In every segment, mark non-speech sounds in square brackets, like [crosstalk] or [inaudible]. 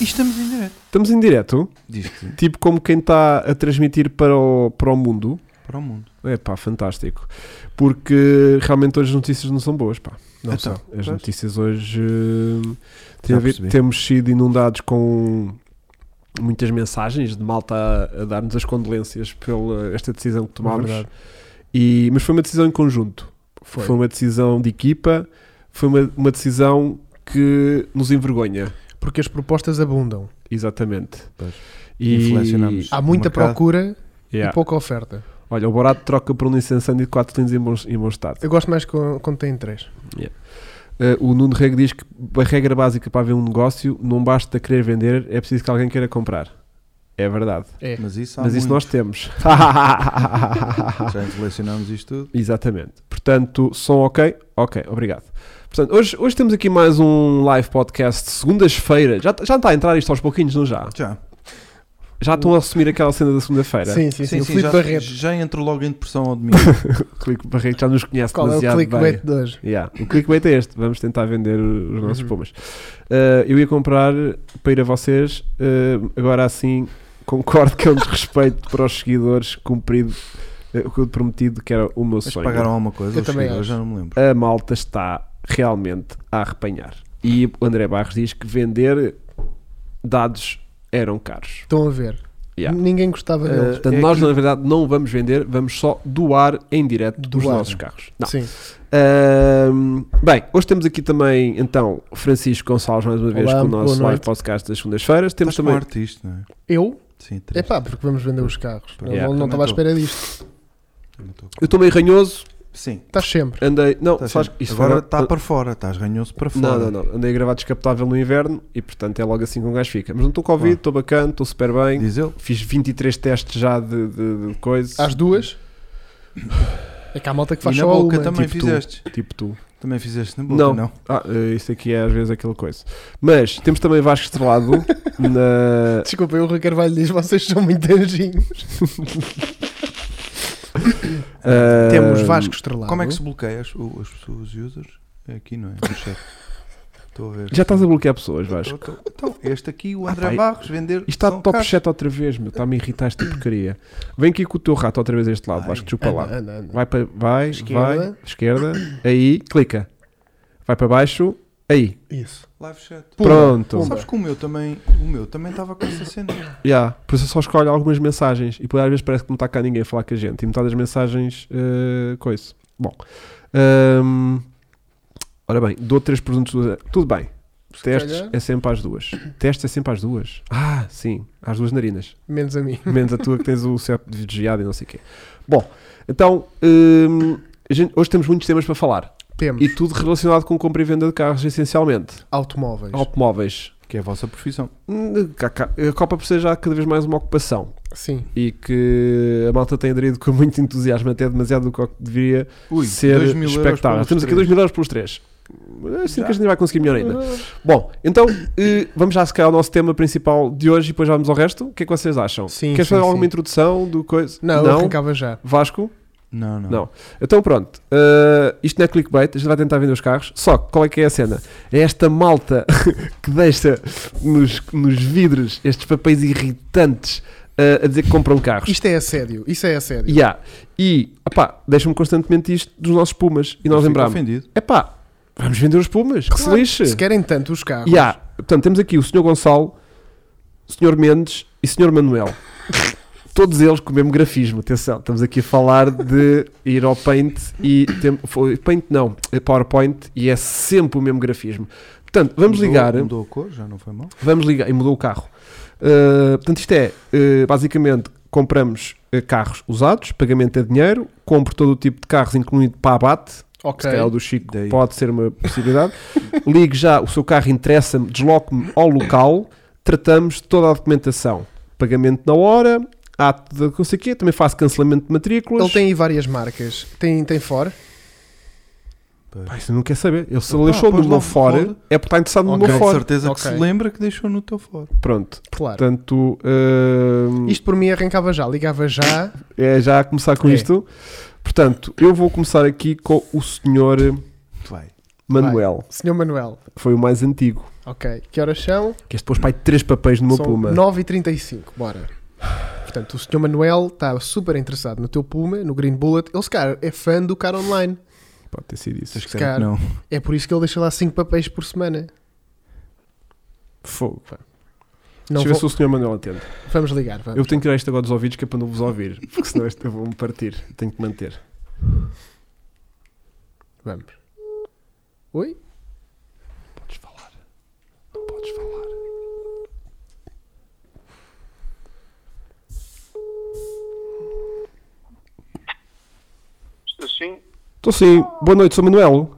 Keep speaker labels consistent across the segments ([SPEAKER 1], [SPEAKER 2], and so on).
[SPEAKER 1] E estamos em direto.
[SPEAKER 2] Estamos em direto,
[SPEAKER 1] Diz-te.
[SPEAKER 2] tipo como quem está a transmitir para o, para o mundo.
[SPEAKER 1] Para o mundo.
[SPEAKER 2] É pá, fantástico. Porque realmente hoje as notícias não são boas, pá. Não
[SPEAKER 1] Então,
[SPEAKER 2] são. As
[SPEAKER 1] pois.
[SPEAKER 2] notícias hoje. eh, tem
[SPEAKER 1] Já
[SPEAKER 2] a ver-
[SPEAKER 1] percebi.
[SPEAKER 2] temos sido inundados com muitas mensagens de malta a, a dar-nos as condolências pela esta decisão que tomámos.
[SPEAKER 3] Verdade.
[SPEAKER 2] E, mas foi uma decisão em conjunto.
[SPEAKER 3] Foi.
[SPEAKER 2] uma decisão de equipa, foi uma, uma decisão que nos envergonha.
[SPEAKER 3] Porque as propostas abundam.
[SPEAKER 2] Exatamente.
[SPEAKER 1] Pois.
[SPEAKER 2] E
[SPEAKER 1] Inflacionamos.
[SPEAKER 3] Há muita
[SPEAKER 1] mercado.
[SPEAKER 3] procura
[SPEAKER 2] Yeah.
[SPEAKER 3] e pouca oferta.
[SPEAKER 2] Olha, o Borato troca por um licenciado de 4 cilindros em bom, em bom estado.
[SPEAKER 3] Eu gosto mais com- quando tem três.
[SPEAKER 2] Uh, o Nuno Rego diz que a regra básica para haver um negócio não basta querer vender, é preciso que alguém queira comprar. É verdade.
[SPEAKER 3] É.
[SPEAKER 1] Mas isso há
[SPEAKER 2] Mas isso
[SPEAKER 1] muito.
[SPEAKER 2] nós temos. [laughs]
[SPEAKER 1] Já inflacionamos isto tudo.
[SPEAKER 2] Exatamente. Portanto, som ok? Ok, obrigado. Portanto, hoje, hoje temos aqui mais um live podcast de segundas-feiras. Já, já está a entrar isto aos pouquinhos, não já?
[SPEAKER 1] Já.
[SPEAKER 2] Já estão a assumir aquela cena da segunda-feira.
[SPEAKER 3] Sim, sim, sim. O Filipe
[SPEAKER 1] já,
[SPEAKER 3] Barreto.
[SPEAKER 1] já entro logo em depressão [laughs] ao domingo.
[SPEAKER 2] O Clique Barreto já nos conhece
[SPEAKER 3] Qual é o
[SPEAKER 2] demasiado bem.
[SPEAKER 3] clickbait de hoje?
[SPEAKER 2] Yeah. O clickbait é este. Vamos tentar vender os nossos
[SPEAKER 3] Uhum.
[SPEAKER 2] pomas. Uh, eu ia comprar para ir a vocês. uh, agora assim, concordo que é um desrespeito para os seguidores cumprido uh, o que eu prometido que era o meu
[SPEAKER 1] Mas
[SPEAKER 2] sonho.
[SPEAKER 1] pagaram alguma coisa?
[SPEAKER 3] Eu
[SPEAKER 1] os
[SPEAKER 3] também
[SPEAKER 1] seguidores,
[SPEAKER 3] acho.
[SPEAKER 1] já não me lembro.
[SPEAKER 2] A malta está realmente a arrepanhar. E o André Barros diz que vender dados eram caros.
[SPEAKER 3] Estão a ver.
[SPEAKER 2] Yeah.
[SPEAKER 3] Ninguém gostava
[SPEAKER 1] Eh,
[SPEAKER 3] deles.
[SPEAKER 2] Portanto,
[SPEAKER 1] é
[SPEAKER 2] nós
[SPEAKER 1] que-
[SPEAKER 2] na verdade não vamos vender, vamos só doar em direto os
[SPEAKER 3] Doar.
[SPEAKER 2] nossos carros. Não.
[SPEAKER 3] Sim.
[SPEAKER 2] Ahm, bem, hoje temos aqui também então Francisco Gonçalves mais uma vez
[SPEAKER 3] Olá,
[SPEAKER 2] com o nosso
[SPEAKER 3] boa
[SPEAKER 2] live
[SPEAKER 3] noite.
[SPEAKER 2] podcast das segundas-feiras. Temos
[SPEAKER 1] Estás com um
[SPEAKER 2] também.
[SPEAKER 1] artista, não é?
[SPEAKER 3] Eu?
[SPEAKER 1] Sim,
[SPEAKER 3] É
[SPEAKER 1] três.
[SPEAKER 3] pá, porque vamos vender os carros. Não-
[SPEAKER 2] Yeah,
[SPEAKER 3] não
[SPEAKER 1] também
[SPEAKER 3] estava à
[SPEAKER 1] tô.
[SPEAKER 3] espera disto.
[SPEAKER 1] Também estou com-
[SPEAKER 2] Eu estou meio ranhoso,
[SPEAKER 1] Sim.
[SPEAKER 3] Estás sempre.
[SPEAKER 2] andei. Não,
[SPEAKER 1] Estás
[SPEAKER 2] sabes,
[SPEAKER 1] sempre-
[SPEAKER 2] isto
[SPEAKER 1] Tá Agora
[SPEAKER 2] foi- um-
[SPEAKER 1] está para fora, estás ganhou-se para fora.
[SPEAKER 2] Não, não, não. Andei a gravar descapotável no inverno e portanto é logo assim que um gajo fica. Mas não estou com Covid,
[SPEAKER 1] Claro.
[SPEAKER 2] estou bacana, estou super bem.
[SPEAKER 1] Diz ele.
[SPEAKER 2] Fiz 23 testes já de, de, de coisas.
[SPEAKER 3] Às duas. É que há malta que faz
[SPEAKER 1] e
[SPEAKER 3] só
[SPEAKER 1] na boca
[SPEAKER 3] uma.
[SPEAKER 1] também
[SPEAKER 2] Tipo tu.
[SPEAKER 1] fizeste.
[SPEAKER 2] Tipo tu.
[SPEAKER 1] Também fizeste na boca,
[SPEAKER 2] Não.
[SPEAKER 1] não? Tá
[SPEAKER 2] Ah, eh, isso aqui é às vezes aquela coisa. Mas temos também Vasco Estrelado na.
[SPEAKER 3] Desculpa, eu, o Rui Carvalho diz: vocês são muito anjinhos.
[SPEAKER 2] ah,
[SPEAKER 3] Temos Vasco Estrelado.
[SPEAKER 1] Como é que se bloqueia as, o- as pessoas, os users? É aqui, não é? No chat. Estou a ver.
[SPEAKER 2] Já estás a bloquear pessoas, Vasco.
[SPEAKER 1] Estou- estou- Então, este aqui, o
[SPEAKER 2] Ah,
[SPEAKER 1] André
[SPEAKER 2] pá,
[SPEAKER 1] Barros, vender.
[SPEAKER 2] Isto está
[SPEAKER 1] são
[SPEAKER 2] de top
[SPEAKER 1] caros.
[SPEAKER 2] 7 outra vez, meu. Está-me a irritar esta porcaria. Vem aqui com o teu rato outra vez a este lado,
[SPEAKER 1] Ai.
[SPEAKER 2] Vasco, chupa
[SPEAKER 3] Anda,
[SPEAKER 2] lá.
[SPEAKER 3] anda, anda.
[SPEAKER 2] Vai para. Vai,
[SPEAKER 3] Esquerda.
[SPEAKER 2] vai, esquerda. Aí, clica. Vai para baixo. Aí.
[SPEAKER 3] Isso.
[SPEAKER 1] Live chat.
[SPEAKER 3] Pumba,
[SPEAKER 2] Pronto.
[SPEAKER 3] pumba.
[SPEAKER 1] Sabes que o meu também, o meu também estava com essa cena.
[SPEAKER 2] Já. Por isso eu só escolho algumas mensagens. E depois às vezes parece que não está cá ninguém a falar com a gente. E metade das mensagens. eh, coisa. Bom. Ahm, ora bem, dou três perguntas. Tudo bem.
[SPEAKER 3] Se
[SPEAKER 2] Testes
[SPEAKER 3] calhar,
[SPEAKER 2] é sempre às duas. Testes é sempre às duas. Ah, sim. Às duas narinas.
[SPEAKER 3] Menos a mim.
[SPEAKER 2] menos a tua que tens o CEP desviado e não sei o quê. Bom, então hum, a gente- hoje temos muitos temas para falar
[SPEAKER 3] Temos
[SPEAKER 2] e tudo relacionado com compra e venda de carros, essencialmente.
[SPEAKER 3] automóveis.
[SPEAKER 2] Automóveis.
[SPEAKER 1] Que é a vossa profissão.
[SPEAKER 2] Hum, cá, cá, A Copa por ser já cada vez mais uma ocupação
[SPEAKER 3] Sim.
[SPEAKER 2] e que a malta tem aderido com muito entusiasmo, até demasiado do que o que deveria
[SPEAKER 1] Ui,
[SPEAKER 2] ser
[SPEAKER 1] 2 mil euros um
[SPEAKER 2] expectável.
[SPEAKER 1] pelos
[SPEAKER 2] Temos aqui
[SPEAKER 1] três.
[SPEAKER 2] 2 mil euros pelos 3. Assim que
[SPEAKER 1] Já. Ah.
[SPEAKER 2] a gente vai conseguir melhor ainda. Bom, então eh, vamos já se calhar ao nosso tema principal de hoje e depois vamos ao resto. O que é que vocês acham?
[SPEAKER 3] Sim,
[SPEAKER 2] Queres
[SPEAKER 3] sim,
[SPEAKER 2] fazer alguma
[SPEAKER 3] sim.
[SPEAKER 2] introdução do coisa?
[SPEAKER 3] Não, eu arrancava já.
[SPEAKER 2] Vasco?
[SPEAKER 1] Não, não.
[SPEAKER 2] Não. Então pronto, uh, isto não é clickbait, a gente vai tentar vender os carros. Só que qual é que é a cena? É esta malta [laughs] que deixa nos, nos vidros estes papéis irritantes uh, a dizer que compram carros.
[SPEAKER 3] Isto é assédio. Isso é assédio.
[SPEAKER 2] Yeah. E, opá, deixam-me constantemente isto dos nossos Pumas. E nós
[SPEAKER 1] Fico
[SPEAKER 2] lembramos,
[SPEAKER 1] ofendido.
[SPEAKER 2] epá, vamos vender os Pumas, que
[SPEAKER 3] Claro,
[SPEAKER 2] se lixe.
[SPEAKER 3] Se querem tanto os
[SPEAKER 1] Ah,
[SPEAKER 3] carros.
[SPEAKER 2] Yeah. Portanto, temos aqui o Sr. Gonçalo, o Sr. Mendes e o Sr.
[SPEAKER 1] [laughs]
[SPEAKER 2] Manuel. Todos eles com o mesmo grafismo, atenção. Estamos aqui a falar de ir ao Paint e. Tem, foi- paint não, é PowerPoint e é sempre o mesmo grafismo. Portanto, vamos
[SPEAKER 1] Mudou-
[SPEAKER 2] ligar.
[SPEAKER 1] Mudou a cor, já não foi mal.
[SPEAKER 2] Vamos ligar. E mudou o carro. Uh, portanto, isto é, uh, basicamente, compramos uh, carros usados, pagamento a dinheiro, compro todo o tipo de carros, incluindo para abate, se
[SPEAKER 3] Ok.
[SPEAKER 2] calhar o do Chico
[SPEAKER 1] Daí.
[SPEAKER 2] pode ser uma possibilidade. [laughs] Ligue já, o seu carro interessa-me, desloque-me ao local, tratamos de toda a documentação. Pagamento na hora, ato de não sei o quê, também faço cancelamento de matrículas.
[SPEAKER 3] Ele tem aí várias marcas. Tem, tem Ford.
[SPEAKER 2] Pá, isso não quer saber. Ele se
[SPEAKER 1] Ah,
[SPEAKER 2] ele deixou no
[SPEAKER 1] pois
[SPEAKER 2] meu
[SPEAKER 1] lá,
[SPEAKER 2] fora,
[SPEAKER 1] fora.
[SPEAKER 2] é porque está interessado no
[SPEAKER 3] Ok.
[SPEAKER 2] meu
[SPEAKER 1] Com
[SPEAKER 2] fora.
[SPEAKER 1] certeza que
[SPEAKER 3] Ok.
[SPEAKER 1] se lembra que deixou no teu fora.
[SPEAKER 2] Pronto.
[SPEAKER 3] Claro.
[SPEAKER 2] Portanto, hum,
[SPEAKER 3] Isto por mim arrancava já. Ligava já.
[SPEAKER 2] é já a começar com
[SPEAKER 3] É.
[SPEAKER 2] isto. Portanto, eu vou começar aqui com o senhor
[SPEAKER 1] Vai.
[SPEAKER 2] Manuel.
[SPEAKER 3] Senhor Manuel.
[SPEAKER 2] Foi o mais antigo.
[SPEAKER 3] Ok. Que horas são?
[SPEAKER 2] Que este pôs pai três papéis numa
[SPEAKER 3] são
[SPEAKER 2] pluma.
[SPEAKER 3] 9h35. Bora. Portanto, o senhor Manuel está super interessado no teu Puma, no Green Bullet. Ele, se calhar, é fã do cara online.
[SPEAKER 2] Pode ter sido isso.
[SPEAKER 1] Vocês
[SPEAKER 3] Se
[SPEAKER 1] querem
[SPEAKER 3] calhar.
[SPEAKER 1] que não.
[SPEAKER 3] É por isso que ele deixa lá 5 papéis por semana.
[SPEAKER 2] Fogo. pá.
[SPEAKER 3] Não
[SPEAKER 2] Deixa eu ver
[SPEAKER 3] vou-
[SPEAKER 2] se o senhor Manuel entende.
[SPEAKER 3] Vamos ligar, vamos.
[SPEAKER 2] Eu tenho que tirar isto agora dos ouvidos que é para não vos ouvir, porque senão este eu vou-me partir. Tenho que manter.
[SPEAKER 3] Vamos. Oi?
[SPEAKER 2] Podes falar. Não podes falar.
[SPEAKER 4] Estou sim.
[SPEAKER 2] Estou sim. Boa noite, sou Manuel.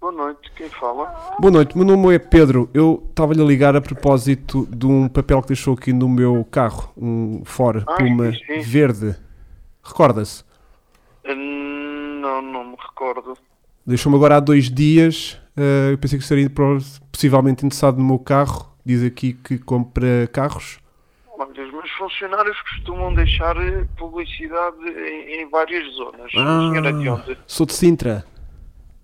[SPEAKER 4] Boa noite. Quem fala?
[SPEAKER 2] Boa noite, meu nome é Pedro. Eu estava-lhe a ligar a propósito de um papel que deixou aqui no meu carro, um Ford
[SPEAKER 4] Ah,
[SPEAKER 2] Puma
[SPEAKER 4] sim, sim.
[SPEAKER 2] verde. Recorda-se? Ah.
[SPEAKER 4] Hum, Não, não me recordo.
[SPEAKER 2] Deixou-me agora há dois dias. ah, eu pensei que estaria pro- possivelmente interessado no meu carro. Diz aqui que compra carros.
[SPEAKER 4] Olha, os meus funcionários costumam deixar eh, publicidade em, em várias zonas.
[SPEAKER 2] Ah.
[SPEAKER 4] A senhora de onde?
[SPEAKER 2] Sou de Sintra.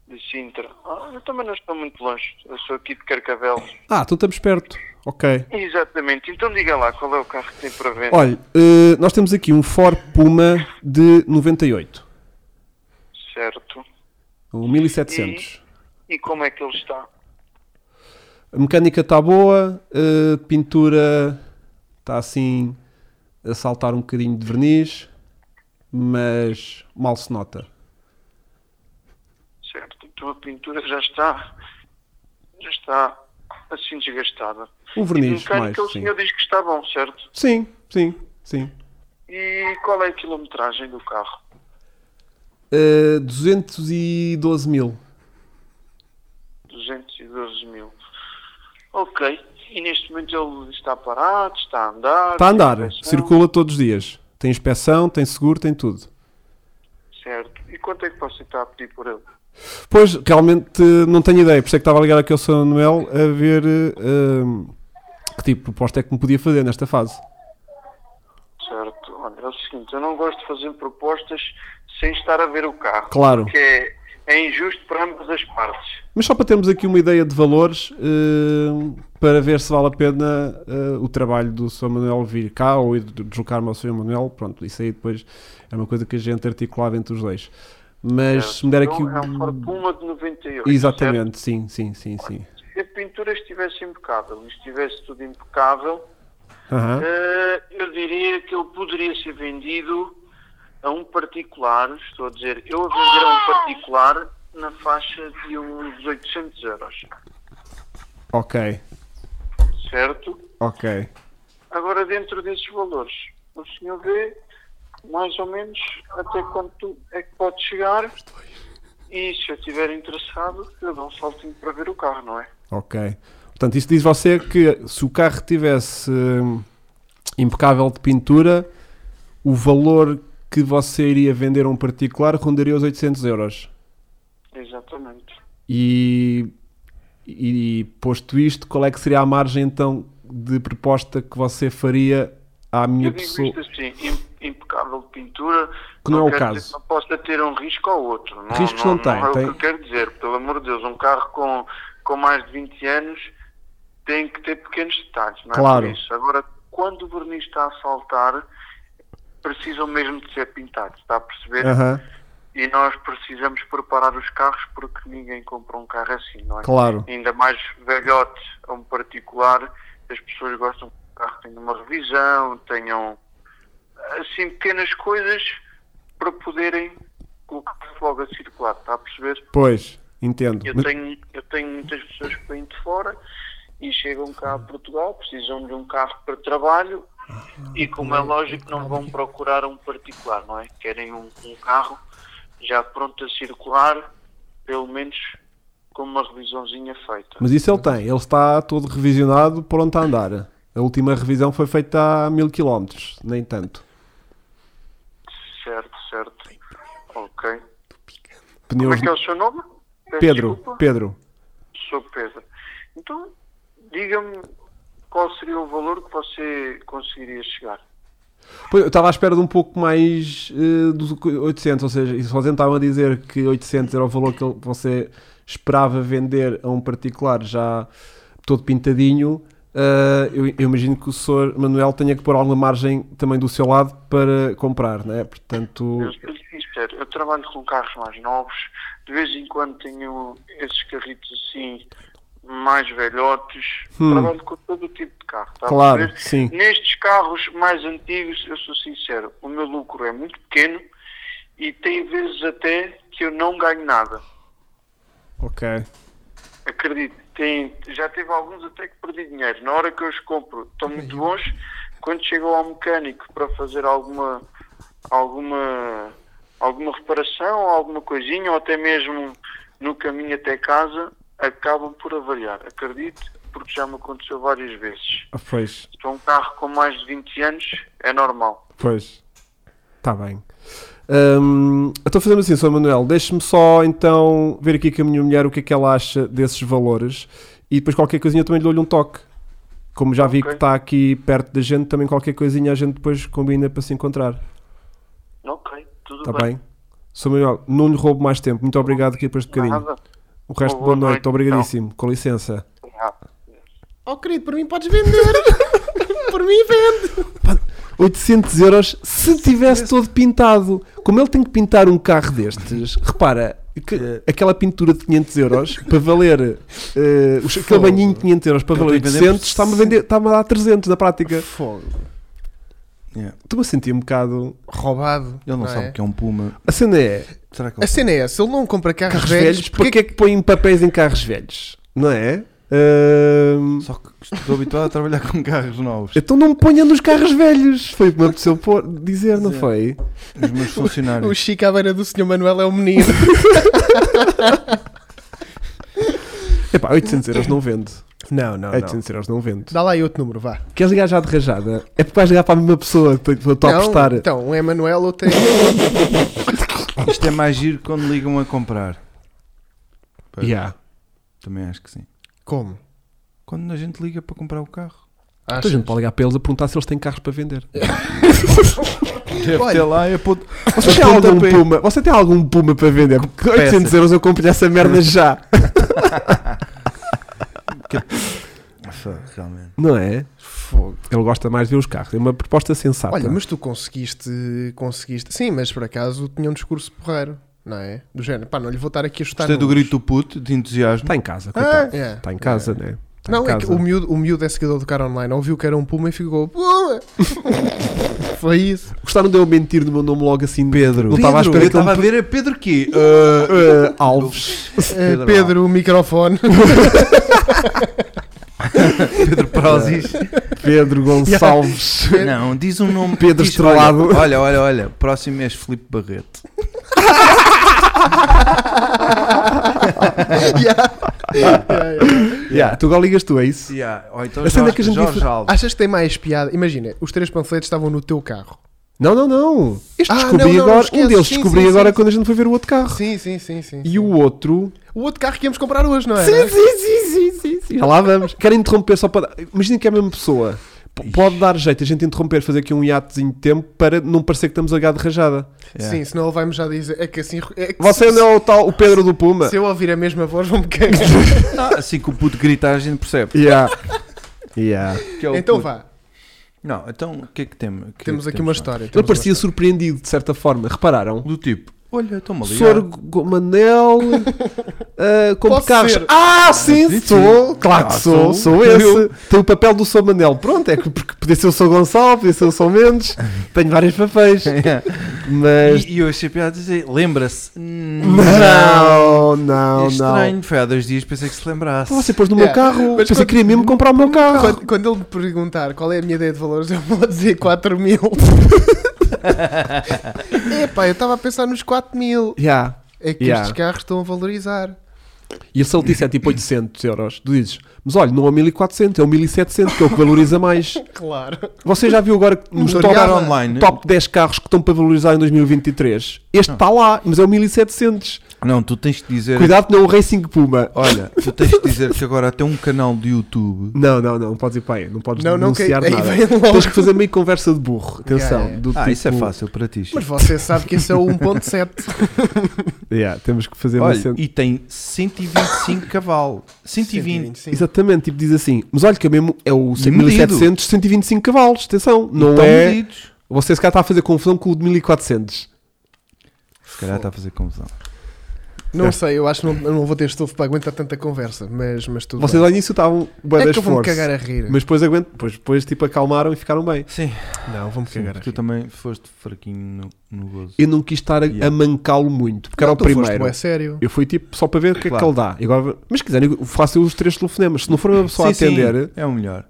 [SPEAKER 4] De Sintra. Ah, eu também não estou muito longe. Eu sou aqui de Carcavelos.
[SPEAKER 2] Ah, então estamos perto. Ok.
[SPEAKER 4] Exatamente. Então diga lá, qual é o carro que tem para vender?
[SPEAKER 2] Olha, eh, nós temos aqui um Ford Puma de 98,
[SPEAKER 4] Certo.
[SPEAKER 2] um 1700.
[SPEAKER 4] E como é que ele está?
[SPEAKER 2] A mecânica está boa, eh, pintura está assim a saltar um bocadinho de verniz, mas mal se nota.
[SPEAKER 4] Certo. Então A tua pintura já está... Já está assim desgastada.
[SPEAKER 2] Um verniz
[SPEAKER 4] e
[SPEAKER 2] mais,
[SPEAKER 4] que o
[SPEAKER 2] sim.
[SPEAKER 4] senhor diz que está bom, certo?
[SPEAKER 2] Sim, sim, sim.
[SPEAKER 4] E qual é a quilometragem do carro?
[SPEAKER 2] Eh, 212 mil.
[SPEAKER 4] 212 mil. Ok. E neste momento ele está parado, está a andar.
[SPEAKER 2] Está Tá a andar,
[SPEAKER 4] tem inspeção,
[SPEAKER 2] circula todos os dias. Tem inspeção, tem seguro, tem tudo.
[SPEAKER 4] Certo. E quanto é que você está a pedir por ele?
[SPEAKER 2] Pois, realmente eh, não tenho ideia. Por isso é que estava a ligar aqui ao Sr. Manuel a ver eh, ehm, que tipo de proposta é que me podia fazer nesta fase.
[SPEAKER 4] Certo. Olha, é o seguinte: eu não gosto de fazer propostas sem estar a ver o carro.
[SPEAKER 2] Claro.
[SPEAKER 4] Que é, é injusto para ambas as partes.
[SPEAKER 2] Mas só para termos aqui uma ideia de valores, ehm, para ver se vale a pena eh, o trabalho do Sr. Manuel vir cá ou ir deslocar-me ao Sr. Manuel. Pronto, isso aí depois é uma coisa que a gente articulava entre os dois. Mas se me der
[SPEAKER 4] Então,
[SPEAKER 2] aqui.
[SPEAKER 4] É um Ford
[SPEAKER 2] Um...
[SPEAKER 4] Puma de 98.
[SPEAKER 2] Exatamente, sim, sim, sim, sim.
[SPEAKER 4] certo? Se a pintura estivesse impecável, e estivesse tudo impecável,
[SPEAKER 2] Aham.
[SPEAKER 4] Eh, eu diria que ele poderia ser vendido a um particular, estou a dizer, eu a vender a um particular na faixa de uns 800 euros,
[SPEAKER 2] Ok,
[SPEAKER 4] certo?
[SPEAKER 2] ok.
[SPEAKER 4] Agora, dentro desses valores, o senhor vê mais ou menos até quanto é que pode chegar e se eu estiver interessado, eu dou um saltinho para ver o carro, não é?
[SPEAKER 2] Ok. Portanto, isso diz você que se o carro tivesse hum, impecável de pintura, o valor que você iria vender a um particular rondaria os 800 euros.
[SPEAKER 4] Exatamente.
[SPEAKER 2] E, e posto isto, qual é que seria a margem então de proposta que você faria à minha
[SPEAKER 4] Eu digo
[SPEAKER 2] pessoa?
[SPEAKER 4] isto assim, im- impecável de pintura.
[SPEAKER 2] Que não é o
[SPEAKER 4] quer
[SPEAKER 2] caso.
[SPEAKER 4] dizer que Não possa ter um risco ao outro. Não,
[SPEAKER 2] Riscos não tem,
[SPEAKER 4] é
[SPEAKER 2] tem-
[SPEAKER 4] o que eu quero dizer. Pelo amor de Deus, um carro com, com mais de 20 anos tem que ter pequenos detalhes. Não é
[SPEAKER 2] Claro.
[SPEAKER 4] por isso? Agora, quando o verniz está a saltar, precisam mesmo de ser pintados. Está a perceber?
[SPEAKER 2] Aham,
[SPEAKER 4] E nós precisamos preparar os carros porque ninguém compra um carro assim, não é?
[SPEAKER 2] Claro.
[SPEAKER 4] Ainda mais velhote a um particular, as pessoas gostam que o carro tenha uma revisão, tenham assim pequenas coisas para poderem colocar logo a circular, está a perceber?
[SPEAKER 2] Pois, entendo.
[SPEAKER 4] Eu
[SPEAKER 2] Mas-
[SPEAKER 4] tenho, eu tenho muitas pessoas que vêm de fora e chegam cá a Portugal, precisam de um carro para trabalho e, como é lógico, não vão procurar um particular, não é? Querem um, um carro já pronto a circular, pelo menos com uma revisãozinha feita.
[SPEAKER 2] Mas isso ele tem, ele está todo revisionado, pronto a andar. A última revisão foi feita a mil quilómetros, nem tanto.
[SPEAKER 4] Certo, certo. Ok. Como
[SPEAKER 2] Pneus
[SPEAKER 4] é que é o seu nome? Peço
[SPEAKER 2] Pedro,
[SPEAKER 4] desculpa.
[SPEAKER 2] Pedro.
[SPEAKER 4] Sou Pedro. Então, diga-me qual seria o valor que você conseguiria chegar.
[SPEAKER 2] Pois, eu estava à espera de um pouco mais eh, dos 800, ou seja, e se vocês estavam a dizer que 800 era o valor que ele- você esperava vender a um particular já todo pintadinho, ah, eu, eu imagino que o Sr. Manuel tenha que pôr alguma margem também do seu lado para comprar, né? Portanto,
[SPEAKER 4] Eu, eu, digo sério, eu trabalho com carros mais novos, de vez em quando tenho esses carritos assim, mais velhotes.
[SPEAKER 2] Hum.
[SPEAKER 4] Trabalho com todo o tipo de carro. tá a
[SPEAKER 2] Claro,
[SPEAKER 4] perceber?
[SPEAKER 2] sim.
[SPEAKER 4] Nestes carros mais antigos, eu sou sincero, o meu lucro é muito pequeno e tem vezes até que eu não ganho nada.
[SPEAKER 2] ok.
[SPEAKER 4] Acredito, tem, já teve alguns até que perdi dinheiro. Na hora que eu os compro, estão muito bons. Quando chegam ao mecânico para fazer alguma, alguma, alguma reparação, alguma coisinha, ou até mesmo no caminho até casa, acabam por avaliar. Acredito, porque já me aconteceu várias vezes.
[SPEAKER 2] Ah, Pois,
[SPEAKER 4] Se é um carro com mais de 20 anos, é normal.
[SPEAKER 2] pois. Está bem. Hum, então fazendo assim, Sr. Manuel, deixe-me só então ver aqui com a minha mulher o que é que ela acha desses valores e depois qualquer coisinha também lhe dou-lhe um toque. Como já vi
[SPEAKER 4] Ok.
[SPEAKER 2] que está aqui perto da gente, também qualquer coisinha a gente depois combina para se encontrar.
[SPEAKER 4] Ok, tudo
[SPEAKER 2] Está
[SPEAKER 4] bem.
[SPEAKER 2] Tá bem? Sr. Manuel, não lhe roubo mais tempo. Muito obrigado aqui por este bocadinho.
[SPEAKER 4] Nada.
[SPEAKER 2] O resto,
[SPEAKER 4] Boa
[SPEAKER 2] boa
[SPEAKER 4] noite, então.
[SPEAKER 2] noite. Obrigadíssimo. Com licença.
[SPEAKER 4] Nada.
[SPEAKER 3] Oh querido, por mim podes vender. [laughs] por mim vende.
[SPEAKER 2] 800 euros se tivesse todo pintado. Como ele tem que pintar um carro destes, repara, que aquela pintura de 500 euros para valer, eh, os- aquele
[SPEAKER 3] Fogo.
[SPEAKER 2] banhinho de 500 euros para
[SPEAKER 1] Ele
[SPEAKER 2] valer
[SPEAKER 1] tem que vender por
[SPEAKER 2] 800, está-me a, vender- está-me a dar 300 na prática.
[SPEAKER 3] Fogo.
[SPEAKER 1] Yeah.
[SPEAKER 2] Estou-me a sentir um bocado.
[SPEAKER 3] Roubado.
[SPEAKER 1] É. Ele não, sabe
[SPEAKER 3] é?
[SPEAKER 1] que é um puma.
[SPEAKER 2] A cena é:
[SPEAKER 1] Será que
[SPEAKER 3] A
[SPEAKER 1] ele
[SPEAKER 3] cena é essa, ele não compra carros,
[SPEAKER 2] carros
[SPEAKER 3] velhos,
[SPEAKER 2] velhos,
[SPEAKER 3] porque
[SPEAKER 2] porque é que põem papéis em carros velhos? Não é? Ahm,
[SPEAKER 1] Só que estou habituado a trabalhar com carros novos.
[SPEAKER 2] Então não me ponha nos carros velhos. Foi o que me apeteceu pôr- dizer, não
[SPEAKER 1] Sim.
[SPEAKER 2] foi?
[SPEAKER 1] Os [laughs] meus
[SPEAKER 3] o
[SPEAKER 1] funcionários.
[SPEAKER 3] Chico à beira do Sr. Manuel é um menino.
[SPEAKER 2] Epá, 800 euros [laughs] não vendo.
[SPEAKER 3] não, Ah, não,
[SPEAKER 2] 800 euros não vendo.
[SPEAKER 3] É Dá lá aí outro número, vá.
[SPEAKER 2] Queres ligar já de rajada? É porque vais ligar para a mesma pessoa que estou a
[SPEAKER 3] Não,
[SPEAKER 2] apostar.
[SPEAKER 3] Então, um é Manuel, outro é...
[SPEAKER 1] Isto é mais giro quando ligam a comprar. Pois,
[SPEAKER 2] Yeah.
[SPEAKER 1] Também acho que sim.
[SPEAKER 3] Como?
[SPEAKER 1] Quando a gente liga para comprar o carro.
[SPEAKER 2] Então a
[SPEAKER 3] Achas?
[SPEAKER 2] gente pode ligar para eles a perguntar se eles têm carros para vender.
[SPEAKER 3] É.
[SPEAKER 1] Deve
[SPEAKER 3] Olha.
[SPEAKER 1] ter lá e é aponta.
[SPEAKER 2] Você tem,
[SPEAKER 1] Aponta
[SPEAKER 2] algum
[SPEAKER 1] para-
[SPEAKER 2] puma, você tem algum puma para vender? Porque 800
[SPEAKER 1] peças.
[SPEAKER 2] euros eu compro-lhe essa
[SPEAKER 3] É.
[SPEAKER 2] merda já.
[SPEAKER 1] Fogo, Ah, Realmente.
[SPEAKER 2] Não é?
[SPEAKER 3] Fogo.
[SPEAKER 2] Ele gosta mais de ver os carros. É uma proposta sensata.
[SPEAKER 3] Olha, mas tu conseguiste, conseguiste... Sim, mas por acaso tinha um discurso porreiro, não é? Do género, pá, não lhe vou estar aqui a chutar
[SPEAKER 1] Gostei é do
[SPEAKER 3] números.
[SPEAKER 1] grito do puto, de entusiasmo.
[SPEAKER 2] Está Tá em casa, coitado.
[SPEAKER 3] é.
[SPEAKER 2] Está em casa, não é? Está
[SPEAKER 3] Não,
[SPEAKER 2] em
[SPEAKER 3] é que
[SPEAKER 2] casa.
[SPEAKER 3] o miúdo, o miúdo é seguidor do cara online, ouviu que era um puma e ficou... Puma! [laughs] Foi isso.
[SPEAKER 2] Gostaram de eu mentir no meu nome logo assim? Pedro.
[SPEAKER 1] Pedro,
[SPEAKER 2] Não estava à espera
[SPEAKER 1] eu
[SPEAKER 2] que ele
[SPEAKER 1] estava a
[SPEAKER 2] me-
[SPEAKER 1] ver a Pedro quê? Ah,
[SPEAKER 2] [laughs] Eh, Alves.
[SPEAKER 3] [laughs] Eh,
[SPEAKER 1] Pedro,
[SPEAKER 3] Pedro,
[SPEAKER 2] [laughs]
[SPEAKER 3] o microfone. [laughs]
[SPEAKER 1] Pedro Prozis.
[SPEAKER 2] Pedro Gonçalves.
[SPEAKER 1] [laughs] Não, diz um nome.
[SPEAKER 2] Pedro
[SPEAKER 1] diz,
[SPEAKER 2] Estrelado.
[SPEAKER 1] Olha, olha, olha, olha. Próximo mês Filipe Barreto.
[SPEAKER 2] [laughs] Yeah, Tu agora ligas tu, é isso?
[SPEAKER 1] Yeah. Ou então
[SPEAKER 2] A cena
[SPEAKER 1] Jorge,
[SPEAKER 2] é que a gente
[SPEAKER 1] Jorge
[SPEAKER 2] disse-
[SPEAKER 1] Alves.
[SPEAKER 3] Achas que tem mais piada? Imagina, os três panfletos estavam no teu carro.
[SPEAKER 2] Não, não, não. Este
[SPEAKER 3] Ah,
[SPEAKER 2] descobri
[SPEAKER 3] não, não,
[SPEAKER 2] agora.
[SPEAKER 3] esquece.
[SPEAKER 2] Um deles
[SPEAKER 3] Sim,
[SPEAKER 2] descobri
[SPEAKER 3] sim,
[SPEAKER 2] agora
[SPEAKER 3] sim.
[SPEAKER 2] quando a gente foi ver o outro carro.
[SPEAKER 3] Sim, sim, sim, sim.
[SPEAKER 2] E o outro.
[SPEAKER 3] O outro carro que íamos comprar hoje, não é?
[SPEAKER 2] Sim, sim, sim, sim, sim, sim. Já lá vamos. Quero interromper só para. Imagina que é a mesma pessoa. P- Pode dar jeito a gente interromper, fazer aqui um hiatozinho de tempo para não parecer que estamos a gado de rajada.
[SPEAKER 1] Yeah.
[SPEAKER 3] Sim, senão ele vai-me já dizer. É que assim. É que
[SPEAKER 2] Você
[SPEAKER 3] se,
[SPEAKER 2] não é o tal o Pedro do Puma?
[SPEAKER 3] Se eu ouvir a mesma voz, vou-me cagar.
[SPEAKER 1] Ah, assim que o puto gritar, a gente percebe.
[SPEAKER 2] Yeah. Yeah.
[SPEAKER 1] que é o
[SPEAKER 3] então
[SPEAKER 1] puto.
[SPEAKER 3] vá,
[SPEAKER 1] Não, então o que é que temos? O que é
[SPEAKER 3] temos
[SPEAKER 1] que
[SPEAKER 3] aqui uma
[SPEAKER 1] lá?
[SPEAKER 3] história.
[SPEAKER 2] Ele
[SPEAKER 3] temos
[SPEAKER 2] parecia
[SPEAKER 3] uma
[SPEAKER 2] surpreendido de certa forma, repararam?
[SPEAKER 1] Do tipo, olha, estou-me a ligar. [laughs]
[SPEAKER 2] Sorgo [laughs] Manel, uh, como
[SPEAKER 3] Posso
[SPEAKER 2] carros.
[SPEAKER 3] ser?
[SPEAKER 2] Ah, sim,
[SPEAKER 1] Sim, sim.
[SPEAKER 2] sou, claro que
[SPEAKER 1] Ah, sou.
[SPEAKER 2] sou, sou esse.
[SPEAKER 1] Eu.
[SPEAKER 2] Tenho o papel do Sou Manel, pronto, é que porque podia ser o Sou Gonçalo, podia ser o Sou Mendes, tenho vários papéis, mas
[SPEAKER 1] E, e eu achei piada a dizer, lembra-se?
[SPEAKER 2] não, não,
[SPEAKER 1] É
[SPEAKER 2] não.
[SPEAKER 1] estranho, foi há dois dias, pensei que se lembrasse.
[SPEAKER 2] Pô, Você pôs no meu
[SPEAKER 3] Yeah,
[SPEAKER 2] carro,
[SPEAKER 3] mas
[SPEAKER 2] pensei que
[SPEAKER 3] quando-
[SPEAKER 2] queria mesmo comprar o meu carro.
[SPEAKER 3] história. Quando, quando ele me perguntar qual é a minha ideia de valores, eu vou dizer 4 mil. Epá, eu estava a pensar nos 4 mil.
[SPEAKER 2] Yeah.
[SPEAKER 3] É que
[SPEAKER 2] Yeah.
[SPEAKER 3] estes carros estão a valorizar.
[SPEAKER 2] E se ele disser tipo 800 euros, tu dizes, mas olha, não é o 1400, é o 1700, que é o que valoriza mais.
[SPEAKER 3] Claro.
[SPEAKER 2] Você já viu agora nos
[SPEAKER 1] Estou a
[SPEAKER 2] top,
[SPEAKER 1] olhar online.
[SPEAKER 2] top 10 carros que estão para valorizar em 2023? Este está lá, mas é o 1700.
[SPEAKER 1] Não, tu tens de dizer.
[SPEAKER 2] Cuidado, não o Racing Puma.
[SPEAKER 1] Olha, tu tens de dizer que agora até um canal de YouTube.
[SPEAKER 2] Não, não, não, não podes ir para aí, não podes
[SPEAKER 3] Não, não, que-
[SPEAKER 2] denunciar
[SPEAKER 3] aí
[SPEAKER 2] nada.
[SPEAKER 3] vem logo.
[SPEAKER 2] Tens que fazer meio conversa de burro, atenção.
[SPEAKER 3] Yeah, yeah.
[SPEAKER 2] do
[SPEAKER 1] Ah, isso é
[SPEAKER 2] tipo-
[SPEAKER 1] fácil para ti. Chico.
[SPEAKER 3] Mas você sabe que esse é o 1.7.
[SPEAKER 2] Yeah, temos que fazer uma
[SPEAKER 1] Olha,
[SPEAKER 2] cena.
[SPEAKER 1] e tem 125 [coughs] cavalos. 120.
[SPEAKER 3] 120, sim.
[SPEAKER 2] Exatamente, tipo diz assim, mas olha que é mesmo é o
[SPEAKER 1] Medido.
[SPEAKER 2] 1700, 125 cavalos, atenção, não
[SPEAKER 3] Então
[SPEAKER 1] Estão
[SPEAKER 2] é.
[SPEAKER 1] medidos.
[SPEAKER 2] Você se calhar está a fazer confusão com o de 1400.
[SPEAKER 1] Se calhar está a fazer confusão.
[SPEAKER 3] Não sei, eu acho que não, eu não vou ter estofo para aguentar tanta conversa, mas, mas tudo
[SPEAKER 2] Vocês
[SPEAKER 3] bem.
[SPEAKER 2] ao início estavam bué
[SPEAKER 3] É
[SPEAKER 2] das
[SPEAKER 3] que eu vou-me
[SPEAKER 2] forças,
[SPEAKER 3] cagar a rir.
[SPEAKER 2] Mas depois aguento, depois, depois tipo acalmaram e ficaram bem.
[SPEAKER 1] Sim,
[SPEAKER 3] Não, vou-me
[SPEAKER 1] sim
[SPEAKER 3] cagar a
[SPEAKER 1] porque tu
[SPEAKER 3] rir.
[SPEAKER 1] também foste fraquinho no, no gozo.
[SPEAKER 2] Eu não quis estar a,
[SPEAKER 1] Yeah.
[SPEAKER 2] a mancá-lo muito, porque era
[SPEAKER 3] Não,
[SPEAKER 2] o
[SPEAKER 3] tu foste
[SPEAKER 2] primeiro.
[SPEAKER 3] bué sério.
[SPEAKER 2] Eu fui tipo só para ver o que é que
[SPEAKER 1] Claro.
[SPEAKER 2] ele dá. E Agora, mas se quiserem, eu faço eu os três telefonemas. Se não for uma pessoa
[SPEAKER 1] Sim,
[SPEAKER 2] a
[SPEAKER 1] sim,
[SPEAKER 2] atender,
[SPEAKER 1] é o melhor.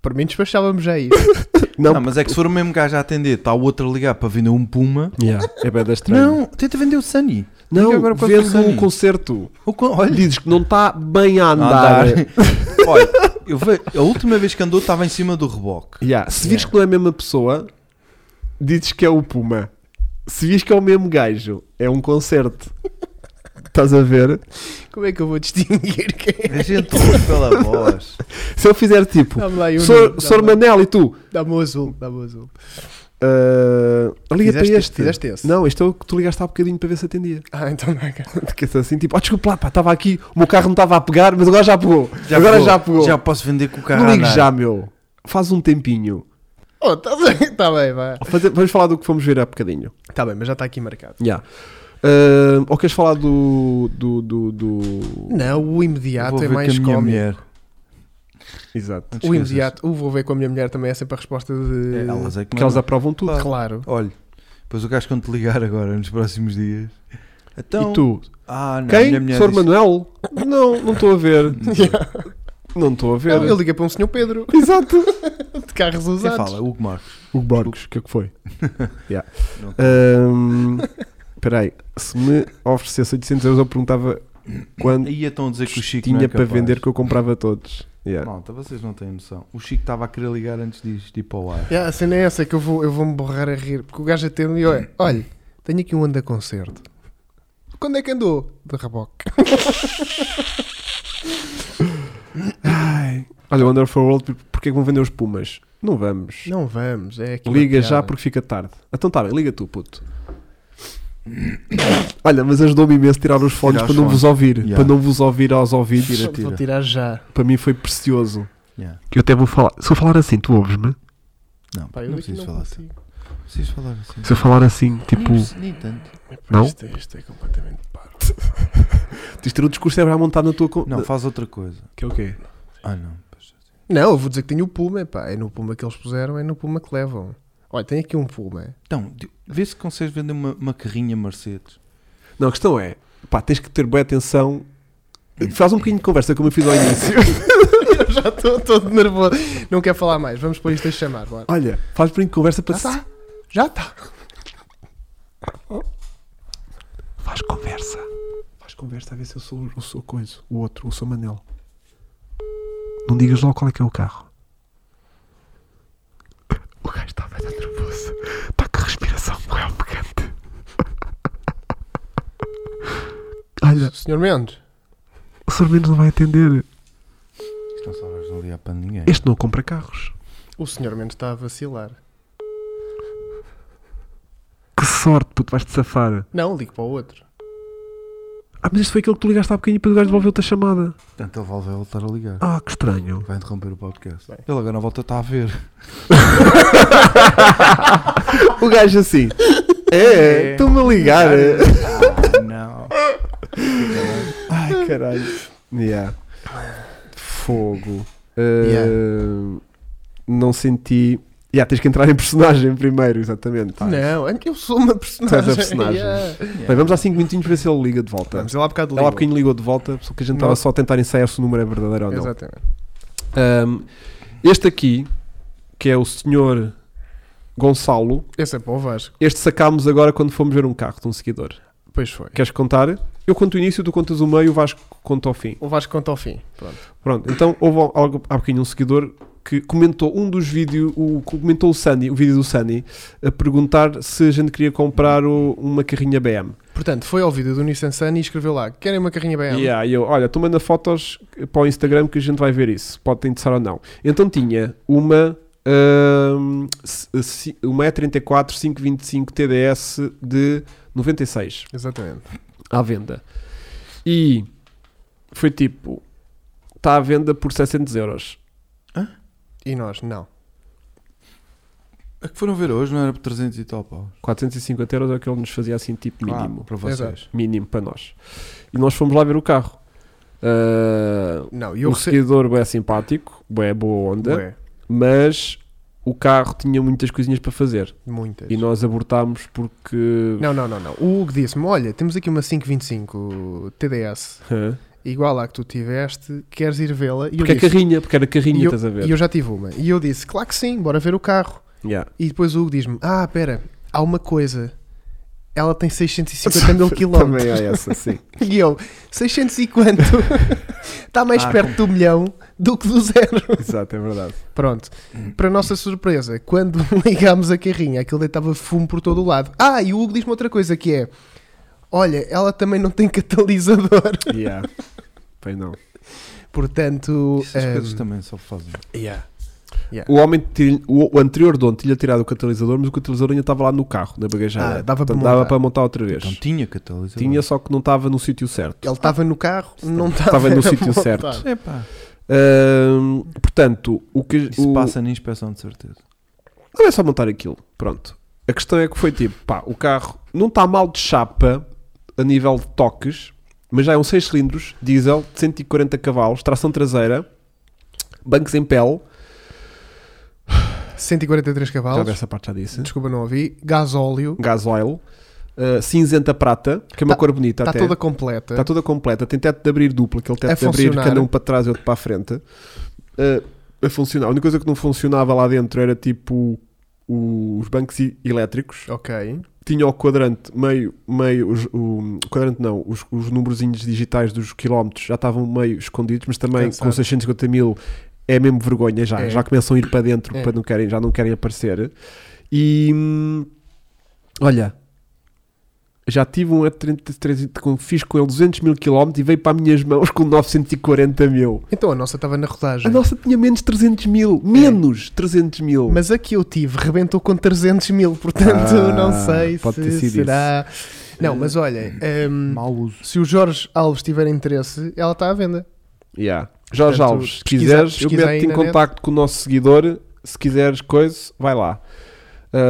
[SPEAKER 3] Para mim despachávamos já isso.
[SPEAKER 2] não.
[SPEAKER 1] Não, mas é que se for o mesmo gajo a atender, está o outro a ligar para vender um Puma.
[SPEAKER 2] Yeah, é bem estranho.
[SPEAKER 1] Não, tenta vender o Sunny.
[SPEAKER 2] não
[SPEAKER 1] Diga agora quanto
[SPEAKER 2] vendo
[SPEAKER 1] custa
[SPEAKER 2] um
[SPEAKER 1] aí.
[SPEAKER 2] concerto,
[SPEAKER 1] O co- Olha,
[SPEAKER 2] [laughs] dizes que não está bem a
[SPEAKER 1] andar.
[SPEAKER 2] andar.
[SPEAKER 1] Olha, eu ve- a última vez que andou estava em cima do reboque.
[SPEAKER 2] [laughs] Yeah, Se vires que não é a mesma pessoa, dizes que é o Puma. Se vires que é o mesmo gajo, é um concerto. Estás a ver?
[SPEAKER 3] Como é que eu vou distinguir [laughs] quem é?
[SPEAKER 1] A gente ouve pela voz.
[SPEAKER 2] Se eu fizer tipo,
[SPEAKER 3] Dá-me lá aí um nome,
[SPEAKER 2] Sor,
[SPEAKER 3] dá-me
[SPEAKER 2] Sor
[SPEAKER 3] lá-
[SPEAKER 2] Manel e tu,
[SPEAKER 3] Dá-me o azul, dá-me o azul.
[SPEAKER 2] ah, liga
[SPEAKER 3] Fizeste-
[SPEAKER 2] para este.
[SPEAKER 3] fizeste esse?
[SPEAKER 2] Não, este é o que tu ligaste há bocadinho para ver se atendia.
[SPEAKER 3] Ah, então não é cá.
[SPEAKER 2] Que é assim, tipo, oh, desculpa lá, pá, estava aqui, o meu carro não estava a pegar, mas agora já pegou. agora já pegou.
[SPEAKER 1] Já posso vender com o carro.
[SPEAKER 2] não
[SPEAKER 1] a
[SPEAKER 2] ligo
[SPEAKER 1] andar.
[SPEAKER 2] já, meu. Faz um tempinho.
[SPEAKER 3] Oh, tá, bem, tá bem, vá.
[SPEAKER 2] Fazer- vamos falar do que fomos ver há bocadinho.
[SPEAKER 3] Tá bem, mas já está aqui marcado.
[SPEAKER 2] Yeah. Ah, ou queres falar do. do. do. do-
[SPEAKER 3] Não, o
[SPEAKER 1] Eu
[SPEAKER 3] imediato
[SPEAKER 1] Vou
[SPEAKER 3] é
[SPEAKER 1] ver com a
[SPEAKER 3] mais
[SPEAKER 1] minha
[SPEAKER 3] cómico.
[SPEAKER 1] mulher.
[SPEAKER 2] Exato.
[SPEAKER 1] Não te
[SPEAKER 3] O
[SPEAKER 1] esqueças.
[SPEAKER 3] imediato, o vou ver com a minha mulher também é sempre a resposta de.
[SPEAKER 1] É, Elas é que
[SPEAKER 2] Eh, Porque elas
[SPEAKER 1] mandam.
[SPEAKER 2] aprovam tudo.
[SPEAKER 3] Claro.
[SPEAKER 1] Olha, depois o gajo quando te ligar agora nos próximos dias. Então,
[SPEAKER 2] e tu?
[SPEAKER 1] Ah, não, a minha
[SPEAKER 2] Quem?
[SPEAKER 1] mulher
[SPEAKER 2] Sor
[SPEAKER 1] disse-
[SPEAKER 2] Manuel? Não, não estou a ver. Não estou a ver.
[SPEAKER 3] Não, eu liguei para um senhor Pedro [laughs]
[SPEAKER 2] Exato.
[SPEAKER 3] de carros
[SPEAKER 1] Quem
[SPEAKER 3] usados.
[SPEAKER 1] fala? É Hugo Marcos.
[SPEAKER 2] O Borges, o que é
[SPEAKER 1] [laughs]
[SPEAKER 2] que foi? yeah.
[SPEAKER 1] Não.
[SPEAKER 2] Ahm, Espera aí, se me oferecesse 800 euros eu perguntava quanto
[SPEAKER 1] Aí estão a dizer que o Chico não
[SPEAKER 2] Hum, tinha
[SPEAKER 1] é
[SPEAKER 2] para
[SPEAKER 1] capaz.
[SPEAKER 2] vender que eu comprava todos. Yeah.
[SPEAKER 1] Malta, vocês não têm noção. O Chico estava a querer ligar antes disto ir para o ar.
[SPEAKER 3] Yeah, a cena é essa que eu vou, eu vou me borrar a rir. Porque o gajo atende-me e eu é: olha, tenho aqui um anda concerto. Quando é que andou? De reboque.
[SPEAKER 2] Olha, Wonderful World, por- porque é que vão vender os Pumas? Não vamos.
[SPEAKER 3] Não vamos, é aqui. uma
[SPEAKER 2] Liga já
[SPEAKER 3] piada.
[SPEAKER 2] porque fica tarde. Então tá bem, liga tu, puto. Olha, mas ajudou-me imenso tirar os fones
[SPEAKER 1] Tirar os
[SPEAKER 2] para não
[SPEAKER 1] fones.
[SPEAKER 2] vos ouvir.
[SPEAKER 1] Yeah.
[SPEAKER 2] Para não vos ouvir aos ouvidos.
[SPEAKER 1] Tira,
[SPEAKER 3] Vou tirar já.
[SPEAKER 2] Para mim foi precioso.
[SPEAKER 1] Yeah.
[SPEAKER 2] Que eu até vou falar. Se eu falar assim, tu ouves-me?
[SPEAKER 1] Não,
[SPEAKER 3] Pá, eu
[SPEAKER 1] não
[SPEAKER 3] daqui
[SPEAKER 1] preciso
[SPEAKER 3] não
[SPEAKER 1] falar assim.
[SPEAKER 3] consigo.
[SPEAKER 1] Não Preciso falar assim.
[SPEAKER 2] Se eu falar assim, tipo.
[SPEAKER 1] Nem, nem tanto.
[SPEAKER 2] Não?
[SPEAKER 3] Isto, isto é completamente
[SPEAKER 2] [laughs]
[SPEAKER 3] parvo.
[SPEAKER 2] Tens de ter o discurso já montado na tua. con-
[SPEAKER 1] Não, faz outra coisa.
[SPEAKER 2] Que é o quê?
[SPEAKER 1] Ah, não.
[SPEAKER 3] Não, eu vou dizer que tenho o Puma, pá. É no Puma que eles puseram, é no Puma que levam. Olha, tem aqui um Puma.
[SPEAKER 1] Então, di- vê se consegues vender uma, uma carrinha Mercedes.
[SPEAKER 2] Não, a questão é. Pá, tens que ter boa atenção. Faz um bocadinho de conversa como eu fiz ao início. [laughs]
[SPEAKER 3] Eu [laughs] já estou todo nervoso. Não quero falar mais. Vamos pôr isto a chamar, bora.
[SPEAKER 2] Olha, faz um bocadinho de conversa para.
[SPEAKER 3] Já está. tá? Já está.
[SPEAKER 2] Faz conversa. Faz conversa a ver se eu sou o seu coisa. O outro, o seu Manel. Não digas logo qual é que é o carro. O gajo está bem nervoso. Está com a respiração bué ofegante. Olha,
[SPEAKER 3] Senhor Mendes.
[SPEAKER 2] o Sr. Mendes não vai atender.
[SPEAKER 1] Isto não sabes não ligar para ninguém.
[SPEAKER 2] Este não compra carros.
[SPEAKER 3] O senhor Mendes está a vacilar.
[SPEAKER 2] Que sorte, puto, vais-te safar.
[SPEAKER 3] Não, ligo para o outro.
[SPEAKER 2] Ah, mas isto foi aquilo que tu ligaste há bocadinho para o gajo devolveu-te a chamada.
[SPEAKER 1] Portanto, ele vai vai voltar a ligar.
[SPEAKER 2] Ah, que estranho.
[SPEAKER 1] Vai interromper o podcast.
[SPEAKER 3] Bem.
[SPEAKER 1] Ele agora na volta está a ver.
[SPEAKER 2] O gajo assim. É,
[SPEAKER 1] É.
[SPEAKER 2] tu me ligar.
[SPEAKER 1] Ah, não.
[SPEAKER 2] Ai, caralho. Yeah. Fogo. Uh,
[SPEAKER 3] Yeah.
[SPEAKER 2] Não senti. Yeah, tens que entrar em personagem primeiro, exatamente.
[SPEAKER 3] Não, é que eu sou uma personagem.
[SPEAKER 2] Tá. Tu és a personagem.
[SPEAKER 3] [laughs]
[SPEAKER 2] Tá. É
[SPEAKER 3] Yeah.
[SPEAKER 2] Bem, vamos há 5 minutinhos ver se ele liga de volta.
[SPEAKER 3] Vamos, ele há bocado
[SPEAKER 2] Ela há
[SPEAKER 3] ligou.
[SPEAKER 2] bocadinho ligou de volta, só que a gente
[SPEAKER 3] Não.
[SPEAKER 2] estava só a tentar ensaiar se o número é verdadeiro ou não.
[SPEAKER 3] Exatamente.
[SPEAKER 2] Um, este aqui, que é o senhor Gonçalo,
[SPEAKER 3] Esse é para o Vasco.
[SPEAKER 2] este sacámos agora quando fomos ver um carro de um seguidor.
[SPEAKER 3] Pois foi.
[SPEAKER 2] Queres contar? Eu conto o início, tu contas o meio, o Vasco conta o fim.
[SPEAKER 3] O Vasco conta ao fim. Pronto.
[SPEAKER 2] Pronto, então houve algo, há bocadinho um seguidor que comentou um dos vídeos, o, comentou o Sunny, o vídeo do Sunny, a perguntar se a gente queria comprar o- uma carrinha BM.
[SPEAKER 3] Portanto, foi ao vídeo do Nissan Sun e escreveu lá: Querem uma carrinha BM?
[SPEAKER 2] E aí eu, olha, tu manda fotos para o Instagram que a gente vai ver isso, pode te interessar ou não. Então tinha uma, ahm, c- ci- uma E34 525 TDS de 96
[SPEAKER 3] Exatamente.
[SPEAKER 2] à venda. E foi tipo, está à venda por 600 euros.
[SPEAKER 3] E nós, não.
[SPEAKER 1] A É que foram ver hoje não era por 300 e tal paus.
[SPEAKER 2] 450 euros é o que ele nos fazia assim, tipo mínimo.
[SPEAKER 1] Ah, para vocês.
[SPEAKER 3] Exato.
[SPEAKER 2] Mínimo para nós. E nós fomos lá ver o carro. Ah,
[SPEAKER 3] Não, e eu
[SPEAKER 2] o
[SPEAKER 3] recebi.
[SPEAKER 2] seguidor é simpático, é boa onda,
[SPEAKER 3] Ué,
[SPEAKER 2] mas o carro tinha muitas coisinhas para fazer.
[SPEAKER 3] muitas.
[SPEAKER 2] E nós abortámos porque.
[SPEAKER 3] Não, não, não, não. O Hugo disse-me: Olha, temos aqui uma 525 TDS,
[SPEAKER 2] Hã?
[SPEAKER 3] igual à que tu tiveste, queres ir vê-la? E eu
[SPEAKER 2] Porque é
[SPEAKER 3] disse,
[SPEAKER 2] carrinha, porque era
[SPEAKER 3] e
[SPEAKER 2] carrinha,
[SPEAKER 3] eu,
[SPEAKER 2] estás a ver?
[SPEAKER 3] e eu já tive uma. E eu disse: Claro que sim, bora ver o carro.
[SPEAKER 2] Yeah.
[SPEAKER 3] E depois o Hugo diz-me: Ah, pera, há uma coisa. Ela tem 650 mil quilómetros.
[SPEAKER 2] [laughs] Também há essa, sim.
[SPEAKER 3] [laughs] E eu, 600
[SPEAKER 2] [laughs]
[SPEAKER 3] e quanto? Está mais
[SPEAKER 1] Ah,
[SPEAKER 3] perto do milhão do que do zero.
[SPEAKER 2] Exato, é verdade.
[SPEAKER 3] Pronto.
[SPEAKER 2] Hum.
[SPEAKER 3] Para nossa surpresa, quando [laughs] ligámos a carrinha, aquilo deitava fumo por todo o lado. Ah, e o Hugo diz-me outra coisa que é: Olha, ela também não tem
[SPEAKER 2] [laughs]
[SPEAKER 3] catalisador.
[SPEAKER 2] Yeah. Pois não.
[SPEAKER 3] Portanto. hum,
[SPEAKER 1] Essas
[SPEAKER 3] ahm,
[SPEAKER 1] coisas também só fazem.
[SPEAKER 3] yeah.
[SPEAKER 2] O homem tinha- o, o anterior dono tinha tirado o catalisador, mas o catalisador ainda estava lá no carro, na bagageira.
[SPEAKER 3] Ah, dava para
[SPEAKER 2] Portanto, dava
[SPEAKER 3] montar.
[SPEAKER 2] para montar outra vez.
[SPEAKER 1] Então tinha catalisador.
[SPEAKER 2] tinha, só que não estava no sítio certo.
[SPEAKER 3] Ele estava no carro, não estava. [laughs]
[SPEAKER 2] Estava no
[SPEAKER 3] a
[SPEAKER 2] sítio
[SPEAKER 3] montar.
[SPEAKER 2] certo.
[SPEAKER 1] Epá,
[SPEAKER 2] Ahm, portanto, o que
[SPEAKER 1] isso
[SPEAKER 2] o-
[SPEAKER 1] passa na inspeção de certeza.
[SPEAKER 2] não é só montar aquilo. Pronto. A questão é que foi tipo, pá, o carro não está mal de chapa a nível de toques, mas já é um 6 cilindros, diesel, de 140 cavalos, tração traseira, bancos em pele.
[SPEAKER 3] 143
[SPEAKER 2] Já
[SPEAKER 3] cavalos.
[SPEAKER 2] essa parte já disse.
[SPEAKER 3] Desculpa, não ouvi. Gasóleo.
[SPEAKER 2] Gasóleo, ah, cinzenta prata, que é uma
[SPEAKER 3] Tá-
[SPEAKER 2] cor bonita
[SPEAKER 3] Está
[SPEAKER 2] até. Tá
[SPEAKER 3] toda completa.
[SPEAKER 2] Está toda completa. Tem teto de abrir duplo, aquele teto
[SPEAKER 3] A
[SPEAKER 2] de abrir que
[SPEAKER 3] funcionar.
[SPEAKER 2] anda um para trás e outro para a frente. Uh, a funcionar. A única coisa que não funcionava lá dentro era tipo o- os bancos i- elétricos.
[SPEAKER 3] Ok.
[SPEAKER 2] Tinha o quadrante meio. meio os- o, o quadrante não, os, os numerozinhos digitais dos quilómetros já estavam meio escondidos, mas também
[SPEAKER 3] Cansado.
[SPEAKER 2] com 650 mil é mesmo vergonha já.
[SPEAKER 3] É.
[SPEAKER 2] Já começam a ir para dentro,
[SPEAKER 3] É.
[SPEAKER 2] para não querem, já não querem aparecer. E. hum, Olha, já tive um E33 com- fiz com ele 200 mil km e veio para as minhas mãos com 940 mil.
[SPEAKER 3] Então a nossa estava na rodagem.
[SPEAKER 2] A nossa tinha menos de 300 mil. Menos 300 mil.
[SPEAKER 3] É. Mas a que eu tive rebentou com 300 mil, portanto
[SPEAKER 2] Ah,
[SPEAKER 3] não sei
[SPEAKER 2] pode ter
[SPEAKER 3] se
[SPEAKER 2] sido
[SPEAKER 3] será. Não, mas olha, hum,
[SPEAKER 1] Mau uso.
[SPEAKER 3] se o Jorge Alves tiver interesse, ela está à venda.
[SPEAKER 2] Yeah. Jorge
[SPEAKER 3] Portanto,
[SPEAKER 2] Alves, se
[SPEAKER 3] pesquisa-
[SPEAKER 2] quiseres,
[SPEAKER 3] pesquisa
[SPEAKER 2] eu
[SPEAKER 3] aí
[SPEAKER 2] meto-te em
[SPEAKER 3] na net.
[SPEAKER 2] contacto com o nosso seguidor. Se quiseres coisa, vai lá.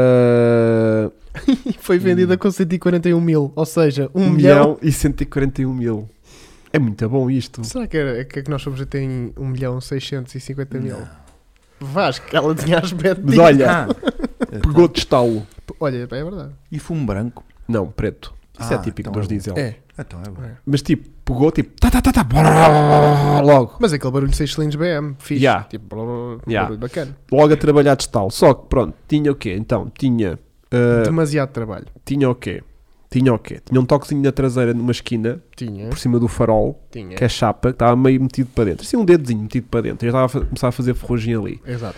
[SPEAKER 2] Ah,
[SPEAKER 3] E foi vendida com 141 mil, ou seja, 1
[SPEAKER 2] 1
[SPEAKER 3] milhão.
[SPEAKER 2] milhão e 141 mil. É muito bom isto.
[SPEAKER 3] Será que, era, que é que nós somos até em 1 milhão 650 mil? Vasco, ela tinha as
[SPEAKER 2] Mas
[SPEAKER 3] betas.
[SPEAKER 2] olha,
[SPEAKER 1] Ah,
[SPEAKER 2] pegou de estalo.
[SPEAKER 3] Olha, é verdade.
[SPEAKER 1] e fumo branco.
[SPEAKER 2] Não, preto. Isso é
[SPEAKER 1] Ah,
[SPEAKER 2] típico
[SPEAKER 1] então
[SPEAKER 2] dos
[SPEAKER 1] é bom.
[SPEAKER 2] diesel.
[SPEAKER 3] É,
[SPEAKER 1] Então é bom.
[SPEAKER 3] É.
[SPEAKER 2] Mas tipo, pegou tipo. Tá, tá, tá, tá, brrr, logo.
[SPEAKER 3] mas aquele barulho de 6 cilindros BM, fixe.
[SPEAKER 2] Yeah.
[SPEAKER 3] Tipo, blá, blá, blá,
[SPEAKER 2] Yeah.
[SPEAKER 3] barulho bacana.
[SPEAKER 2] logo a trabalhar de tal. Só que pronto, tinha o quê? Então, tinha. ah,
[SPEAKER 3] Demasiado trabalho.
[SPEAKER 2] tinha o quê? Tinha o quê? Tinha um toquezinho na traseira numa esquina,
[SPEAKER 3] Tinha,
[SPEAKER 2] por cima do farol,
[SPEAKER 3] tinha.
[SPEAKER 2] que é chapa, que estava meio metido para dentro. Assim, um dedozinho metido para dentro. Eu estava a fa- começar a fazer ferrugem ali.
[SPEAKER 3] Exato.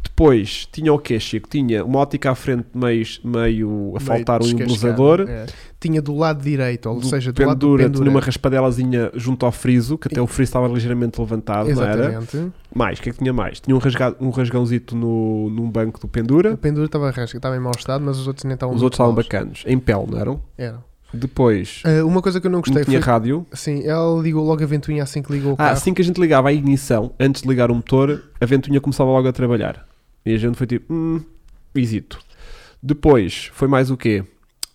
[SPEAKER 2] Depois, tinha o quê, Chico? Tinha uma ótica à frente meio, meio a faltar um
[SPEAKER 3] Meio descascado,
[SPEAKER 2] embelezador.
[SPEAKER 3] é. Tinha do lado direito, ou
[SPEAKER 2] do
[SPEAKER 3] seja, do
[SPEAKER 2] pendura,
[SPEAKER 3] lado do
[SPEAKER 2] tinha
[SPEAKER 3] pendura.
[SPEAKER 2] uma raspadelazinha junto ao friso, que até o friso estava ligeiramente levantado, não era?
[SPEAKER 3] Exatamente.
[SPEAKER 2] Mais, o que é que tinha mais? Tinha um, rasgado, um rasgãozito no, num banco do
[SPEAKER 3] A
[SPEAKER 2] pendura.
[SPEAKER 3] pendura estava rasca, estava em mau estado, mas os outros nem estavam
[SPEAKER 2] Os
[SPEAKER 3] muito
[SPEAKER 2] outros estavam
[SPEAKER 3] maus.
[SPEAKER 2] bacanos. Em pele, não eram?
[SPEAKER 3] Era.
[SPEAKER 2] Depois,
[SPEAKER 3] Ah, uma coisa que eu não
[SPEAKER 2] não
[SPEAKER 3] gostei
[SPEAKER 2] tinha
[SPEAKER 3] foi.
[SPEAKER 2] rádio.
[SPEAKER 3] Sim, ela ligou logo a ventoinha assim que ligou o
[SPEAKER 2] Ah,
[SPEAKER 3] carro.
[SPEAKER 2] assim que a gente ligava à ignição, antes de ligar o motor, a ventoinha começava logo a trabalhar. E a gente foi tipo, hum, visito. Depois, foi mais o quê?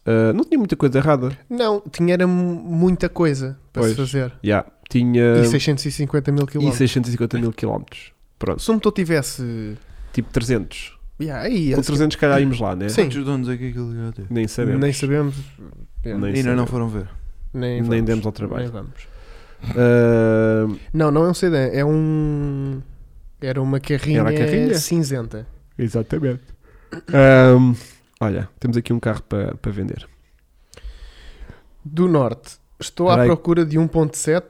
[SPEAKER 2] Ah, não tinha muita coisa errada.
[SPEAKER 3] Não, tinha era mu- muita coisa para se
[SPEAKER 2] Pois.
[SPEAKER 3] fazer.
[SPEAKER 2] Já, tinha
[SPEAKER 3] E 650 mil
[SPEAKER 2] e
[SPEAKER 3] quilómetros.
[SPEAKER 2] 650 mil quilómetros. Pronto,
[SPEAKER 3] Se o motor tivesse.
[SPEAKER 2] tipo 300.
[SPEAKER 3] Yeah, aí,
[SPEAKER 2] Com
[SPEAKER 3] assim,
[SPEAKER 2] 300 calhar ímos lá, né?
[SPEAKER 3] Sim.
[SPEAKER 1] Quantos donos é que aquilo já teve?
[SPEAKER 2] Nem sabemos. É,
[SPEAKER 3] nem sabemos.
[SPEAKER 2] Nem
[SPEAKER 1] Ainda
[SPEAKER 2] sabemos.
[SPEAKER 1] não foram ver.
[SPEAKER 3] Nem,
[SPEAKER 2] Nem
[SPEAKER 3] vamos.
[SPEAKER 2] demos ao trabalho.
[SPEAKER 3] Nem vamos.
[SPEAKER 2] Ah,
[SPEAKER 3] Não, não é um sedã, é um. Era uma carrinha,
[SPEAKER 2] Era a carrinha?
[SPEAKER 3] cinzenta.
[SPEAKER 2] Exatamente. Ahm, olha, temos aqui um carro para para vender.
[SPEAKER 3] Do norte. Estou
[SPEAKER 2] Peraí.
[SPEAKER 3] um à procura de 1.7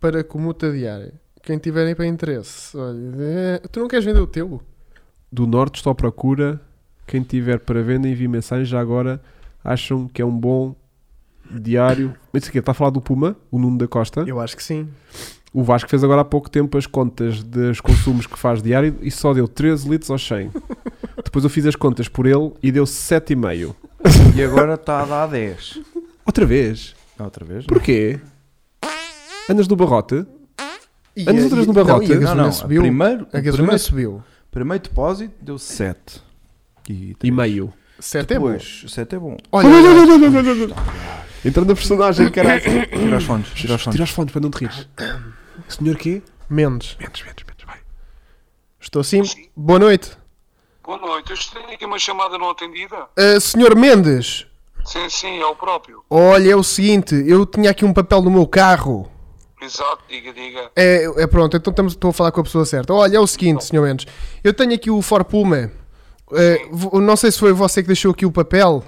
[SPEAKER 3] para comuta diária. Quem tiverem para interesse. Olha, eh, tu não queres vender o teu?
[SPEAKER 2] Do Norte estou à procura. Quem tiver para venda, envie mensagem já agora. Acham que é um bom diário. Mas isso aqui está a falar do Puma, o Nuno da Costa.
[SPEAKER 3] Eu acho que sim.
[SPEAKER 2] O Vasco fez agora há pouco tempo as contas dos consumos que faz diário e só deu 13 litros aos 100. Depois eu fiz as contas por ele e deu 7,5.
[SPEAKER 1] E agora está a dar 10.
[SPEAKER 2] Outra vez?
[SPEAKER 1] [laughs] Outra vez? não?
[SPEAKER 2] Porquê? Andas do barrote?
[SPEAKER 3] E
[SPEAKER 2] Andas
[SPEAKER 3] a-
[SPEAKER 2] outras no
[SPEAKER 3] e- não,
[SPEAKER 2] barrote?
[SPEAKER 3] e a gasolina
[SPEAKER 1] Não, não.
[SPEAKER 3] subiu.
[SPEAKER 1] Primeiro,
[SPEAKER 3] a gasolina
[SPEAKER 1] primeiro,
[SPEAKER 3] subiu.
[SPEAKER 1] primeiro depósito deu 7. E,
[SPEAKER 2] E meio.
[SPEAKER 3] Certo é bom.
[SPEAKER 1] depois, 7 é bom.
[SPEAKER 3] Olha,
[SPEAKER 2] Olha,
[SPEAKER 3] olha,
[SPEAKER 2] olha, olha, olha, olha, olha. Entrando na personagem, caralho.
[SPEAKER 1] Tira os fones, tira os [laughs] fones.
[SPEAKER 2] Tira os fones para não te [coughs] rires. Senhor quê?
[SPEAKER 3] menos.
[SPEAKER 2] Menos, menos, menos, vai.
[SPEAKER 3] Estou sim. Boa noite.
[SPEAKER 5] Boa noite, eu tenho aqui uma chamada não atendida.
[SPEAKER 3] Ah, senhor Mendes,
[SPEAKER 5] Sim, sim, é o próprio.
[SPEAKER 3] olha, é o seguinte, eu tinha aqui um papel no meu carro.
[SPEAKER 5] Exato, diga, diga.
[SPEAKER 3] É, é pronto, então estamos, estou a falar com a pessoa certa. Olha, é o seguinte, senhor Mendes, eu tenho aqui o For Puma. Ah, vo- não sei se foi você que deixou aqui o papel.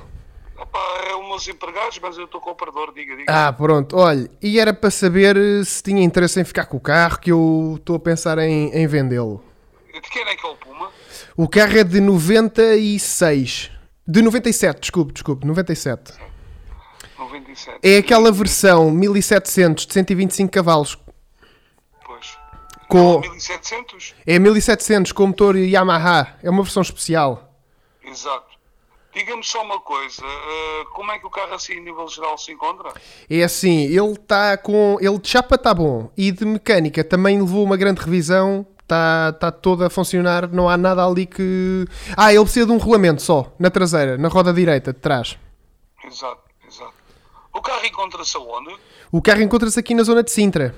[SPEAKER 5] Opa, é os meus empregados, mas eu estou com o operador, diga, diga.
[SPEAKER 3] Ah, pronto, olha, e era para saber eh, se tinha interesse em ficar com o carro, que eu estou a pensar em, em vendê-lo.
[SPEAKER 5] De quem é que é o Puma?
[SPEAKER 3] O carro é de 96. De 97, desculpe, desculpe, 97.
[SPEAKER 5] 97.
[SPEAKER 3] É aquela versão 1700 de 125 cavalos.
[SPEAKER 5] Pois.
[SPEAKER 3] Com...
[SPEAKER 5] 1700?
[SPEAKER 3] É 1700 com motor Yamaha. É uma versão especial.
[SPEAKER 5] Exato. Diga-me só uma coisa, eh, como é que o carro assim a nível geral se encontra?
[SPEAKER 3] É assim, ele está com. Ele de chapa está bom. E de mecânica também levou uma grande revisão. Está tá toda a funcionar. Não há nada ali que. Ah, ele precisa de um rolamento só. Na traseira, na roda direita, de trás.
[SPEAKER 5] Exato, exato. O carro encontra-se aonde?
[SPEAKER 3] O carro encontra-se aqui na zona de Sintra.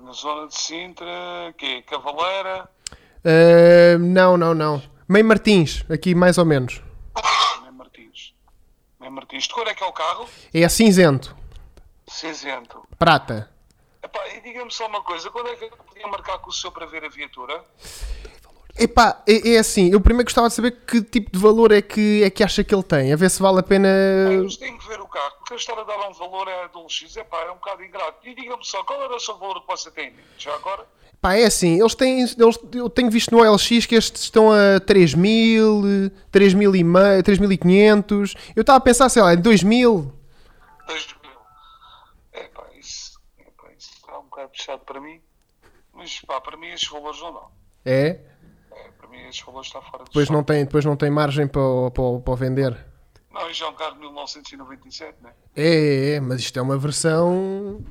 [SPEAKER 5] Na zona de Sintra, quê? Cavaleira?
[SPEAKER 3] Ah, não, não, não. Meio Martins, aqui mais ou menos.
[SPEAKER 5] Mem Martins. Mem Martins. De cor é que é o carro?
[SPEAKER 3] É cinzento,
[SPEAKER 5] Cinzento.
[SPEAKER 3] prata.
[SPEAKER 5] Epá, e diga-me só uma coisa, quando é que eu podia marcar com o senhor para ver a viatura?
[SPEAKER 3] Epá, é, é assim, eu primeiro gostava de saber que tipo de valor é que, é que acha que ele tem, a ver se vale a pena.
[SPEAKER 5] Eu tenho É, que ver o carro, porque eu estar a dar um valor a do X, epá, é um bocado ingrato. E diga-me só, qual era o seu valor que você tem? Já agora?
[SPEAKER 3] Pá, é assim, eles têm. Eles, eu tenho visto no OLX que estes estão a 3 mil, 3 mil e meio, 3.500. Eu estava a pensar, sei lá, em 2 mil.
[SPEAKER 5] 2 mil. Epá, isso, epá, isso está um bocado puxado para mim. Mas pá, para mim esses valores não dão.
[SPEAKER 3] É?
[SPEAKER 5] É, para mim esses valores está fora do
[SPEAKER 3] Depois não
[SPEAKER 5] scope.
[SPEAKER 3] tem, depois não tem margem para, o- para, o- para o vender.
[SPEAKER 5] Não, isto é um carro de 1997, não é?
[SPEAKER 3] É, é, é, mas isto é uma versão.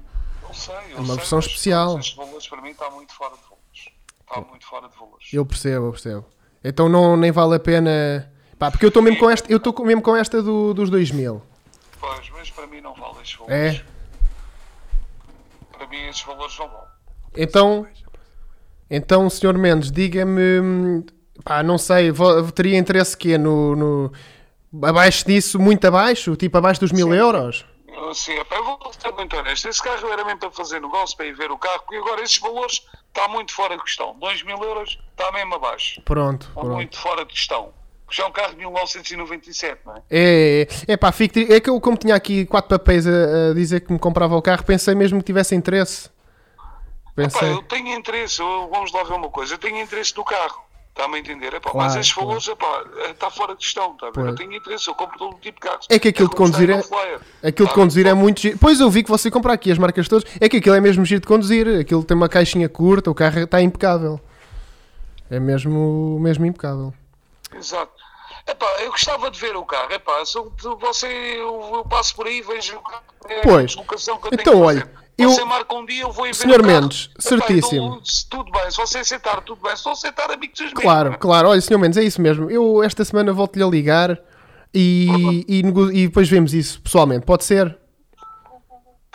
[SPEAKER 5] Eu sei, eu sei.
[SPEAKER 3] É uma versão
[SPEAKER 5] mas,
[SPEAKER 3] especial.
[SPEAKER 5] mas Estes valores para mim está muito fora de valores. Está muito fora de valores.
[SPEAKER 3] Eu percebo, eu percebo. Então não, nem vale a pena. Pá, porque eu estou mesmo com esta, eu estou com- mesmo com esta do, dos 2 mil.
[SPEAKER 5] Pois, mas para mim não vale esses valores.
[SPEAKER 3] É?
[SPEAKER 5] Para mim esses valores não vão.
[SPEAKER 3] Então, então Sr. Mendes, diga-me, hum, pá, não sei, vo- teria interesse quê? No, no- abaixo disso, muito abaixo? Tipo abaixo dos mil euros?
[SPEAKER 5] Eu, assim, epá, eu vou ser muito honesto. Esse carro era mesmo para fazer negócio, para ir ver o carro, porque agora esses valores está muito fora de questão. 2 mil euros está mesmo abaixo.
[SPEAKER 3] Pronto,
[SPEAKER 5] Está
[SPEAKER 3] pronto.
[SPEAKER 5] muito fora de questão. Porque já é um carro de 1997, não é?
[SPEAKER 3] É, é, é, pá, fico, tri- é que eu como tinha aqui quatro papéis a, a dizer que me comprava o carro, pensei mesmo que tivesse interesse.
[SPEAKER 5] Epá,
[SPEAKER 3] Pensei,
[SPEAKER 5] eu tenho interesse, eu- vamos lá ver uma coisa, eu tenho interesse no carro. Está-me a entender? Epá, mas
[SPEAKER 3] Claro,
[SPEAKER 5] esses
[SPEAKER 3] claro.
[SPEAKER 5] valores epá, está fora de questão. Está a ver?
[SPEAKER 3] Pois.
[SPEAKER 5] Eu tenho interesse, eu compro todo o tipo de carros.
[SPEAKER 3] É que aquilo de
[SPEAKER 5] como está
[SPEAKER 3] conduzir
[SPEAKER 5] aí
[SPEAKER 3] é-
[SPEAKER 5] no flyer.
[SPEAKER 3] aquilo de
[SPEAKER 5] Tá?
[SPEAKER 3] conduzir é muito giro. Pois eu vi que você compra aqui as marcas todas, é que aquilo é mesmo giro de conduzir, aquilo tem uma caixinha curta, o carro está impecável. É mesmo, mesmo impecável.
[SPEAKER 5] Exato. Epá, eu gostava de ver o carro. Epá, se eu- se você, eu, eu passo por aí, vejo o carro. é a
[SPEAKER 3] Pois.
[SPEAKER 5] deslocação que eu
[SPEAKER 3] Então,
[SPEAKER 5] tenho que
[SPEAKER 3] olha,
[SPEAKER 5] fazer.
[SPEAKER 3] eu-
[SPEAKER 5] Você marca um dia, eu vou e ver
[SPEAKER 3] Senhor
[SPEAKER 5] o carro.
[SPEAKER 3] Mendes,
[SPEAKER 5] Epá,
[SPEAKER 3] certíssimo.
[SPEAKER 5] então, se tudo bem, se você aceitar, tudo bem. Se não aceitar, amigos dos
[SPEAKER 3] Claro, claro. Olha, senhor Mendes, é isso mesmo. Eu esta semana volto-lhe a ligar e, e, nego- e depois vemos isso pessoalmente. Pode ser?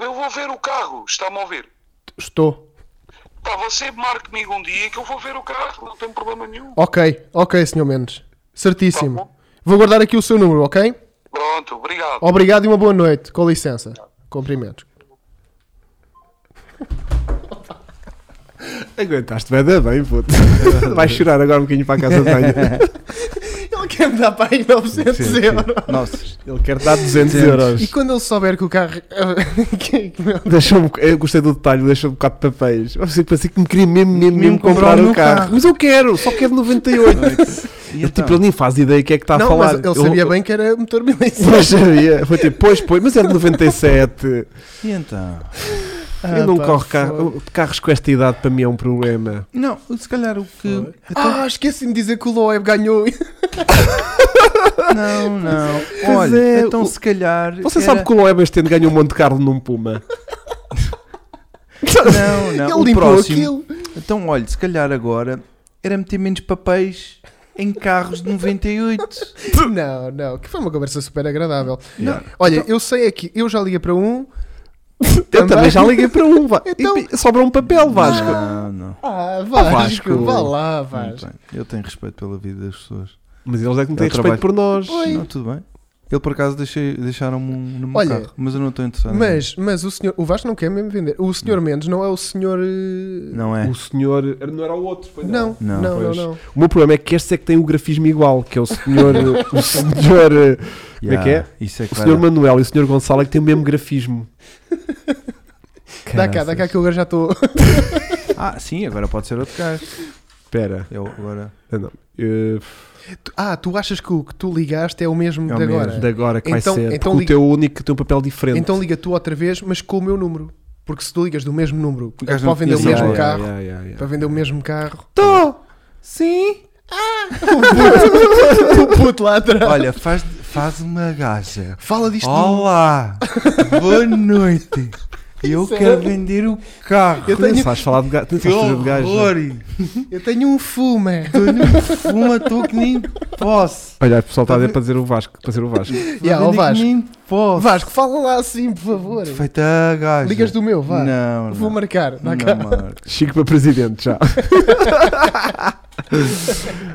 [SPEAKER 5] Eu vou ver o carro, está-me a ouvir?
[SPEAKER 3] Estou.
[SPEAKER 5] Pá, você marca comigo um dia que eu vou ver o carro, não tem problema nenhum.
[SPEAKER 3] Ok, ok, senhor Mendes.
[SPEAKER 5] Tá
[SPEAKER 3] Certíssimo.
[SPEAKER 5] bom.
[SPEAKER 3] Vou guardar aqui o seu número, ok?
[SPEAKER 5] Pronto, obrigado.
[SPEAKER 3] Obrigado e uma boa noite. Com licença. Cumprimentos.
[SPEAKER 2] Aguentaste, vai dar bem, puto. Vai chorar agora um bocadinho para a casa de banho.
[SPEAKER 3] Ele quer Deve dar para aí 900
[SPEAKER 1] Sim, sim.
[SPEAKER 3] euros.
[SPEAKER 1] Nossa,
[SPEAKER 2] Ele quer dar 200
[SPEAKER 3] E
[SPEAKER 2] euros.
[SPEAKER 3] quando ele souber que o carro. [laughs] que- que- meu-
[SPEAKER 2] Deixou-me, eu gostei do detalhe, deixou-me um bocado de papéis. Você parecia que me queria mesmo, mesmo, mesmo comprar o
[SPEAKER 1] meu
[SPEAKER 2] carro. Mas eu quero, só quero 98.
[SPEAKER 1] [laughs] e
[SPEAKER 2] Eu,
[SPEAKER 1] então?
[SPEAKER 2] tipo, ele nem faz ideia o que é que está a
[SPEAKER 3] não,
[SPEAKER 2] falar.
[SPEAKER 3] mas ele
[SPEAKER 2] [laughs]
[SPEAKER 3] sabia
[SPEAKER 2] eu,
[SPEAKER 3] bem que era motor milencial.
[SPEAKER 2] Pois sabia. Foi tipo, pois, pois, mas é de 97.
[SPEAKER 1] E então?
[SPEAKER 2] eu não
[SPEAKER 3] pá,
[SPEAKER 2] corro
[SPEAKER 3] fogo.
[SPEAKER 2] carro, carros com esta idade, para mim é um problema.
[SPEAKER 1] Não, se calhar o que.
[SPEAKER 3] Ah, esqueci-me de dizer que o Loeb ganhou.
[SPEAKER 1] Não, não. Olha,
[SPEAKER 2] é,
[SPEAKER 1] então
[SPEAKER 2] o-
[SPEAKER 1] se calhar.
[SPEAKER 2] Você
[SPEAKER 1] era-
[SPEAKER 2] sabe que o Loeb este ano ganhou um Monte Carlo num Puma.
[SPEAKER 1] Não, não.
[SPEAKER 3] ele
[SPEAKER 1] o
[SPEAKER 3] limpou
[SPEAKER 1] próximo.
[SPEAKER 3] aquilo.
[SPEAKER 1] Então, olha, se calhar agora era meter menos papéis em carros de 98.
[SPEAKER 3] Não, não, que foi uma conversa super agradável.
[SPEAKER 1] Não.
[SPEAKER 3] Olha, eu sei aqui, eu já liguei para um.
[SPEAKER 2] Eu também já liguei para um. vá.
[SPEAKER 3] Então-
[SPEAKER 2] E- e sobra um papel, Vasco.
[SPEAKER 1] Não, não.
[SPEAKER 3] Ah, Vasco,
[SPEAKER 2] Vasco.
[SPEAKER 3] vá lá,
[SPEAKER 1] Não
[SPEAKER 3] Vasco.
[SPEAKER 1] tenho. Eu tenho respeito pela vida das pessoas.
[SPEAKER 2] Mas eles é que não
[SPEAKER 1] É
[SPEAKER 2] têm
[SPEAKER 1] o trabalho.
[SPEAKER 2] respeito por nós.
[SPEAKER 1] Não, tudo bem. Ele por acaso deixei- deixaram-me um, no meu
[SPEAKER 3] Olha,
[SPEAKER 1] carro, mas eu não estou interessado. nisso.
[SPEAKER 3] Mas, mas o senhor, o Vasco não quer mesmo vender. O senhor Mendes não é o senhor. eh,
[SPEAKER 1] Não é?
[SPEAKER 2] O senhor. Não era o outro, pois
[SPEAKER 3] Não, não,
[SPEAKER 1] Não.
[SPEAKER 3] não, não.
[SPEAKER 2] Pois. O meu problema é que este é que tem o grafismo igual, que é o
[SPEAKER 3] [laughs]
[SPEAKER 2] senhor. o senhor. eh, Como é que é?
[SPEAKER 1] Isso é que
[SPEAKER 2] O
[SPEAKER 1] vai
[SPEAKER 2] senhor
[SPEAKER 1] dar-
[SPEAKER 2] Manuel e o senhor Gonçalo é que têm o mesmo grafismo.
[SPEAKER 3] Dá cá, dá cá que eu agora já estou.
[SPEAKER 1] Ah, sim, agora pode ser outro carro.
[SPEAKER 2] Espera.
[SPEAKER 1] Eu agora.
[SPEAKER 2] Ah, não. Eh,
[SPEAKER 3] [laughs] Ah, tu achas que o que tu ligaste é o mesmo
[SPEAKER 1] É o
[SPEAKER 3] de
[SPEAKER 1] mesmo.
[SPEAKER 3] agora?
[SPEAKER 2] de agora que
[SPEAKER 3] Então-
[SPEAKER 2] vai ser.
[SPEAKER 3] então
[SPEAKER 2] porque
[SPEAKER 3] liga-
[SPEAKER 2] o teu único tem um papel diferente.
[SPEAKER 3] Então liga tu outra vez, mas com o meu número. Porque se tu ligas do mesmo número,
[SPEAKER 1] O gajo
[SPEAKER 3] para
[SPEAKER 1] não
[SPEAKER 3] vender o
[SPEAKER 1] conhece,
[SPEAKER 3] mesmo
[SPEAKER 1] yeah,
[SPEAKER 3] carro, para vender o mesmo carro, [laughs]
[SPEAKER 1] Tô! Sim!
[SPEAKER 3] o puto lá atrás. Oh.
[SPEAKER 1] Olha, faz, faz uma gaja.
[SPEAKER 3] Fala disto.
[SPEAKER 1] Olá! Boa noite! Eu quero vender o carro.
[SPEAKER 3] Eu tenho,
[SPEAKER 2] Sabes falar de gajo. Tu
[SPEAKER 1] Que
[SPEAKER 2] sabes fazer de gajo. é?
[SPEAKER 1] horror!
[SPEAKER 3] eu tenho um fume.
[SPEAKER 1] Fuma, estou que nem
[SPEAKER 3] [laughs]
[SPEAKER 1] posso.
[SPEAKER 2] Olha, o pessoal está a dizer para dizer o Vasco. Para dizer o Vasco.
[SPEAKER 3] Yeah, é, ó
[SPEAKER 1] Vender que
[SPEAKER 3] Vasco.
[SPEAKER 1] nem posso.
[SPEAKER 3] Oh, Vasco, fala lá assim, por favor.
[SPEAKER 1] Feita a gaja.
[SPEAKER 3] Ligas do meu, vá.
[SPEAKER 1] Não, não.
[SPEAKER 3] Vou marcar. Dá
[SPEAKER 1] Não,
[SPEAKER 3] cá.
[SPEAKER 1] Marco.
[SPEAKER 2] Chico para presidente
[SPEAKER 3] [laughs]
[SPEAKER 2] já.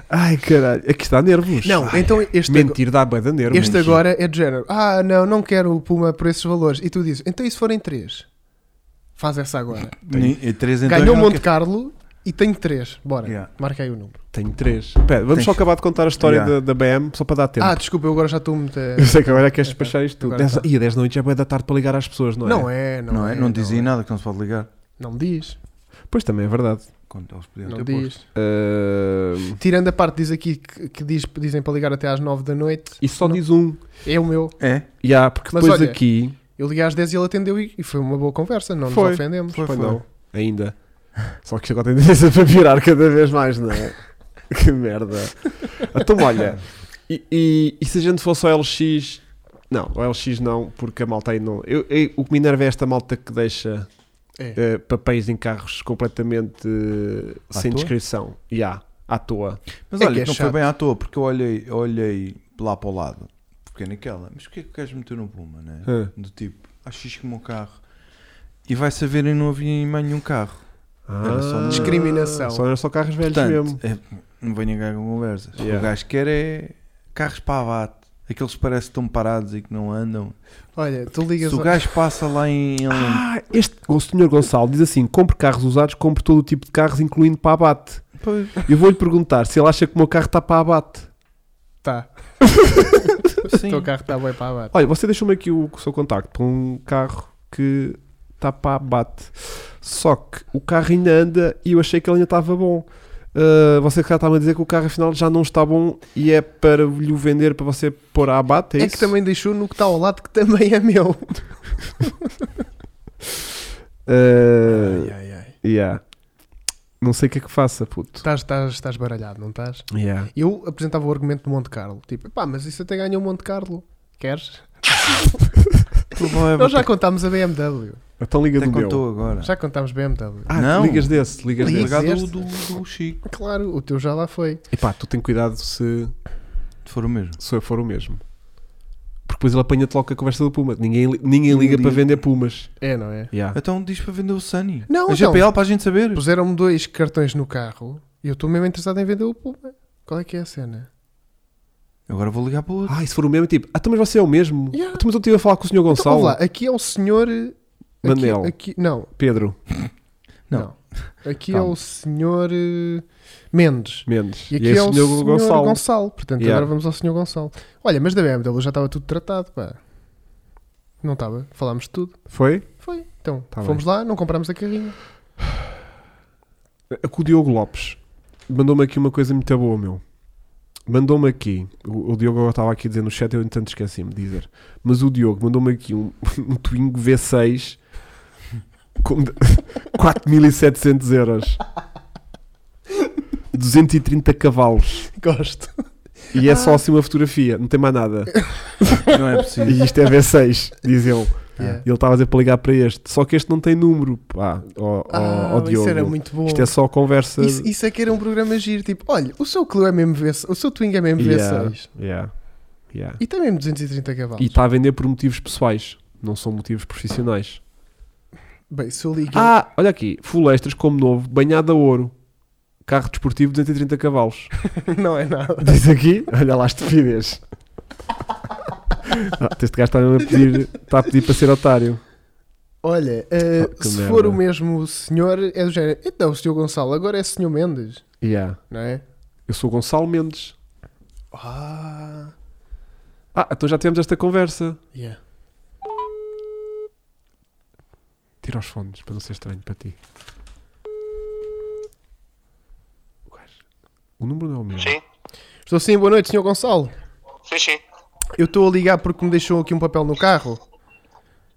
[SPEAKER 2] Ai caralho, aqui está nervos.
[SPEAKER 3] Não,
[SPEAKER 2] Ai,
[SPEAKER 3] então este,
[SPEAKER 2] mentir dá bué de nervos.
[SPEAKER 3] este agora é de género. Ah, não, não quero o Puma por esses valores. E tu dizes, então e se forem três? Faz essa agora.
[SPEAKER 1] Ni- e três então eu
[SPEAKER 3] Ganhou o
[SPEAKER 1] não
[SPEAKER 3] Monte
[SPEAKER 1] quero.
[SPEAKER 3] Carlo e tenho três. Bora,
[SPEAKER 1] Yeah.
[SPEAKER 3] marca aí o número.
[SPEAKER 2] Tenho três. Espera, vamos
[SPEAKER 1] Tens-
[SPEAKER 2] só acabar de contar a história
[SPEAKER 1] Yeah.
[SPEAKER 2] da, da BM, só para dar tempo.
[SPEAKER 3] Ah, desculpa, eu agora já estou
[SPEAKER 1] [laughs]
[SPEAKER 2] [laughs]
[SPEAKER 3] muito.
[SPEAKER 2] Eu
[SPEAKER 1] é
[SPEAKER 2] sei que agora queres despachar isto tudo.
[SPEAKER 3] Agora
[SPEAKER 2] Dez,
[SPEAKER 3] tá.
[SPEAKER 2] Ih, 10 da noite já é bué da tarde para ligar às pessoas, não é?
[SPEAKER 3] Não é, não,
[SPEAKER 1] Não é? Não dizem
[SPEAKER 3] é.
[SPEAKER 1] nada que não se pode ligar.
[SPEAKER 3] Não me diz,
[SPEAKER 2] Pois também é verdade.
[SPEAKER 1] Quando eles podiam
[SPEAKER 3] não
[SPEAKER 1] ter
[SPEAKER 3] diz.
[SPEAKER 1] posto.
[SPEAKER 2] Ahm,
[SPEAKER 3] Tirando a parte diz aqui que, que diz, dizem para ligar até às 9 da noite,
[SPEAKER 2] e só
[SPEAKER 3] Não.
[SPEAKER 2] diz um.
[SPEAKER 3] é o meu.
[SPEAKER 1] É?
[SPEAKER 2] Já, porque
[SPEAKER 3] Mas
[SPEAKER 2] depois
[SPEAKER 3] olha,
[SPEAKER 2] aqui.
[SPEAKER 3] Eu liguei às 10 e ele atendeu e, e foi uma boa conversa, não
[SPEAKER 2] Foi,
[SPEAKER 3] nos ofendemos.
[SPEAKER 1] foi,
[SPEAKER 2] Pois não, ainda. Só que isto agora tem [laughs] tendência para piorar cada vez mais, não é? [laughs] que merda. Então, olha, e, e- e se a gente fosse ao LX? Não, o LX não, porque a malta aí não. Eu, eu- o que me enerva é esta malta que deixa
[SPEAKER 3] É.
[SPEAKER 2] eh, papéis em carros completamente eh,
[SPEAKER 1] À
[SPEAKER 2] sem
[SPEAKER 1] toa?
[SPEAKER 2] descrição. E há, à toa.
[SPEAKER 1] Mas
[SPEAKER 3] É
[SPEAKER 1] olha,
[SPEAKER 3] que é
[SPEAKER 1] que não
[SPEAKER 3] chato.
[SPEAKER 1] foi bem à toa, porque eu olhei, olhei lá para o lado, porque é naquela, mas o que é que queres meter no Puma, né?
[SPEAKER 2] Hã.
[SPEAKER 3] É.
[SPEAKER 1] Do tipo, achas que o meu carro. E vai saber e não havia em mais nenhum carro.
[SPEAKER 2] Ah,
[SPEAKER 1] Era só uma-
[SPEAKER 3] Discriminação.
[SPEAKER 2] Só eram só carros velhos mesmo.
[SPEAKER 1] Portanto, é- não venha ninguém com conversas. O
[SPEAKER 2] Yeah.
[SPEAKER 1] gajo quer é carros para abate. Aqueles que parecem que estão parados e que não andam.
[SPEAKER 3] Olha, tu ligas.
[SPEAKER 1] Se o
[SPEAKER 3] a-
[SPEAKER 1] gajo passa lá em. em-
[SPEAKER 2] Ah, este o senhor Gonçalo diz assim: compre carros usados, compre todo o tipo de carros, incluindo para abate.
[SPEAKER 1] [laughs] Pois.
[SPEAKER 2] Eu vou-lhe perguntar se ele acha que o meu carro está para abate.
[SPEAKER 3] Tá,
[SPEAKER 1] Sim.
[SPEAKER 3] o teu carro está bem para abaixo.
[SPEAKER 2] Olha, você deixou-me aqui o, o seu contacto para um carro que está para abate. Só que o carro ainda anda e eu achei que ele ainda estava bom. Ah, você cá está-me a dizer que o carro afinal já não está bom e é para lhe o vender para você pôr a abate, é,
[SPEAKER 3] É,
[SPEAKER 2] isso?
[SPEAKER 3] que também deixou no que está ao lado que também é meu.
[SPEAKER 2] Ah,
[SPEAKER 3] ai, ai.
[SPEAKER 2] yeah. Não sei o que é que faça, puto.
[SPEAKER 3] Estás, estás, estás baralhado, não estás?
[SPEAKER 2] Yeah.
[SPEAKER 3] Eu apresentava o argumento do Monte Carlo. Tipo, pá, mas isso até ganhou o Monte Carlo. Queres?
[SPEAKER 1] Tu vai
[SPEAKER 3] Nós já contámos a BMW.
[SPEAKER 2] Então liga
[SPEAKER 1] até
[SPEAKER 2] do meu.
[SPEAKER 1] contou agora.
[SPEAKER 3] Já contámos BMW.
[SPEAKER 2] Ah,
[SPEAKER 1] Não.
[SPEAKER 2] ligas desse, ligas
[SPEAKER 3] Liga.
[SPEAKER 2] desse.
[SPEAKER 1] Liga do,
[SPEAKER 3] este.
[SPEAKER 1] do, do Chico.
[SPEAKER 3] Claro, o teu já lá foi.
[SPEAKER 2] Epá, tu tem cuidado se,
[SPEAKER 1] Se for o mesmo.
[SPEAKER 2] se for o mesmo. Porque depois ele apanha-te logo com a conversa do Puma. Ninguém, li- ninguém liga
[SPEAKER 1] liga.
[SPEAKER 2] para vender Pumas.
[SPEAKER 3] É, não é?
[SPEAKER 2] Ah.
[SPEAKER 1] Então diz para vender o Sunny.
[SPEAKER 3] Não,
[SPEAKER 1] a
[SPEAKER 3] então.
[SPEAKER 1] GPL para a gente saber.
[SPEAKER 3] Puseram-me dois cartões no carro e eu estou mesmo interessado em vender o Puma. Qual é que é a cena?
[SPEAKER 1] Agora vou ligar para o outro.
[SPEAKER 2] Ah, e se for o mesmo, é tipo, ah, então, mas você é o mesmo?
[SPEAKER 3] Yeah.
[SPEAKER 2] Ah, então, mas eu estive a falar com o senhor
[SPEAKER 3] Então,
[SPEAKER 2] Gonçalo.
[SPEAKER 3] ouve lá, aqui é o senhor. eh, aqui-
[SPEAKER 2] Manel.
[SPEAKER 3] Aqui, não,
[SPEAKER 2] Pedro.
[SPEAKER 3] não,
[SPEAKER 1] Não.
[SPEAKER 3] Aqui é
[SPEAKER 2] Calma.
[SPEAKER 3] o senhor eh, Mendes.
[SPEAKER 2] Mendes.
[SPEAKER 3] E aqui
[SPEAKER 2] esse
[SPEAKER 3] é o
[SPEAKER 2] senhor
[SPEAKER 3] senhor Gonçalo.
[SPEAKER 2] Gonçalo.
[SPEAKER 3] Portanto,
[SPEAKER 2] Yeah.
[SPEAKER 3] agora vamos ao senhor Gonçalo. Olha, mas da BMW já estava tudo tratado, pá. Não estava? Falámos de tudo.
[SPEAKER 2] Foi?
[SPEAKER 3] Foi. Então,
[SPEAKER 2] Tá
[SPEAKER 3] fomos lá, não comprámos a carrinha.
[SPEAKER 2] O Diogo Lopes mandou-me aqui uma coisa muito boa, meu. Mandou-me aqui, o, o Diogo agora estava aqui a dizer no chat, eu entanto esqueci-me de dizer, mas o Diogo mandou-me aqui um, [laughs] um Twingo V6 com [laughs] de- 4.700 euros, 230 cavalos,
[SPEAKER 3] [laughs] Gosto.
[SPEAKER 2] e é só
[SPEAKER 3] Ah.
[SPEAKER 2] assim uma fotografia, não tem mais nada.
[SPEAKER 1] Não é
[SPEAKER 2] [laughs]
[SPEAKER 1] possível.
[SPEAKER 2] E isto é V6, diz ele.
[SPEAKER 3] [laughs] Yeah.
[SPEAKER 2] E ele estava a dizer para ligar para este, só que este não tem número, pá, ó, ó-
[SPEAKER 3] Ah,
[SPEAKER 2] ó Oh,
[SPEAKER 3] isso
[SPEAKER 2] Diogo.
[SPEAKER 3] era muito bom.
[SPEAKER 2] Isto é só conversa.
[SPEAKER 3] Isso, isso é que era um programa giro. Tipo, olha, o seu Clio é MV, o seu Twing é MV6
[SPEAKER 2] Yeah. Yeah.
[SPEAKER 3] e tem mesmo 230 cavalos.
[SPEAKER 2] E tá- está a vender por motivos pessoais, não são motivos profissionais.
[SPEAKER 3] Bem, se eu ligo.
[SPEAKER 2] Ah, olha aqui, Fulestras como novo, banhado a ouro, carro desportivo 230
[SPEAKER 3] [laughs]
[SPEAKER 2] cavalos.
[SPEAKER 3] [laughs] não é nada.
[SPEAKER 2] Diz aqui, olha lá a
[SPEAKER 3] [laughs]
[SPEAKER 2] estupidez. Ah, este gajo está mesmo a pedir, está a pedir para ser otário.
[SPEAKER 3] Olha, eh,
[SPEAKER 2] Oh, que
[SPEAKER 3] se
[SPEAKER 2] merda.
[SPEAKER 3] for o mesmo senhor, é do género. Então, o senhor Gonçalo, agora é senhor Mendes,
[SPEAKER 2] Yeah.
[SPEAKER 3] não é?
[SPEAKER 2] Eu sou Gonçalo Mendes.
[SPEAKER 3] Ah,
[SPEAKER 2] Ah, então já tivemos esta conversa.
[SPEAKER 3] yeah.
[SPEAKER 2] Tira os fones para não ser estranho para ti. O gajo- O número não é o meu.
[SPEAKER 5] Sim,
[SPEAKER 3] Estou sim, boa noite, senhor Gonçalo.
[SPEAKER 5] sim, sim.
[SPEAKER 3] Eu estou a ligar porque me deixou aqui um papel no carro.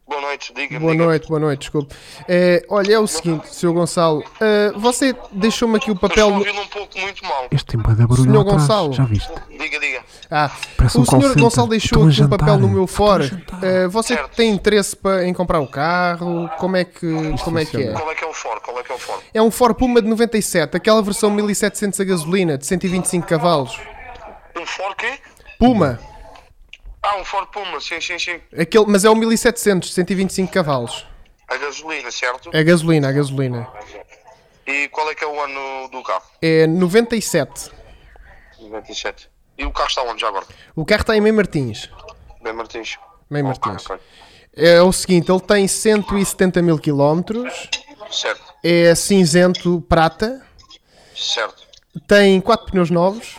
[SPEAKER 5] Boa noite, diga-me.
[SPEAKER 3] Boa
[SPEAKER 5] diga-me.
[SPEAKER 3] noite, boa noite, desculpe. Eh, olha, é o seguinte, senhor Gonçalo, eh, você deixou-me aqui o papel.
[SPEAKER 5] Estou
[SPEAKER 3] No...
[SPEAKER 5] ouvindo um pouco muito mal.
[SPEAKER 6] Este tem bué de barulho
[SPEAKER 3] Senhor
[SPEAKER 6] lá atrás,
[SPEAKER 3] Gonçalo.
[SPEAKER 6] Já viste?
[SPEAKER 5] Diga, diga.
[SPEAKER 3] Ah,
[SPEAKER 6] Parece
[SPEAKER 3] o
[SPEAKER 6] um call
[SPEAKER 3] senhor
[SPEAKER 6] center.
[SPEAKER 3] Gonçalo deixou
[SPEAKER 6] Estão a
[SPEAKER 3] aqui um papel
[SPEAKER 6] jantar.
[SPEAKER 3] no meu fora. Eh, você
[SPEAKER 5] Certo.
[SPEAKER 3] tem interesse pa- em comprar o carro? Como é que, como é, que é?
[SPEAKER 5] Qual é que é o Ford? Qual é que é o Ford?
[SPEAKER 3] É um Ford Puma de 97, aquela versão 1700 a gasolina de 125 cavalos.
[SPEAKER 5] Um Ford quê?
[SPEAKER 3] Puma,
[SPEAKER 5] Ah, um Ford Puma, sim, sim, sim.
[SPEAKER 3] aquele, mas é o 1700, 125 cavalos.
[SPEAKER 5] A gasolina, certo?
[SPEAKER 3] A gasolina, a gasolina.
[SPEAKER 5] E qual é que é o ano do carro?
[SPEAKER 3] É 97.
[SPEAKER 5] 97. E o carro está onde já agora?
[SPEAKER 3] O carro está em Mem Martins.
[SPEAKER 5] Bem, Martins.
[SPEAKER 3] Mem
[SPEAKER 5] Ok,
[SPEAKER 3] Martins.
[SPEAKER 5] ok.
[SPEAKER 3] É o seguinte, ele tem 170 mil quilómetros,
[SPEAKER 5] Certo,
[SPEAKER 3] é cinzento prata,
[SPEAKER 5] certo.
[SPEAKER 3] tem quatro pneus novos,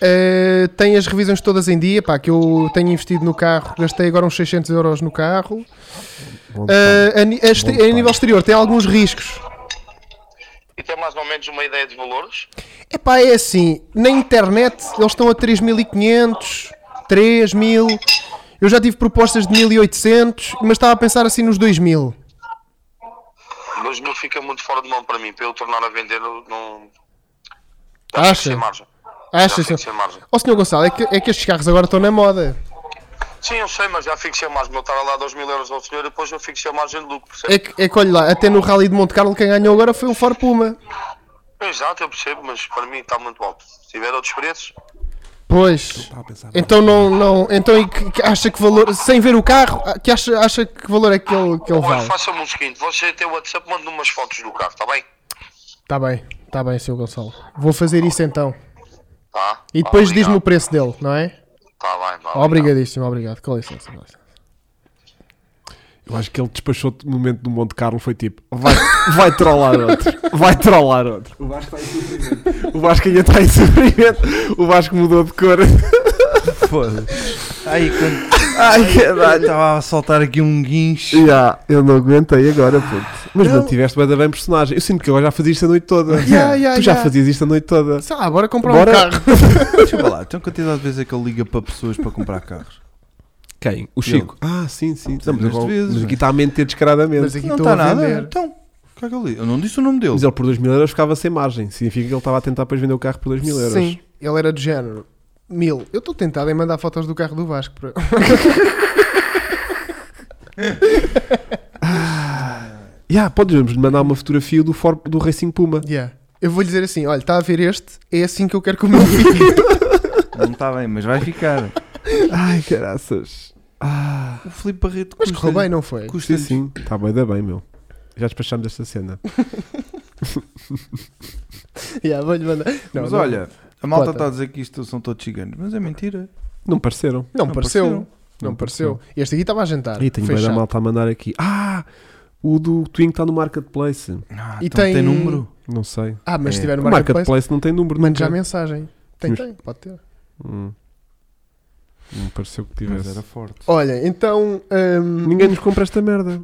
[SPEAKER 3] eh, tem as revisões todas em dia, pá, que eu tenho investido no carro, gastei agora uns 600 euros no carro.
[SPEAKER 2] Bom
[SPEAKER 3] Eh, a, ni- a exte- a nível exterior tem alguns riscos.
[SPEAKER 5] E tem mais ou menos uma ideia de valores?
[SPEAKER 3] Epá, é assim, na internet eles estão a 3.500, 3.000, eu já tive propostas de 1.800, mas estava a pensar assim nos 2.000.
[SPEAKER 5] 2000 fica muito fora de mão para mim. Para eu tornar a vender, eu não.
[SPEAKER 3] Acha?
[SPEAKER 5] Sem margem.
[SPEAKER 3] Achas?
[SPEAKER 5] Já fico sem margem.
[SPEAKER 3] Ó senhor Gonçalo, é que, é que estes carros agora estão na moda.
[SPEAKER 5] Sim, eu sei, mas já fico sem margem. Eu estava lá 2 mil euros ao senhor e depois eu fico sem margem de lucro, percebe?
[SPEAKER 3] É que, é que olha lá, até no Rally de Monte Carlo quem ganhou agora foi um Ford Puma.
[SPEAKER 5] Exato, eu percebo, mas para mim está muito alto. Se tiver outros preços,
[SPEAKER 3] Pois. Então não, não, então e que, que acha que valor, sem ver o carro, a- que acha, acha que valor é que ele, que ele
[SPEAKER 5] olha,
[SPEAKER 3] vale?
[SPEAKER 5] faça-me o seguinte: você tem o WhatsApp, manda-me umas fotos do carro, está bem?
[SPEAKER 3] Tá bem, tá bem senhor Gonçalo. Vou fazer isso então.
[SPEAKER 5] Tá.
[SPEAKER 3] E depois
[SPEAKER 5] Obrigado.
[SPEAKER 3] diz-me o preço dele, não é?
[SPEAKER 5] Tá bem, vá.
[SPEAKER 3] Obrigadíssimo, obrigado. Com licença, com licença.
[SPEAKER 2] Eu acho que ele despachou no momento do Monte Carlo foi tipo, vai, vai trollar outro, vai trollar outro. O Vasco ainda está em sofrimento. O Vasco mudou de cor.
[SPEAKER 1] Foda-se. Ai, quando.
[SPEAKER 2] Ai,
[SPEAKER 1] Ai,
[SPEAKER 2] caralho.
[SPEAKER 1] Estava a soltar aqui um
[SPEAKER 2] [laughs]
[SPEAKER 1] guincho.
[SPEAKER 2] Já, eu não aguentei agora, puto. Mas mantiveste bem, bem personagem. Eu sinto que agora já fazias isto a noite toda.
[SPEAKER 3] Ya, ya,
[SPEAKER 2] tu já
[SPEAKER 3] ya.
[SPEAKER 2] fazias isto a noite toda.
[SPEAKER 3] Sei lá, bora comprar
[SPEAKER 2] Bora.
[SPEAKER 3] um [laughs] carro.
[SPEAKER 1] Deixa-me lá. Então, quantidade de vezes é que ele liga para pessoas para comprar carros?
[SPEAKER 2] Quem? O Chico. Ah, sim, sim. Não, mas,
[SPEAKER 1] Sim,
[SPEAKER 2] agora-
[SPEAKER 1] mas vezes,
[SPEAKER 2] mas
[SPEAKER 1] não é?
[SPEAKER 2] aqui está a mentir descaradamente. Mas,
[SPEAKER 3] Mas aqui
[SPEAKER 1] não
[SPEAKER 3] estou
[SPEAKER 1] está
[SPEAKER 3] a
[SPEAKER 1] nada.
[SPEAKER 3] vender.
[SPEAKER 1] Então, o que é que ele liga? Eu não disse o nome dele.
[SPEAKER 2] ele por 2 mil euros ficava sem margem. Significa que ele estava a tentar depois vender o carro por 2 mil euros.
[SPEAKER 3] Sim, ele era do género. Mil. Eu estou tentado em mandar fotos do carro do Vasco. para-
[SPEAKER 2] Ya, podes mandar uma fotografia do, Ford, do Racing
[SPEAKER 3] [laughs]
[SPEAKER 2] Puma.
[SPEAKER 3] Yeah. Eu vou lhe dizer assim: olha, está a ver este? É assim que eu quero que o meu filho.
[SPEAKER 2] [laughs]
[SPEAKER 1] Não está bem, mas vai ficar.
[SPEAKER 2] Ai, caraças.
[SPEAKER 1] O Filipe Barreto
[SPEAKER 3] Mas
[SPEAKER 1] custa,
[SPEAKER 3] correu bem, não é? foi?
[SPEAKER 1] custa
[SPEAKER 2] Sim, sim. Está bem, da bem, meu. Já despachámos esta cena.
[SPEAKER 3] Yeah, vou-lhe mandar. Não,
[SPEAKER 1] Mas
[SPEAKER 3] não-
[SPEAKER 1] olha, a malta
[SPEAKER 3] Bota.
[SPEAKER 1] está a dizer que isto são todos gigantes, mas é mentira.
[SPEAKER 2] Não pareceram.
[SPEAKER 3] Não,
[SPEAKER 1] não
[SPEAKER 3] pareceu.
[SPEAKER 1] pareceu.
[SPEAKER 3] Não pareceu. Este aqui estava a jantar.
[SPEAKER 2] E tenho bem da
[SPEAKER 3] fechado.
[SPEAKER 2] malta a mandar aqui. Ah! O do Twingo está no marketplace.
[SPEAKER 1] Ah,
[SPEAKER 3] E
[SPEAKER 1] então
[SPEAKER 3] tem-
[SPEAKER 1] tem número?
[SPEAKER 2] Não sei.
[SPEAKER 3] Ah, mas
[SPEAKER 1] É.
[SPEAKER 3] se tiver no
[SPEAKER 2] o marketplace,
[SPEAKER 3] marketplace,
[SPEAKER 2] não tem número.
[SPEAKER 3] mande já
[SPEAKER 2] nunca.
[SPEAKER 3] mensagem. Tem,
[SPEAKER 2] Mas-
[SPEAKER 3] tem, pode ter.
[SPEAKER 2] Hum. Não me pareceu que
[SPEAKER 1] Mas
[SPEAKER 2] tivesse.
[SPEAKER 1] era forte.
[SPEAKER 3] Olha, então. hum,
[SPEAKER 2] Ninguém nos compra esta merda.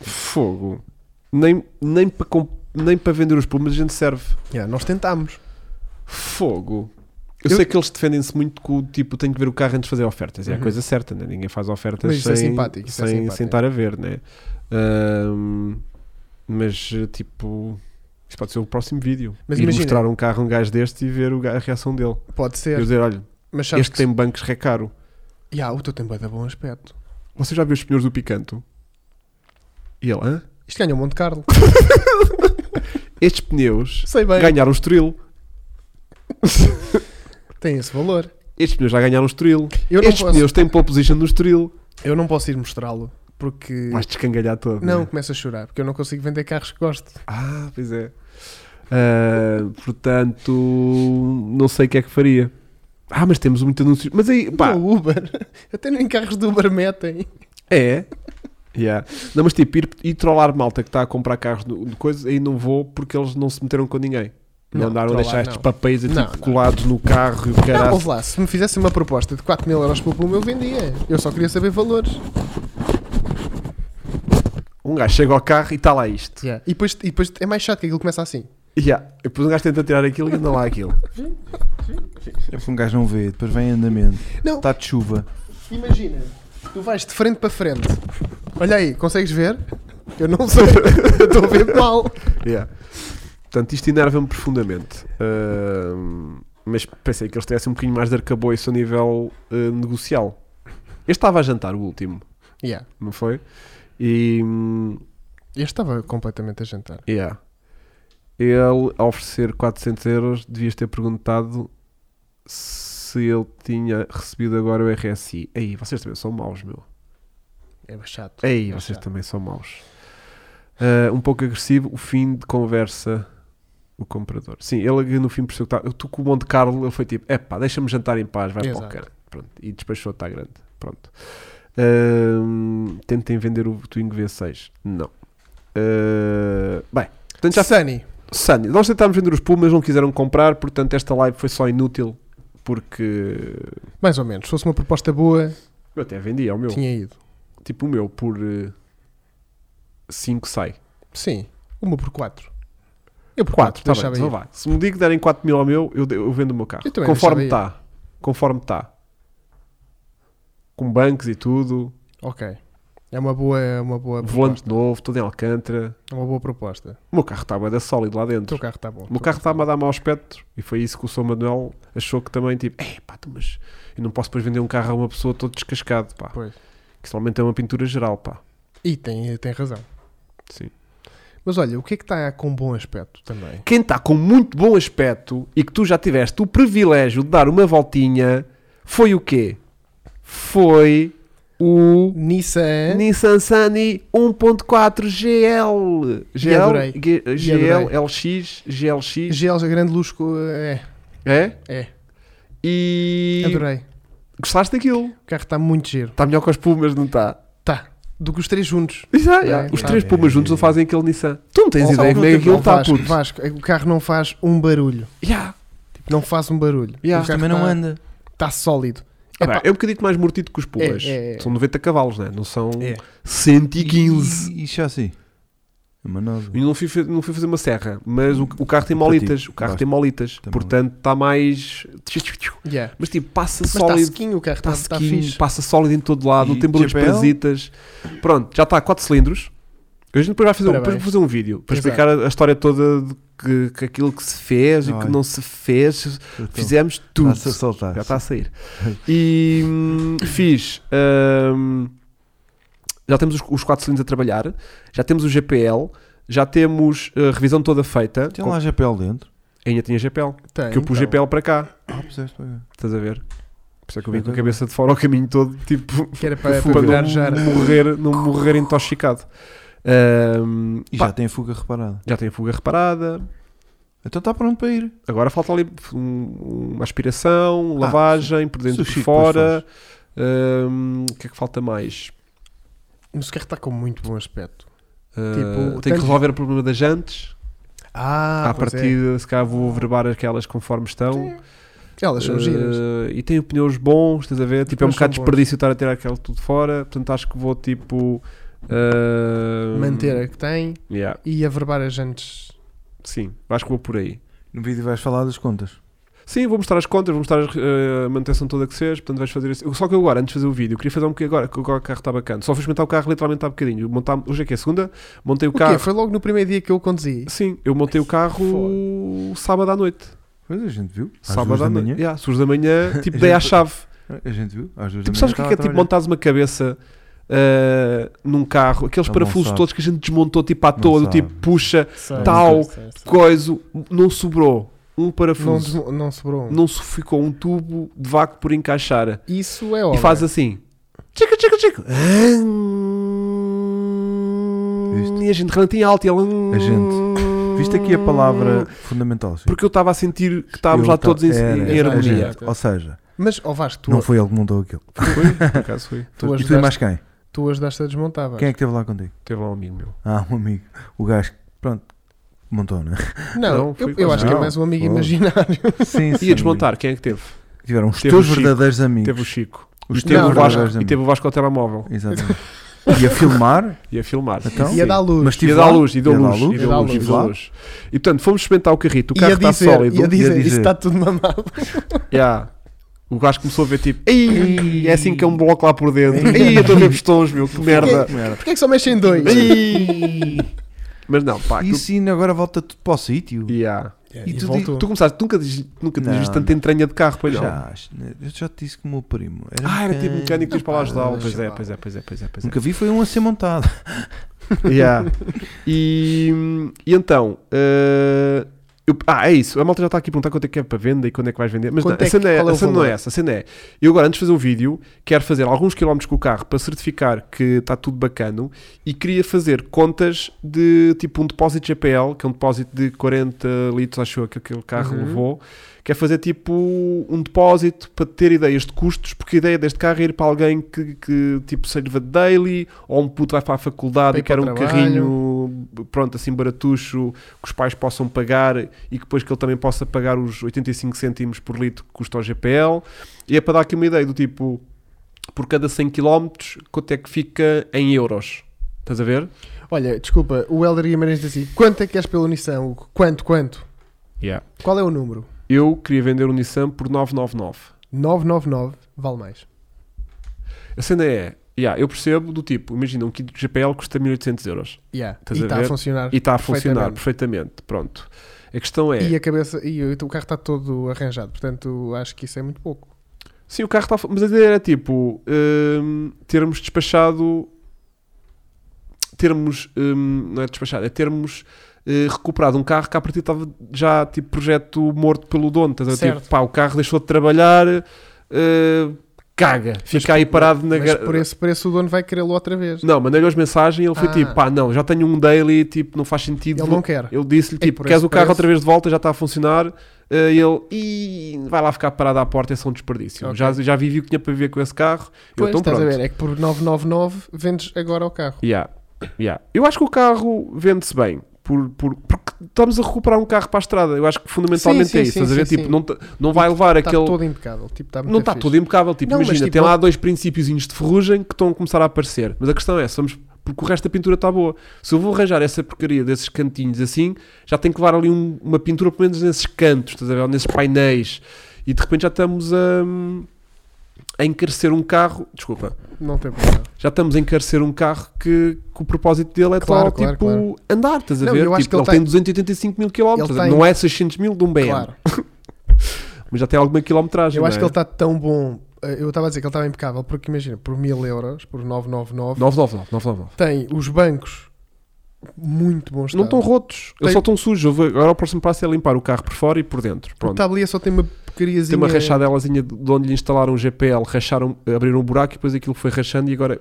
[SPEAKER 2] Fogo. Nem, nem para comp- nem para vender os pumas a gente serve.
[SPEAKER 3] yeah, nós tentámos.
[SPEAKER 2] Fogo. Eu,
[SPEAKER 3] Eu-
[SPEAKER 2] sei que eles defendem-se muito com o tipo, tenho que ver o carro antes de fazer ofertas. É a coisa certa, né? ninguém faz ofertas
[SPEAKER 3] Uhum. Mas isso
[SPEAKER 2] sem,
[SPEAKER 3] é simpático, isso é
[SPEAKER 2] sem,
[SPEAKER 3] simpático.
[SPEAKER 2] sem estar a ver, né? Ahm, mas tipo, isto pode ser o próximo vídeo.
[SPEAKER 3] Mas
[SPEAKER 2] Ir
[SPEAKER 3] imagina-
[SPEAKER 2] mostrar um carro a um gajo deste e ver o ga- a reação dele.
[SPEAKER 3] Pode
[SPEAKER 2] Eu
[SPEAKER 3] ser.
[SPEAKER 2] dizer, olha,
[SPEAKER 3] Mas sabes
[SPEAKER 2] este
[SPEAKER 3] que.
[SPEAKER 2] tem bancos recaro.
[SPEAKER 3] Yeah, o teu tempo é de bom aspecto.
[SPEAKER 2] Você já viu os pneus do Picanto? E ele, hã?
[SPEAKER 3] Isto ganhou
[SPEAKER 2] [laughs]
[SPEAKER 3] Monte Carlo.
[SPEAKER 2] Estes pneus
[SPEAKER 3] Sei bem.
[SPEAKER 2] ganharam o Estoril.
[SPEAKER 3] Tem esse valor.
[SPEAKER 2] Estes pneus já ganharam o Estoril.
[SPEAKER 3] Eu não,
[SPEAKER 2] Estes
[SPEAKER 3] posso,
[SPEAKER 2] pneus têm pole position no Estoril.
[SPEAKER 3] eu não posso ir mostrá-lo. Porque.
[SPEAKER 2] Vais descangalhar todo.
[SPEAKER 3] Não,
[SPEAKER 2] né?
[SPEAKER 3] começo a chorar. Porque eu não consigo vender carros que gosto.
[SPEAKER 2] Ah, pois é. Ah, portanto, não sei o que é que faria. Ah, mas temos muito anúncio. Mas aí, pá,
[SPEAKER 3] No Uber. [laughs] Até nem carros do Uber metem.
[SPEAKER 2] é. Yeah. Não, mas tipo, ir, ir trollar malta que está a comprar carros no- de coisa, aí não vou porque eles não se meteram com ninguém. Não,
[SPEAKER 3] Não,
[SPEAKER 2] andaram a
[SPEAKER 3] trollar,
[SPEAKER 2] deixar estes
[SPEAKER 3] não.
[SPEAKER 2] papéis a,
[SPEAKER 3] Não,
[SPEAKER 2] tipo,
[SPEAKER 3] não.
[SPEAKER 2] colados no carro e o
[SPEAKER 3] Não,
[SPEAKER 2] caralho.
[SPEAKER 3] ouve lá, se me fizesse uma proposta de 4 mil euros pelo plumo, eu vendia. Eu só queria saber valores.
[SPEAKER 2] Um gajo chega ao carro e está lá isto.
[SPEAKER 3] E, depois, e depois é mais chato que aquilo começa assim.
[SPEAKER 2] Yeah. E Depois um gajo tenta tirar aquilo e anda lá aquilo.
[SPEAKER 1] É porque um gajo não vê, depois vem em andamento.
[SPEAKER 3] Não.
[SPEAKER 2] Tá.
[SPEAKER 1] Está de chuva.
[SPEAKER 3] Imagina, tu vais de frente para frente. Olha aí, consegues ver? Eu
[SPEAKER 2] [laughs]
[SPEAKER 3] não sei. Eu Estou a ver mal.
[SPEAKER 2] Yeah. Portanto, isto enerva-me profundamente. Ahm, mas pensei que eles tivessem um bocadinho mais de arcabouço a nível ah, negocial. Este estava a jantar, o último,
[SPEAKER 3] Yeah.
[SPEAKER 2] não foi? E. hum,
[SPEAKER 3] Eu estava completamente a jantar.
[SPEAKER 2] Yeah. Ele, a oferecer 400 euros, devias ter perguntado se ele tinha recebido agora o RSI. Aí, vocês também são maus, meu.
[SPEAKER 3] É chato.
[SPEAKER 2] Ei,
[SPEAKER 3] É
[SPEAKER 2] vocês
[SPEAKER 3] chato.
[SPEAKER 2] também são maus. Ah, um pouco agressivo, o fim de conversa. O comprador. Sim, ele no fim percebeu que estava. Eu estou com o Monte Carlo, ele foi tipo: epá, deixa-me jantar em paz, vai para o
[SPEAKER 3] Exato.
[SPEAKER 2] cara. Pronto, e despachou, está grande. Pronto. Ahm, tentem vender o Twingo V6. Não. Ah, bem, portanto já
[SPEAKER 3] Sunny,
[SPEAKER 2] Sunny, nós tentámos vender os Pumas, não quiseram comprar, portanto esta live foi só inútil porque
[SPEAKER 3] mais ou menos. Se fosse uma proposta boa,
[SPEAKER 2] eu até vendi ao meu.
[SPEAKER 3] tinha ido.
[SPEAKER 2] Tipo o meu, por 5 sai.
[SPEAKER 3] Sim, uma por quatro. Eu por quatro,
[SPEAKER 2] Quatro, tá
[SPEAKER 3] deixava
[SPEAKER 2] bem, então
[SPEAKER 3] ir.
[SPEAKER 2] vá. Se me digo que derem 4 mil ao meu, eu, de- eu vendo o meu carro.
[SPEAKER 3] Eu também
[SPEAKER 2] Conforme
[SPEAKER 3] deixava
[SPEAKER 2] está. Conforme está. Com bancos e tudo,
[SPEAKER 3] Ok. É uma boa, uma boa
[SPEAKER 2] volante
[SPEAKER 3] proposta.
[SPEAKER 2] novo, tudo em Alcântara.
[SPEAKER 3] É uma boa proposta.
[SPEAKER 2] O meu carro estava da sólido lá
[SPEAKER 3] O
[SPEAKER 2] dentro.
[SPEAKER 3] teu carro está bom.
[SPEAKER 2] O meu carro tá estava a dar mau aspecto e foi isso que o São Manuel achou que também, tipo, é pá, tu, mas eu não posso depois vender um carro a uma pessoa todo descascado, pá.
[SPEAKER 3] Pois.
[SPEAKER 2] Que somente é uma pintura geral, pá.
[SPEAKER 3] E tem, tem razão.
[SPEAKER 2] Sim.
[SPEAKER 3] Mas olha, o que é que está com bom aspecto também?
[SPEAKER 2] Quem está com muito bom aspecto e que tu já tiveste o privilégio de dar uma voltinha foi o quê? Foi o
[SPEAKER 3] Nissan.
[SPEAKER 2] Nissan Sunny 1.4 GL. GL,
[SPEAKER 3] adorei.
[SPEAKER 2] G-
[SPEAKER 3] E
[SPEAKER 2] GL,
[SPEAKER 3] adorei.
[SPEAKER 2] LX, GLX.
[SPEAKER 3] GL grande luz. co- É,
[SPEAKER 2] é?
[SPEAKER 3] é.
[SPEAKER 2] E
[SPEAKER 3] Adorei.
[SPEAKER 2] gostaste daquilo?
[SPEAKER 3] O carro está muito giro.
[SPEAKER 2] Está melhor com as Pumas, não está?
[SPEAKER 3] Tá. Do que os três juntos.
[SPEAKER 2] Já, já.
[SPEAKER 3] É,
[SPEAKER 2] Os
[SPEAKER 3] é.
[SPEAKER 2] três Pumas juntos não fazem aquele Nissan. Tu não tens
[SPEAKER 3] Ou-
[SPEAKER 2] ideia
[SPEAKER 3] ou
[SPEAKER 2] como é que
[SPEAKER 3] tipo,
[SPEAKER 2] aquilo
[SPEAKER 3] ou
[SPEAKER 2] está,
[SPEAKER 3] Vasco,
[SPEAKER 2] puto.
[SPEAKER 3] Vasco, o carro não faz um barulho.
[SPEAKER 2] Já.
[SPEAKER 3] Tipo, não faz um barulho.
[SPEAKER 1] Mas
[SPEAKER 2] Yeah.
[SPEAKER 1] também não
[SPEAKER 3] está,
[SPEAKER 1] anda.
[SPEAKER 3] Está tá sólido.
[SPEAKER 2] Ah,
[SPEAKER 3] Epá,
[SPEAKER 2] pá, é um bocadinho mais mortido que os Pumas.
[SPEAKER 3] É, é, é.
[SPEAKER 2] São 90 cavalos, né? não são
[SPEAKER 3] É.
[SPEAKER 2] 115.
[SPEAKER 1] E, e chassi? É Uma nova.
[SPEAKER 2] E não fui, fa- não fui fazer uma serra, mas o, o carro tem molitas. O carro
[SPEAKER 1] Basta.
[SPEAKER 2] tem molitas.
[SPEAKER 1] Tem
[SPEAKER 2] Portanto, está mais.
[SPEAKER 3] yeah.
[SPEAKER 2] Mas tipo, passa
[SPEAKER 3] Mas tá está
[SPEAKER 2] sólido.
[SPEAKER 3] sequinho o carro. Está,
[SPEAKER 2] Está
[SPEAKER 3] está
[SPEAKER 2] sequinho,
[SPEAKER 3] tá fixe.
[SPEAKER 2] passa sólido em todo lado, não
[SPEAKER 1] E
[SPEAKER 2] tem barulhos de
[SPEAKER 1] chapéu?
[SPEAKER 2] parasitas. Pronto, já está 4 cilindros. A gente depois vai fazer, um-
[SPEAKER 3] Parabéns.
[SPEAKER 2] depois vou fazer um vídeo para
[SPEAKER 3] Exato.
[SPEAKER 2] explicar a, a história toda de que, que aquilo que se fez e que
[SPEAKER 1] Olha.
[SPEAKER 2] não se fez.
[SPEAKER 1] Está
[SPEAKER 2] Fizemos é tudo.
[SPEAKER 1] Então, a saltar.
[SPEAKER 2] Já está
[SPEAKER 1] [laughs]
[SPEAKER 2] a sair. E hum, fiz. hum, já temos os, os quatro cilindros a trabalhar, já temos o GPL, já temos eh, a revisão toda feita.
[SPEAKER 1] Tem
[SPEAKER 2] Com-
[SPEAKER 1] lá chapéu dentro.
[SPEAKER 2] Ainda tinha GPL.
[SPEAKER 3] Tem,
[SPEAKER 2] que eu pus
[SPEAKER 3] então.
[SPEAKER 2] GPL para cá.
[SPEAKER 1] Ah, puseste para cá.
[SPEAKER 2] Estás a ver? Por isso é que eu vim com a cabeça de fora ao caminho todo, tipo,
[SPEAKER 3] Que era para,
[SPEAKER 2] [laughs]
[SPEAKER 3] para
[SPEAKER 2] para
[SPEAKER 3] virar
[SPEAKER 2] não
[SPEAKER 3] já.
[SPEAKER 2] morrer, não morrer intoxicado. Hum,
[SPEAKER 1] E
[SPEAKER 2] pá,
[SPEAKER 1] já tem a fuga reparada.
[SPEAKER 2] já tem a fuga reparada,
[SPEAKER 1] Então está pronto para ir.
[SPEAKER 2] agora falta ali um- uma
[SPEAKER 3] Ah,
[SPEAKER 2] aspiração, lavagem, por dentro e
[SPEAKER 1] Sushi
[SPEAKER 2] por
[SPEAKER 1] depois
[SPEAKER 2] fora. Hum, O que é que falta mais?
[SPEAKER 3] Mas o carro está com tá muito bom aspecto.
[SPEAKER 2] Uh,
[SPEAKER 3] Tipo,
[SPEAKER 2] tenho que
[SPEAKER 3] tanto-
[SPEAKER 2] resolver o problema das jantes.
[SPEAKER 3] Ah,
[SPEAKER 2] à
[SPEAKER 3] pois é.
[SPEAKER 2] partida, se calhar vou verbar aquelas conforme estão.
[SPEAKER 3] Elas são
[SPEAKER 2] Uh,
[SPEAKER 3] giras.
[SPEAKER 2] E tenho pneus bons, estás a ver? Tipo, é um
[SPEAKER 3] Pneus são
[SPEAKER 2] bocado
[SPEAKER 3] bons.
[SPEAKER 2] desperdício estar a tirar aquilo tudo fora. Portanto, acho que vou tipo. uh,
[SPEAKER 3] Manter a que tem
[SPEAKER 2] Yeah,
[SPEAKER 3] e averbar as antes.
[SPEAKER 2] sim, acho que vou por aí.
[SPEAKER 1] No vídeo vais falar das contas.
[SPEAKER 2] Sim, vou mostrar as contas, vou mostrar as, eh, a manutenção toda que fez, portanto vais fazer isso. Eu- Só que eu agora, antes de fazer o vídeo, queria fazer um bocadinho agora, que agora o carro está bacana. Só fui experimentar o carro literalmente há bocadinho. Montar, hoje é que é segunda, montei o,
[SPEAKER 3] O quê?
[SPEAKER 2] carro.
[SPEAKER 3] Foi logo no primeiro dia que eu conduzi.
[SPEAKER 2] Sim, eu montei o carro sábado à noite.
[SPEAKER 1] Pois a gente viu. Às duas
[SPEAKER 2] sábado
[SPEAKER 1] da
[SPEAKER 2] à noite.
[SPEAKER 1] manhã.
[SPEAKER 2] Yeah, surge
[SPEAKER 1] [laughs]
[SPEAKER 2] da manhã, tipo
[SPEAKER 1] A
[SPEAKER 2] dei
[SPEAKER 1] gente
[SPEAKER 2] à
[SPEAKER 1] foi-
[SPEAKER 2] chave.
[SPEAKER 1] É, A gente viu. Às duas
[SPEAKER 2] Tipo,
[SPEAKER 1] da manhã.
[SPEAKER 2] sabes o que
[SPEAKER 1] estava
[SPEAKER 2] é, que é
[SPEAKER 1] a
[SPEAKER 2] tipo
[SPEAKER 1] trabalhar.
[SPEAKER 2] montares uma cabeça eh, num carro, aqueles
[SPEAKER 1] Ele não
[SPEAKER 2] parafusos
[SPEAKER 1] sabe.
[SPEAKER 2] todos que a gente desmontou tipo à
[SPEAKER 1] Não
[SPEAKER 2] toa, do
[SPEAKER 1] sabe.
[SPEAKER 2] tipo puxa,
[SPEAKER 1] Não
[SPEAKER 2] tal, coiso, não sobrou um
[SPEAKER 3] Não,
[SPEAKER 2] parafuso,
[SPEAKER 3] desmo- não sobrou um.
[SPEAKER 2] não, se ficou um tubo de vácuo por encaixar.
[SPEAKER 3] Isso é obra.
[SPEAKER 2] E faz assim. Tchica, tchica, tchica.
[SPEAKER 1] Viste?
[SPEAKER 2] E a gente canta em alto e ela. "Hum".
[SPEAKER 1] A gente. Viste aqui a palavra fundamental. sim.
[SPEAKER 2] um Porque eu estava a sentir que estávamos
[SPEAKER 1] Eu
[SPEAKER 2] lá
[SPEAKER 1] ta-
[SPEAKER 2] todos em,
[SPEAKER 1] era,
[SPEAKER 2] em
[SPEAKER 1] era,
[SPEAKER 2] harmonia.
[SPEAKER 1] gente. Ou seja,
[SPEAKER 3] Mas, ó Vasco, tu,
[SPEAKER 1] não foi ele que montou aquilo.
[SPEAKER 2] Foi? Por acaso foi.
[SPEAKER 3] Tu
[SPEAKER 1] e tu e
[SPEAKER 3] ajudaste-
[SPEAKER 1] mais quem?
[SPEAKER 3] tu ajudaste a desmontar, Vasco.
[SPEAKER 1] Quem é que esteve lá contigo?
[SPEAKER 2] Teve lá um amigo meu.
[SPEAKER 1] Ah, um amigo. O gajo, pronto, montou,
[SPEAKER 2] [laughs]
[SPEAKER 1] né?
[SPEAKER 3] Não,
[SPEAKER 2] Não, foi
[SPEAKER 3] eu, eu
[SPEAKER 2] coisa-
[SPEAKER 3] acho que é
[SPEAKER 1] Não,
[SPEAKER 3] mais um amigo
[SPEAKER 1] foi.
[SPEAKER 3] imaginário.
[SPEAKER 1] Sim,
[SPEAKER 2] E a desmontar, quem é que teve?
[SPEAKER 1] Tiveram os
[SPEAKER 2] Teve
[SPEAKER 1] teus
[SPEAKER 2] o Chico.
[SPEAKER 1] verdadeiros amigos.
[SPEAKER 2] Teve o Chico.
[SPEAKER 1] Os
[SPEAKER 2] E teve
[SPEAKER 3] Não,
[SPEAKER 2] o
[SPEAKER 3] não,
[SPEAKER 2] Vasco,
[SPEAKER 1] verdadeiros
[SPEAKER 2] e teve o Vasco ao telemóvel.
[SPEAKER 1] Exatamente. E a
[SPEAKER 2] [laughs]
[SPEAKER 1] filmar,
[SPEAKER 2] E a filmar.
[SPEAKER 1] então.
[SPEAKER 3] E a dar luz.
[SPEAKER 1] Mas
[SPEAKER 2] E
[SPEAKER 1] tive
[SPEAKER 2] a
[SPEAKER 1] lá,
[SPEAKER 2] dar luz, e deu
[SPEAKER 1] ia dar
[SPEAKER 2] luz, e deu
[SPEAKER 3] ia dar
[SPEAKER 2] luz, e
[SPEAKER 3] luz.
[SPEAKER 2] deu
[SPEAKER 1] Lá.
[SPEAKER 2] luz. E portanto, fomos experimentar o carrito, o
[SPEAKER 3] E a
[SPEAKER 2] carro está
[SPEAKER 3] dizer, e
[SPEAKER 2] sólido.
[SPEAKER 3] a dizer,
[SPEAKER 1] dizer.
[SPEAKER 3] isso está tudo mamado. [laughs]
[SPEAKER 2] Yeah. O gajo começou a ver tipo, Ei, é assim que é um bloco lá por dentro. Ei, eu estou a ver pistões, meu, que merda.
[SPEAKER 3] Porquê é que só mexem dois?
[SPEAKER 2] Mas não, pá, aquilo-
[SPEAKER 1] Isso ainda agora volta tudo para o sítio.
[SPEAKER 2] Yeah.
[SPEAKER 1] E
[SPEAKER 3] E
[SPEAKER 1] tu
[SPEAKER 3] voltou.
[SPEAKER 2] Tu começaste, nunca diz- nunca tinhas
[SPEAKER 1] Não,
[SPEAKER 2] visto tanta entranha de carro, pois não?
[SPEAKER 1] Já, eu já te disse que o meu primo era
[SPEAKER 2] Ah, era tipo mecânico, tens para lá
[SPEAKER 1] pá,
[SPEAKER 2] ajudá-lo. Pois é,
[SPEAKER 3] chaval.
[SPEAKER 2] pois é, pois é, pois é. Pois é.
[SPEAKER 1] Nunca vi foi um a ser montado.
[SPEAKER 2] [laughs] Yeah. E, e então, eh, eu- ah, é isso. A malta já está aqui a perguntar quanto é que é para venda e quando é que vais vender. Mas não,
[SPEAKER 3] Quanto é
[SPEAKER 2] a
[SPEAKER 3] que-
[SPEAKER 2] cena, é,
[SPEAKER 3] qual é
[SPEAKER 2] a
[SPEAKER 3] o
[SPEAKER 2] cena não é
[SPEAKER 3] valor?
[SPEAKER 2] essa. A cena é: eu agora, antes de fazer um vídeo, quero fazer alguns quilómetros com o carro para certificar que está tudo bacano e queria fazer contas de tipo um depósito GPL, que é um depósito de 40 litros, acho eu, que aquele carro
[SPEAKER 3] Uhum.
[SPEAKER 2] levou. Quer fazer tipo um depósito para ter ideias de custos, porque a ideia deste carro é ir para alguém que, que tipo serva de daily ou um puto vai para a faculdade
[SPEAKER 3] Para
[SPEAKER 2] e
[SPEAKER 3] ir
[SPEAKER 2] quer
[SPEAKER 3] para
[SPEAKER 2] um
[SPEAKER 3] o trabalho.
[SPEAKER 2] carrinho pronto, assim baratucho que os pais possam pagar e que depois que ele também possa pagar os 85 cêntimos por litro que custa o GPL. E é para dar aqui uma ideia do tipo, por cada 100 km, quanto é que fica em euros? Estás a ver?
[SPEAKER 3] Olha, desculpa, o Helder Guimarães diz assim: quanto é que és pela Unição? Hugo? Quanto, quanto? Qual é o número?
[SPEAKER 2] Eu queria vender o Nissan por 999.
[SPEAKER 3] 999 vale mais.
[SPEAKER 2] A cena é, yeah, eu percebo do tipo, imagina, um kit de GPL custa 1800 euros
[SPEAKER 3] Yeah.
[SPEAKER 2] Estás
[SPEAKER 3] E
[SPEAKER 2] a
[SPEAKER 3] está
[SPEAKER 2] ver?
[SPEAKER 3] a funcionar.
[SPEAKER 2] e está a funcionar
[SPEAKER 3] Perfeitamente.
[SPEAKER 2] perfeitamente. Pronto. A questão é,
[SPEAKER 3] E a cabeça, e o, o carro está todo arranjado, portanto acho que isso é muito pouco.
[SPEAKER 2] sim, o carro está. Mas a ideia era tipo, hum, termos despachado. Termos. hum, não é despachado, é termos. eh, recuperado um carro que à partida estava já tipo projeto morto pelo dono, estás a ver?
[SPEAKER 3] Certo.
[SPEAKER 2] Tipo, pá, o carro deixou de trabalhar, eh, caga, fica aí parado na
[SPEAKER 3] Mas
[SPEAKER 2] garagem.
[SPEAKER 3] por esse preço o dono vai querê-lo outra vez.
[SPEAKER 2] Não, mandei-lhe as mensagens e ele foi
[SPEAKER 3] Ah.
[SPEAKER 2] tipo, pá, não, já tenho um daily, tipo, não faz sentido.
[SPEAKER 3] Ele não quer.
[SPEAKER 2] Ele disse-lhe,
[SPEAKER 3] É
[SPEAKER 2] tipo,
[SPEAKER 3] por
[SPEAKER 2] queres
[SPEAKER 3] esse
[SPEAKER 2] o carro
[SPEAKER 3] preço.
[SPEAKER 2] outra vez de volta, já está a funcionar. Eh, ele, e vai lá ficar parado à porta, é só um desperdício.
[SPEAKER 3] Ok.
[SPEAKER 2] Já, já vivi o que tinha para viver com esse carro. eu
[SPEAKER 3] Pois,
[SPEAKER 2] então
[SPEAKER 3] estás
[SPEAKER 2] pronto.
[SPEAKER 3] a ver, é que por 999 vendes agora o carro.
[SPEAKER 2] Yeah, yeah. Eu acho que o carro vende-se bem. Por, por- porque estamos a recuperar um carro para a estrada. Eu acho que fundamentalmente
[SPEAKER 3] Sim, sim,
[SPEAKER 2] é isso.
[SPEAKER 3] sim,
[SPEAKER 2] estás a ver?
[SPEAKER 3] sim,
[SPEAKER 2] tipo,
[SPEAKER 3] sim.
[SPEAKER 2] não, te- não vai levar
[SPEAKER 3] Está
[SPEAKER 2] aquele.
[SPEAKER 3] todo impecável. Tipo, está muito
[SPEAKER 2] Não está
[SPEAKER 3] fixe.
[SPEAKER 2] todo impecável. Tipo,
[SPEAKER 3] Não, mas,
[SPEAKER 2] imagina,
[SPEAKER 3] tipo,
[SPEAKER 2] tem lá
[SPEAKER 3] não-
[SPEAKER 2] dois princípiozinhos de ferrugem que estão a começar a aparecer. Mas a questão é, somos porque o resto da pintura está boa. Se eu vou arranjar essa porcaria desses cantinhos assim, já tenho que levar ali um- uma pintura pelo menos nesses cantos, estás a ver? Ou nesses painéis. E de repente já estamos a, a encarecer um carro. Desculpa.
[SPEAKER 3] Não tem problema.
[SPEAKER 2] Já estamos a encarecer um carro que, que o propósito dele é
[SPEAKER 3] Claro,
[SPEAKER 2] tal,
[SPEAKER 3] claro,
[SPEAKER 2] tipo,
[SPEAKER 3] claro.
[SPEAKER 2] andar, estás a
[SPEAKER 3] Não,
[SPEAKER 2] ver?
[SPEAKER 3] eu acho
[SPEAKER 2] Tipo,
[SPEAKER 3] que
[SPEAKER 2] ele,
[SPEAKER 3] ele
[SPEAKER 2] tem
[SPEAKER 3] tem-
[SPEAKER 2] 285 mil quilómetros,
[SPEAKER 3] Ele
[SPEAKER 2] estás a ver?
[SPEAKER 3] tem-
[SPEAKER 2] não é 600 mil de um BM,
[SPEAKER 3] Claro.
[SPEAKER 2] mas já tem alguma quilometragem.
[SPEAKER 3] Eu
[SPEAKER 2] não
[SPEAKER 3] acho que
[SPEAKER 2] é?
[SPEAKER 3] ele está tão bom. eh, Eu estava a dizer que ele estava impecável, porque imagina, por 1000 euros, por 999,
[SPEAKER 2] 999, 999.
[SPEAKER 3] tem os bancos muito bons.
[SPEAKER 2] Não estão rotos, eles
[SPEAKER 3] Tem-
[SPEAKER 2] só estão sujos. Eu vou- Agora o próximo passo é limpar o carro por fora e por dentro.
[SPEAKER 3] O
[SPEAKER 2] Pronto.
[SPEAKER 3] tablier só tem uma
[SPEAKER 2] Tem
[SPEAKER 3] porcariazinha.
[SPEAKER 2] uma um rachadelazinha de onde lhe instalaram o GPL, racharam, abriram um buraco e depois aquilo foi rachando e agora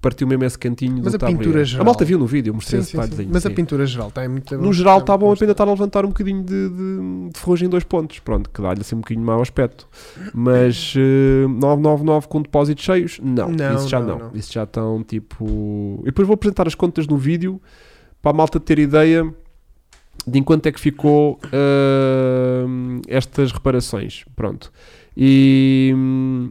[SPEAKER 2] partiu mesmo esse cantinho
[SPEAKER 3] Mas
[SPEAKER 2] do
[SPEAKER 3] a
[SPEAKER 2] tabuleiro.
[SPEAKER 3] pintura geral-
[SPEAKER 2] A malta viu no vídeo, eu mostrei
[SPEAKER 3] Sim,
[SPEAKER 2] esse
[SPEAKER 3] sim, sim.
[SPEAKER 2] detalhezinho,
[SPEAKER 3] Mas a
[SPEAKER 2] sim.
[SPEAKER 3] pintura geral tá está muito. é
[SPEAKER 2] No geral está bom,
[SPEAKER 3] muito-
[SPEAKER 2] ainda estar a levantar um bocadinho de, de, de ferrugem em dois pontos. Pronto, que dá-lhe assim um bocadinho mau aspecto.
[SPEAKER 3] [laughs]
[SPEAKER 2] Mas eh, 999 com depósitos cheios? Não,
[SPEAKER 3] Não,
[SPEAKER 2] isso já
[SPEAKER 3] não,
[SPEAKER 2] não.
[SPEAKER 3] não.
[SPEAKER 2] Isso já estão tipo. E depois vou apresentar as contas no vídeo para a malta ter ideia de em quanto é que ficou eh, estas reparações. Pronto. E. hum,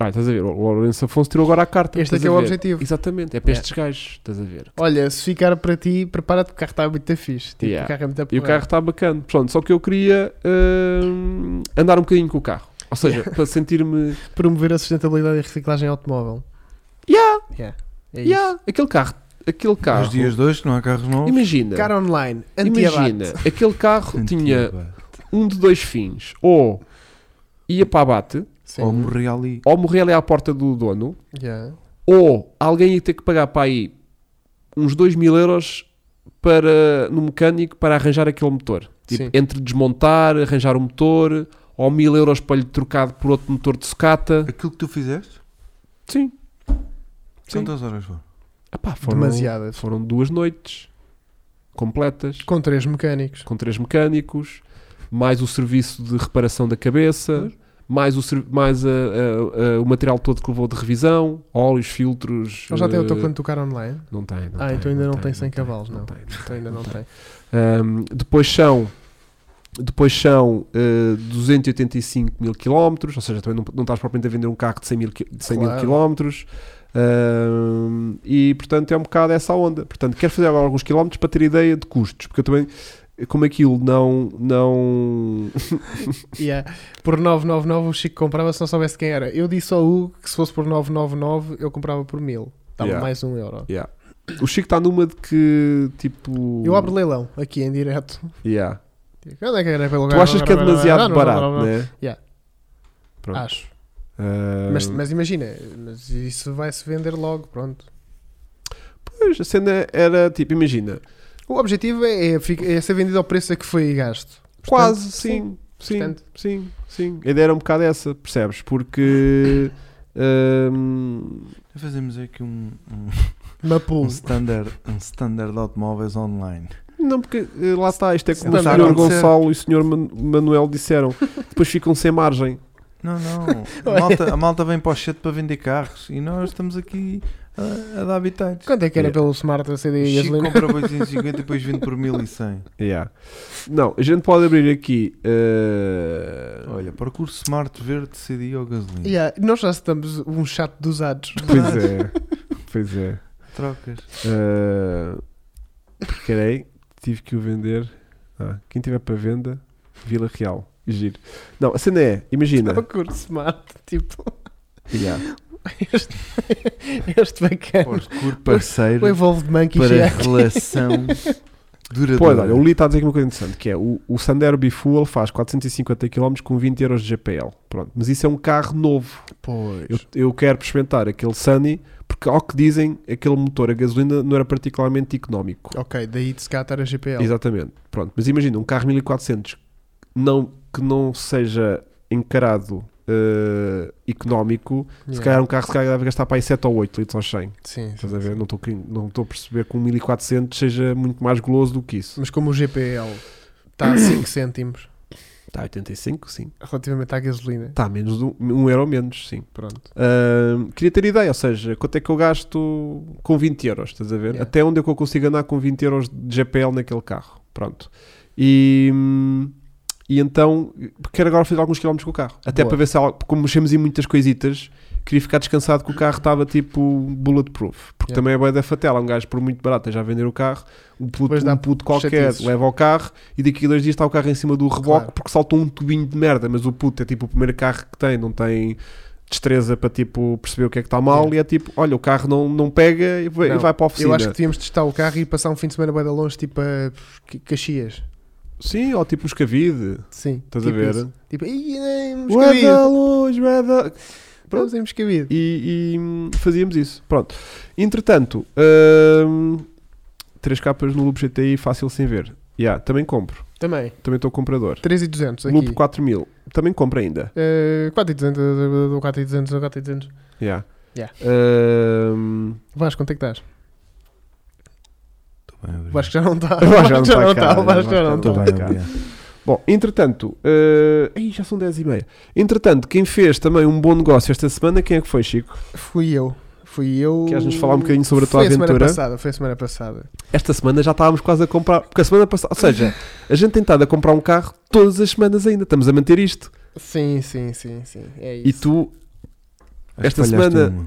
[SPEAKER 2] Ah, estás a ver? O Lourenço Afonso tirou agora a carta.
[SPEAKER 3] Este é
[SPEAKER 2] estás a
[SPEAKER 3] que é o
[SPEAKER 2] ver?
[SPEAKER 3] objetivo.
[SPEAKER 2] Exatamente, é para
[SPEAKER 3] É.
[SPEAKER 2] estes gajos. Estás a ver?
[SPEAKER 3] Olha, se ficar para ti, prepara-te, porque o carro está muito fixe. Tipo,
[SPEAKER 2] Yeah.
[SPEAKER 3] o carro é muito
[SPEAKER 2] E o carro está bacana. Pronto, só que eu queria hum, andar um bocadinho com o carro. Ou seja, para sentir-me.
[SPEAKER 3] Promover a sustentabilidade e reciclagem automóvel.
[SPEAKER 2] Yeah,
[SPEAKER 3] [laughs] É isso.
[SPEAKER 2] yeah, aquele carro. Aquele carro.
[SPEAKER 1] Nos dias de hoje, que não há carros novos.
[SPEAKER 2] Imagina.
[SPEAKER 3] Cara online,
[SPEAKER 2] imagina.
[SPEAKER 3] [laughs] anti-abate.
[SPEAKER 2] Aquele carro tinha
[SPEAKER 1] Antiga.
[SPEAKER 2] um de dois fins. Ou ia para abate,
[SPEAKER 3] Sim.
[SPEAKER 1] Ou morri ali.
[SPEAKER 2] ou morrer ali à porta do dono,
[SPEAKER 3] Yeah.
[SPEAKER 2] ou alguém ia ter que pagar para aí uns 2 mil euros para, no mecânico para arranjar aquele motor. Tipo,
[SPEAKER 3] Sim.
[SPEAKER 2] entre desmontar, arranjar o motor, ou mil euros para lhe trocar por outro motor de sucata.
[SPEAKER 1] Aquilo que tu fizeste?
[SPEAKER 2] Sim. Sim.
[SPEAKER 1] Quantas horas foram?
[SPEAKER 2] Epá, foram,
[SPEAKER 3] Demasiadas.
[SPEAKER 2] foram duas noites completas,
[SPEAKER 3] Com três mecânicos.
[SPEAKER 2] com três mecânicos, mais o serviço de reparação da cabeça, mais, o, ser- mais a- a- a- o material todo que levou de revisão, óleos, filtros.
[SPEAKER 3] Ele já tem o
[SPEAKER 2] eh,
[SPEAKER 3] teu do carro online?
[SPEAKER 2] Não tem. Não
[SPEAKER 3] Ah,
[SPEAKER 2] tem,
[SPEAKER 3] então ainda não tem 100
[SPEAKER 2] tem,
[SPEAKER 3] cavalos, não.
[SPEAKER 2] tem,
[SPEAKER 3] Então ainda não tem.
[SPEAKER 2] Um, depois são depois são eh, 285 mil quilómetros, ou seja, também não, não estás propriamente a vender um carro de 100 mil, qui- de 100 mil
[SPEAKER 3] Claro.
[SPEAKER 2] quilómetros Um, e portanto é um bocado essa onda. Portanto, quero fazer agora alguns quilómetros para ter ideia de custos, porque eu também, como aquilo não, não [laughs]
[SPEAKER 3] Yeah. Por 999 o Chico comprava se não soubesse quem era. Eu disse ao Hugo que se fosse por 999 eu comprava por 1000. Dava
[SPEAKER 2] Yeah.
[SPEAKER 3] mais um euro.
[SPEAKER 2] o Chico está numa de que tipo,
[SPEAKER 3] Eu abro leilão aqui em direto.
[SPEAKER 2] Yeah.
[SPEAKER 3] Quando é que era pelo
[SPEAKER 2] tu achas que é demasiado barato, né?
[SPEAKER 3] Yeah.
[SPEAKER 2] Pronto.
[SPEAKER 3] Acho.
[SPEAKER 2] Um,
[SPEAKER 3] Mas, mas imagina, mas isso vai-se vender logo, pronto.
[SPEAKER 2] pois, a cena era tipo, imagina,
[SPEAKER 3] O objetivo é, é fi- é ser vendido ao preço a que foi gasto.
[SPEAKER 2] Quase, sim. Sim,
[SPEAKER 3] Portanto-
[SPEAKER 2] sim, sim. A ideia era um bocado essa, percebes? [coughs] Porque. hum,
[SPEAKER 1] Fazemos aqui um, [laughs] um, um,
[SPEAKER 3] Mapul.
[SPEAKER 1] standard, um standard de automóveis online.
[SPEAKER 2] não, porque eh, lá está, isto é como o
[SPEAKER 1] Não, não,
[SPEAKER 2] Sr.
[SPEAKER 1] não.
[SPEAKER 2] Gonçalo e o Sr. Man- Manuel [laughs] disseram. Depois ficam sem margem.
[SPEAKER 1] Não, [laughs] não. A malta, a malta vem para o chat para vender carros e nós estamos aqui a, a dar habitantes.
[SPEAKER 3] Quanto é que era
[SPEAKER 2] Yeah.
[SPEAKER 3] pelo Smart a CD e
[SPEAKER 1] Chico
[SPEAKER 3] gasolina?
[SPEAKER 1] compra 850 e depois vende por 1100.
[SPEAKER 2] Yeah. Não, a gente pode abrir aqui. eh,
[SPEAKER 1] Olha, procure Smart Verde, CD ou gasolina.
[SPEAKER 3] Yeah, Nós já estamos um chato dos usados.
[SPEAKER 2] [laughs] Pois é, pois é.
[SPEAKER 1] Trocas.
[SPEAKER 2] Eh, Peraí, tive que o vender. Ah, quem tiver para venda, Vila Real. Giro. Não, a cena é, imagina.
[SPEAKER 3] Procure Smart. Tipo,
[SPEAKER 2] Yeah.
[SPEAKER 3] este, [laughs] este bacana.
[SPEAKER 1] Procure parceiro
[SPEAKER 3] O Evolved Monkey
[SPEAKER 1] para
[SPEAKER 3] já.
[SPEAKER 1] relação
[SPEAKER 2] Pois,
[SPEAKER 1] duradoura.
[SPEAKER 2] olha, o Lee está a dizer aqui uma coisa interessante, que é o, o Sandero Bifuel faz 450 km com 20 euros de GPL. Pronto, mas isso é um carro novo. Eu,
[SPEAKER 3] Pois.
[SPEAKER 2] eu quero experimentar aquele Sunny, porque ao que dizem, aquele motor a gasolina não era particularmente económico.
[SPEAKER 3] Ok, daí de escatar a GPL.
[SPEAKER 2] Exatamente. Pronto, mas imagina, um carro 1400 não, que não seja encarado eh, económico, se
[SPEAKER 3] Yeah.
[SPEAKER 2] calhar um carro se calhar deve gastar para aí 7 ou 8 litros aos 100.
[SPEAKER 3] Sim, sim.
[SPEAKER 2] Estás a ver? Não estou não estou a perceber que um 1400 seja muito mais goloso do que isso.
[SPEAKER 3] Mas como o GPL está a 5 cêntimos
[SPEAKER 2] Está 85, sim.
[SPEAKER 3] relativamente à gasolina.
[SPEAKER 2] Está menos de um, um euro menos, sim.
[SPEAKER 3] Pronto.
[SPEAKER 2] Ahm, queria ter ideia, ou seja, quanto é que eu gasto com 20 euros, estás a ver?
[SPEAKER 3] Yeah.
[SPEAKER 2] Até onde é que eu consigo andar com 20 euros de GPL naquele carro? Pronto. E, hum, e então, quero agora fazer alguns quilómetros com o carro. Até
[SPEAKER 3] Boa.
[SPEAKER 2] para ver se, há algo- como mexemos em muitas coisitas, queria ficar descansado que o carro estava tipo bulletproof. Porque
[SPEAKER 3] Yeah.
[SPEAKER 2] também é boa da fatela, um gajo por muito barato, já a vender o carro, um puto,
[SPEAKER 3] Depois dá
[SPEAKER 2] um puto qualquer
[SPEAKER 3] chatices.
[SPEAKER 2] leva ao carro e daqui a dois dias está o carro em cima do reboque
[SPEAKER 3] Claro.
[SPEAKER 2] porque saltou um tubinho de merda, mas o puto é tipo o primeiro carro que tem, não tem destreza para tipo perceber o que é que está mal e é tipo, olha, o carro não, não pega e vai,
[SPEAKER 3] Não,
[SPEAKER 2] e vai para a oficina.
[SPEAKER 3] Eu acho que devíamos testar o carro e passar um fim de semana bem de longe, tipo a Ca- Caxias.
[SPEAKER 2] Sim, ou tipo Moscavide.
[SPEAKER 3] Sim.
[SPEAKER 2] Estás
[SPEAKER 3] tipo
[SPEAKER 2] a ver?
[SPEAKER 3] isso. Tipo, "Ih, é,
[SPEAKER 2] Bué da
[SPEAKER 3] moscavido.
[SPEAKER 2] luz, bué da- Pronto.
[SPEAKER 3] Estamos em moscavido.
[SPEAKER 2] E, e, hum, fazíamos isso. Pronto. Entretanto, hum, três capas no Loop GTI fácil sem ver. Yeah, também compro.
[SPEAKER 3] Também.
[SPEAKER 2] Também estou comprador.
[SPEAKER 3] 3,200 aqui.
[SPEAKER 2] Loop 4000. Também compro ainda.
[SPEAKER 3] Eh, 4,200 do 4,200 do 4,200.
[SPEAKER 2] Yeah. Hum,
[SPEAKER 3] Yeah.
[SPEAKER 2] Ahm,
[SPEAKER 3] Vasco, quanto é que estás?
[SPEAKER 1] Estou bem, obrigado.
[SPEAKER 3] Vasco já não
[SPEAKER 2] [laughs]
[SPEAKER 3] está.
[SPEAKER 2] Vasco já não tá cá,
[SPEAKER 3] está.
[SPEAKER 2] né?
[SPEAKER 3] Vasco já não
[SPEAKER 2] Vasco
[SPEAKER 1] Estou
[SPEAKER 3] está.
[SPEAKER 1] bem,
[SPEAKER 2] Tá.
[SPEAKER 1] obrigado.
[SPEAKER 2] Bom, entretanto, eh, ei, já são 10 e meia. Entretanto, quem fez também um bom negócio esta semana, quem é que foi, Chico?
[SPEAKER 3] Fui eu. Fui eu.
[SPEAKER 2] Queres-nos falar um bocadinho sobre a tua
[SPEAKER 3] foi A semana
[SPEAKER 2] aventura?
[SPEAKER 3] passada, foi a semana passada.
[SPEAKER 2] Esta semana já estávamos quase a comprar, porque a semana passada, ou seja, a gente tem estado a comprar um carro todas as semanas ainda, estamos a manter isto.
[SPEAKER 3] Sim, sim, sim, sim. É
[SPEAKER 2] E
[SPEAKER 3] isso.
[SPEAKER 2] tu,
[SPEAKER 1] Acho que
[SPEAKER 2] Esta
[SPEAKER 1] falhaste
[SPEAKER 2] semana-
[SPEAKER 1] uma.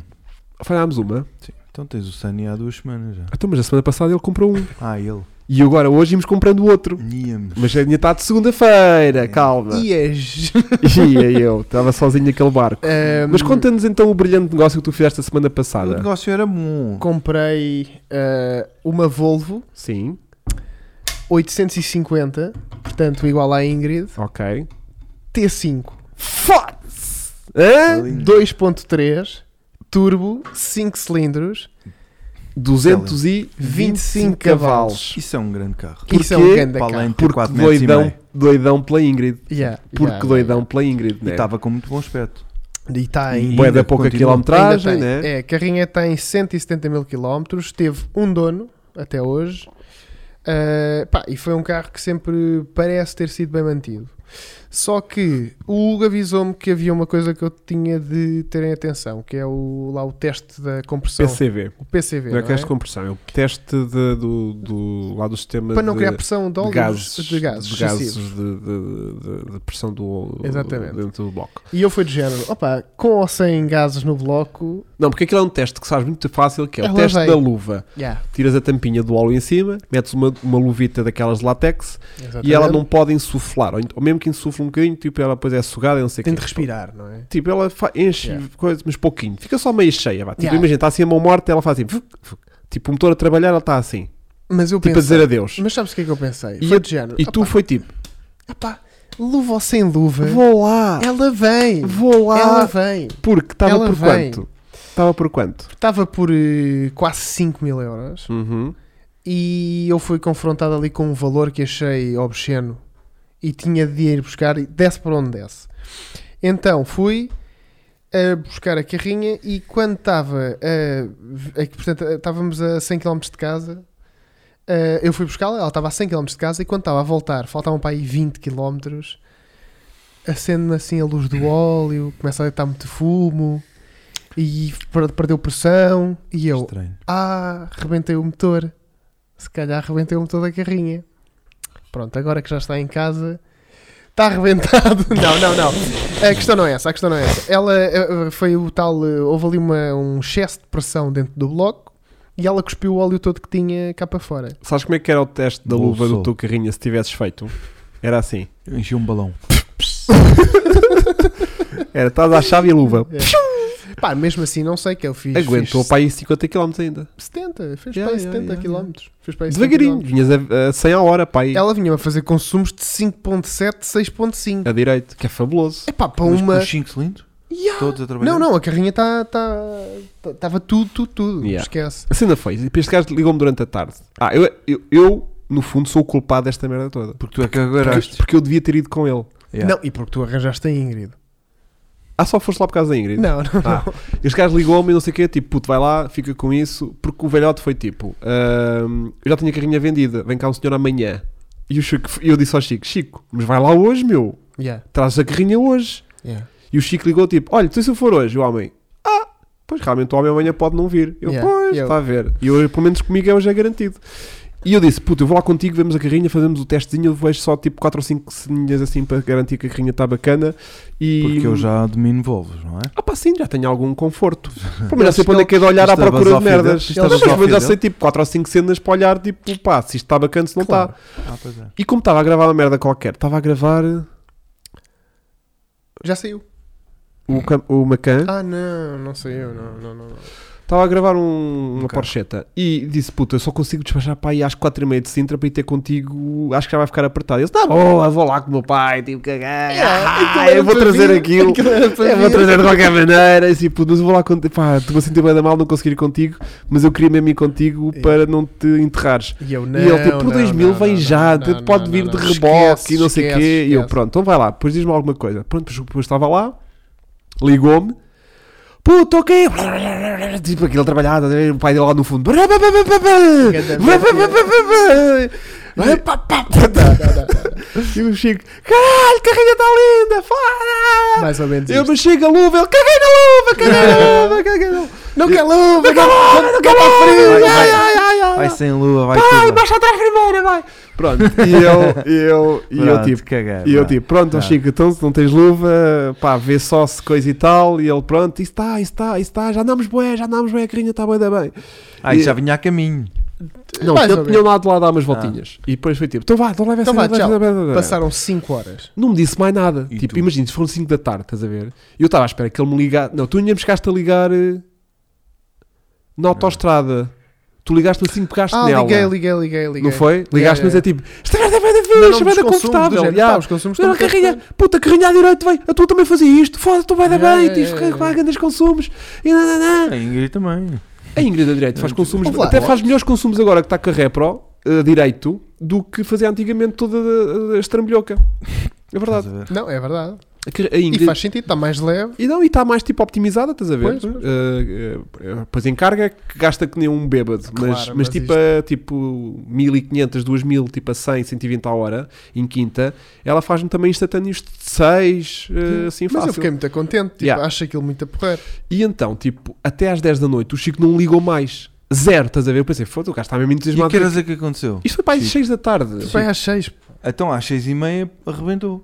[SPEAKER 2] falhámos uma.
[SPEAKER 1] Sim. Então tens o Sunny há duas semanas já.
[SPEAKER 2] Ah, Então, mas a semana passada ele comprou um.
[SPEAKER 1] Ah, ele.
[SPEAKER 2] E agora hoje ímos comprando outro.
[SPEAKER 1] Niam.
[SPEAKER 2] Mas é ainda está de segunda-feira, calma.
[SPEAKER 3] É.
[SPEAKER 2] [laughs]
[SPEAKER 3] E és. Ehm,
[SPEAKER 2] Ia eu, estava sozinho naquele barco.
[SPEAKER 3] É, hum.
[SPEAKER 2] Mas conta-nos então o brilhante negócio que tu fizeste a semana
[SPEAKER 1] O
[SPEAKER 3] Um
[SPEAKER 2] passada.
[SPEAKER 1] negócio era bom.
[SPEAKER 3] Comprei eh, uma Volvo
[SPEAKER 2] Sim,
[SPEAKER 3] 850, portanto igual à Ingrid,
[SPEAKER 2] ok.
[SPEAKER 3] T5,
[SPEAKER 2] Foda-se! Hã?
[SPEAKER 1] Lindo.
[SPEAKER 3] 2.3, turbo, 5 cilindros,
[SPEAKER 2] 225 cavalos.
[SPEAKER 1] Isso é um grande carro.
[SPEAKER 3] que isso é
[SPEAKER 2] Porquê?
[SPEAKER 3] um ganda
[SPEAKER 1] Para além
[SPEAKER 3] carro.
[SPEAKER 1] de ter
[SPEAKER 2] Porque
[SPEAKER 1] 4 metros e
[SPEAKER 2] doidão,
[SPEAKER 1] meio.
[SPEAKER 2] doidão pela Ingrid.
[SPEAKER 3] Yeah,
[SPEAKER 2] Porque
[SPEAKER 3] yeah, tá
[SPEAKER 2] doidão pela Ingrid,
[SPEAKER 1] E
[SPEAKER 2] né?
[SPEAKER 1] estava com muito bom aspecto.
[SPEAKER 3] yeah. E está em...
[SPEAKER 2] Boé da
[SPEAKER 1] ainda
[SPEAKER 2] pouca
[SPEAKER 1] continua.
[SPEAKER 2] quilometragem,
[SPEAKER 3] ainda tem.
[SPEAKER 2] né?
[SPEAKER 3] É, a carrinha tem 170 mil quilómetros, teve um dono até hoje Ah, pá, e foi um carro que sempre parece ter sido bem mantido. Só que o Hugo avisou-me que havia uma coisa que eu tinha de ter em atenção, que é o, lá o teste da compressão,
[SPEAKER 2] PCV.
[SPEAKER 3] o PCV,
[SPEAKER 2] Não é
[SPEAKER 3] não
[SPEAKER 2] teste
[SPEAKER 3] é?
[SPEAKER 2] de compressão, é o teste de- do, do, lá do sistema
[SPEAKER 3] para não
[SPEAKER 2] de,
[SPEAKER 3] criar pressão de
[SPEAKER 2] de
[SPEAKER 3] óleos,
[SPEAKER 2] gases,
[SPEAKER 3] de gases,
[SPEAKER 2] de,
[SPEAKER 3] excessivos.
[SPEAKER 2] gases de, de- de- de pressão do
[SPEAKER 3] Exatamente.
[SPEAKER 2] dentro do bloco.
[SPEAKER 3] E eu fui de género, opa, com ou sem gases no bloco,
[SPEAKER 2] Não, porque aquilo é um teste que sabes muito fácil, que é o
[SPEAKER 3] Ela
[SPEAKER 2] teste
[SPEAKER 3] veio.
[SPEAKER 2] da luva.
[SPEAKER 3] yeah,
[SPEAKER 2] Tiras a tampinha do óleo em cima, metes uma, uma luvita daquelas de latex e
[SPEAKER 3] exatamente.
[SPEAKER 2] ela não pode insuflar, ou, ent- ou mesmo que insufle um bocadinho, tipo, ela depois é sugada e não sei o
[SPEAKER 3] tem
[SPEAKER 2] quê.
[SPEAKER 3] de respirar, não é?
[SPEAKER 2] Tipo, ela fa- enche
[SPEAKER 3] Yeah.
[SPEAKER 2] coisa, mas pouquinho. Fica só meio cheia, vá. Tipo,
[SPEAKER 3] Yeah.
[SPEAKER 2] imagina, está assim a mão morta, ela faz assim... fuc, fuc. Tipo, o motor a trabalhar, ela está assim.
[SPEAKER 3] Mas eu
[SPEAKER 2] Tipo, a
[SPEAKER 3] pensei,
[SPEAKER 2] dizer adeus.
[SPEAKER 3] mas sabes o que é que eu pensei?
[SPEAKER 2] E
[SPEAKER 3] foi
[SPEAKER 2] eu-
[SPEAKER 3] de género,
[SPEAKER 2] E tu
[SPEAKER 3] opa,
[SPEAKER 2] foi tipo...
[SPEAKER 3] Epá, luva ou sem luva,
[SPEAKER 2] Vou lá!
[SPEAKER 3] ela vem.
[SPEAKER 2] Vou lá!
[SPEAKER 3] Ela vem.
[SPEAKER 2] Porque estava
[SPEAKER 3] Ela
[SPEAKER 2] por
[SPEAKER 3] vem.
[SPEAKER 2] quanto? Estava por quanto?
[SPEAKER 3] Estava por eh, quase 5 mil euros
[SPEAKER 2] Uhum.
[SPEAKER 3] e eu fui confrontado ali com um valor que achei obsceno e tinha de ir buscar, e desce para onde desce. Então fui a buscar a carrinha e quando estava a, v- a- portanto, eh, estávamos a 100 km de casa, eh, eu fui buscá-la, ela estava a 100 km de casa e quando estava a voltar, faltavam para aí 20 km, acende-me assim a luz do óleo, começa a deitar muito fumo e per- perdeu pressão e eu,
[SPEAKER 1] Estranho.
[SPEAKER 3] ah, rebentei o motor. Se calhar rebentei o motor da carrinha. Pronto, agora que já está em casa, está arrebentado. [laughs] Não, não, não. A questão não é essa, a questão não é essa. Ela eh, eh, foi o tal. eh, Houve ali uma- um excesso de pressão dentro do bloco e ela cuspiu o óleo todo que tinha cá para fora.
[SPEAKER 2] Sabes como é que era o teste da
[SPEAKER 1] Bolso.
[SPEAKER 2] luva do teu carrinho se tivesses feito? Era assim.
[SPEAKER 1] Eu Enchi um balão.
[SPEAKER 2] Era, estás à chave e a
[SPEAKER 3] [laughs]
[SPEAKER 2] luva.
[SPEAKER 3] É. Pá, mesmo assim, não sei o que eu fiz.
[SPEAKER 2] Aguentou
[SPEAKER 3] fiz
[SPEAKER 2] para aí 50 km ainda.
[SPEAKER 3] 70, fez
[SPEAKER 2] Yeah,
[SPEAKER 3] para aí
[SPEAKER 2] yeah,
[SPEAKER 3] 70
[SPEAKER 2] yeah,
[SPEAKER 3] km. Fez para aí 70
[SPEAKER 2] Devagarinho,
[SPEAKER 3] km.
[SPEAKER 2] vinhas a, a 100 a hora para aí
[SPEAKER 3] Ela vinha a fazer consumos de 5,7, 6,5.
[SPEAKER 2] a direito, que é fabuloso.
[SPEAKER 3] É pá, para
[SPEAKER 1] Mas com
[SPEAKER 3] uma.
[SPEAKER 1] os 5 cilindros?
[SPEAKER 3] Yeah.
[SPEAKER 1] Todos a trabalhar?
[SPEAKER 3] Não, não, a carrinha estava tá, tava tudo, tudo, tudo.
[SPEAKER 2] Yeah.
[SPEAKER 3] Esquece.
[SPEAKER 2] A cena foi, e depois este gajo ligou-me durante a tarde. Ah, eu, eu, eu, no fundo, sou o culpado desta merda toda.
[SPEAKER 1] Porque tu é que
[SPEAKER 2] Porque,
[SPEAKER 1] agarraste.
[SPEAKER 2] porque eu devia ter ido com ele.
[SPEAKER 1] Yeah.
[SPEAKER 3] Não, e porque tu arranjaste a Ingrid.
[SPEAKER 2] Ah, só foste lá por causa da Ingrid?
[SPEAKER 3] Não, não,
[SPEAKER 2] Ah, este gajo ligou-me e não sei o quê, tipo, puto, vai lá, fica com isso, porque o velhote foi tipo, "Ahm, eu já tinha carrinha vendida, vem cá um senhor amanhã. E o Chico, e eu disse ao Chico, Chico, mas vai lá hoje, meu,
[SPEAKER 3] não. Yeah,
[SPEAKER 2] traz a carrinha hoje.
[SPEAKER 3] yeah.
[SPEAKER 2] E o Chico ligou tipo, olha, tu e se eu for hoje, o homem, ah, pois realmente o homem amanhã pode não vir. Eu,
[SPEAKER 3] Yeah,
[SPEAKER 2] pois,
[SPEAKER 3] eu-
[SPEAKER 2] está a ver. E eu, pelo menos comigo é hoje é garantido. E eu disse, puto, eu vou lá contigo, vemos a carrinha, fazemos o testezinho, eu vejo só tipo 4 ou 5 ceninhas assim para garantir que a carrinha está bacana. E...
[SPEAKER 1] Porque eu já domino Volvos, não é?
[SPEAKER 2] Ah pá, sim, já tenho algum conforto.
[SPEAKER 1] [laughs]
[SPEAKER 2] Pelo menos já sei
[SPEAKER 3] Eles-
[SPEAKER 2] para onde é que é de olhar à
[SPEAKER 1] estavas
[SPEAKER 2] procura
[SPEAKER 1] ao
[SPEAKER 2] de
[SPEAKER 1] fio dele?
[SPEAKER 2] merdas. Não,
[SPEAKER 1] Estavas
[SPEAKER 2] mas
[SPEAKER 1] ao
[SPEAKER 2] eu
[SPEAKER 1] fio
[SPEAKER 2] já
[SPEAKER 1] dele?
[SPEAKER 2] sei tipo 4 ou 5 cenas para olhar, tipo, pá, se isto está bacana, se não está.
[SPEAKER 3] Claro.
[SPEAKER 1] Ah, pois é.
[SPEAKER 2] E como estava a gravar uma merda qualquer, estava a gravar
[SPEAKER 3] Já saiu.
[SPEAKER 2] o, cam- o Macan.
[SPEAKER 3] Ah, não, não saiu, não, não, não. não.
[SPEAKER 2] Estava a gravar um- uma
[SPEAKER 1] carro.
[SPEAKER 2] porcheta e disse: Puta, eu só consigo despachar para aí às 4h30 de Sintra para ir ter contigo. Acho que já vai ficar apertado. E Ele disse: Tá boa, vou lá com o meu pai. Tipo, cagar,
[SPEAKER 3] aquilo
[SPEAKER 2] ah,
[SPEAKER 3] era
[SPEAKER 2] eu vou
[SPEAKER 3] para
[SPEAKER 2] trazer
[SPEAKER 3] vir,
[SPEAKER 2] aquilo.
[SPEAKER 3] aquilo era para
[SPEAKER 2] Eu vou
[SPEAKER 3] vir."
[SPEAKER 2] trazer de qualquer maneira. E assim, puto, mas eu vou lá contigo. Pá, estou a sentir bem da mal não conseguir ir contigo, mas eu queria mesmo ir contigo para não te enterrares.
[SPEAKER 3] E eu não.
[SPEAKER 2] e ele, tipo, por
[SPEAKER 3] não,
[SPEAKER 2] 2 mil
[SPEAKER 3] não,
[SPEAKER 2] vem
[SPEAKER 3] não,
[SPEAKER 2] já,
[SPEAKER 3] não,
[SPEAKER 2] te-
[SPEAKER 3] não,
[SPEAKER 2] pode
[SPEAKER 3] não,
[SPEAKER 2] vir
[SPEAKER 3] não,
[SPEAKER 2] de
[SPEAKER 3] não.
[SPEAKER 2] reboque e não sei o
[SPEAKER 3] Esquece,
[SPEAKER 2] quê. E eu,
[SPEAKER 3] esquece.
[SPEAKER 2] pronto, então vai lá, depois diz-me alguma coisa. Pronto, depois, depois estava lá, ligou-me, Puto, ok. Tipo aquilo trabalhado, o pai dele lá no fundo. E o Chico, caralho, carrinha está linda, fora!
[SPEAKER 3] Mais ou menos
[SPEAKER 2] Eu
[SPEAKER 3] isto.
[SPEAKER 2] me chego a luva, ele caguei na luva, caguei
[SPEAKER 3] [laughs]
[SPEAKER 2] na luva, caguei na luva.
[SPEAKER 3] Não quer
[SPEAKER 2] [laughs] Não
[SPEAKER 3] luva,
[SPEAKER 2] quer luva, não quer luva,
[SPEAKER 1] Vai,
[SPEAKER 2] ai,
[SPEAKER 1] vai.
[SPEAKER 2] ai, ai, ai,
[SPEAKER 1] Ah. Vai
[SPEAKER 2] ai.
[SPEAKER 1] sem lua, vai
[SPEAKER 2] Vai,
[SPEAKER 3] Ah,
[SPEAKER 1] tudo.
[SPEAKER 2] baixa atrás primeiro, vai. Pronto, e eu, e eu, e eu
[SPEAKER 1] Pronto,
[SPEAKER 2] tipo,
[SPEAKER 1] cagar,
[SPEAKER 2] e eu
[SPEAKER 1] vá.
[SPEAKER 2] tipo, pronto, ó
[SPEAKER 1] Pronto.
[SPEAKER 2] Chico, então se não tens luva, pá, vê só se coisa e tal. E ele, pronto, isso está, isso está, isso está, já andamos bué, já andamos bué, a carrinha está bué da bem.
[SPEAKER 1] Ah, isso já vinha a caminho.
[SPEAKER 2] Não,
[SPEAKER 3] Mais
[SPEAKER 2] eu
[SPEAKER 3] ou
[SPEAKER 2] tinha lá de lá dar
[SPEAKER 1] Ah.
[SPEAKER 2] umas voltinhas. E depois foi tipo, então vá, então leva essa
[SPEAKER 3] Então vá,
[SPEAKER 2] leva essa-
[SPEAKER 3] tchau.
[SPEAKER 2] leva essa-
[SPEAKER 3] Passaram 5 horas.
[SPEAKER 2] Não me disse mais nada.
[SPEAKER 1] E
[SPEAKER 2] tipo,
[SPEAKER 1] tu?
[SPEAKER 2] imagina, se foram 5 da tarde, estás a ver? Eu estava à espera que ele me ligasse. Não, tu ainda me chegaste a ligar eh, na
[SPEAKER 1] Ah.
[SPEAKER 2] autoestrada. Tu ligaste-me assim que pegaste
[SPEAKER 3] Ah,
[SPEAKER 2] nela.
[SPEAKER 3] liguei, liguei, liguei, liguei.
[SPEAKER 2] Não foi? Ligaste-me a dizer
[SPEAKER 3] Yeah,
[SPEAKER 2] tipo, esta merda é bem
[SPEAKER 3] Não,
[SPEAKER 2] fixe,
[SPEAKER 3] não,
[SPEAKER 2] é
[SPEAKER 3] dos
[SPEAKER 2] bem
[SPEAKER 3] consumos, do
[SPEAKER 2] confortável.
[SPEAKER 3] género,
[SPEAKER 2] já.
[SPEAKER 3] pá, os consumos
[SPEAKER 2] Olha,
[SPEAKER 3] estão cá
[SPEAKER 2] carrinha,
[SPEAKER 3] fora.
[SPEAKER 2] puta, carrinha à direita, vai, a tua também fazia isto, foda-se, tu vai dar
[SPEAKER 3] Yeah,
[SPEAKER 2] bem,
[SPEAKER 3] yeah,
[SPEAKER 2] tens
[SPEAKER 3] yeah,
[SPEAKER 2] que
[SPEAKER 3] yeah.
[SPEAKER 2] pagar grandes consumos. E nananã.
[SPEAKER 1] A Ingrid também.
[SPEAKER 2] A Ingrid da direita é faz consumos,
[SPEAKER 3] Ouve lá,
[SPEAKER 2] até
[SPEAKER 3] eu
[SPEAKER 2] faz melhores consumos agora que está com a Repro, a direito, do que fazia antigamente toda a- a- a estrambilhoca. É
[SPEAKER 1] Estás
[SPEAKER 2] verdade.
[SPEAKER 1] a ver?
[SPEAKER 3] Não, é verdade.
[SPEAKER 2] A car- a
[SPEAKER 3] E
[SPEAKER 2] Ingrid-
[SPEAKER 3] faz sentido, está mais leve.
[SPEAKER 2] E não, e está mais tipo optimizada, estás a ver?
[SPEAKER 3] Pois, pois.
[SPEAKER 2] Eh, eh, pois em carga que gasta que nem um bêbado,
[SPEAKER 3] Claro,
[SPEAKER 2] mas, mas,
[SPEAKER 3] mas
[SPEAKER 2] tipo,
[SPEAKER 1] é.
[SPEAKER 2] a, tipo 1500, 2000, tipo a 100, 120 a hora em quinta, ela faz-me também instantâneos de 6, assim
[SPEAKER 3] Mas eu
[SPEAKER 2] fácil.
[SPEAKER 3] fiquei muito contente. Tipo,
[SPEAKER 2] Yeah.
[SPEAKER 3] acho aquilo muito a porrer.
[SPEAKER 2] E então, tipo, até às 10 da noite o Chico não ligou mais, zero, estás a ver? Eu pensei, foda, o gajo está mesmo
[SPEAKER 1] E
[SPEAKER 2] entusiasmado.
[SPEAKER 1] que horas é que aconteceu?
[SPEAKER 2] Isto foi para as
[SPEAKER 1] Chico.
[SPEAKER 2] 6 da tarde.
[SPEAKER 3] Vai às 6.
[SPEAKER 1] Então às seis e meia arrebentou.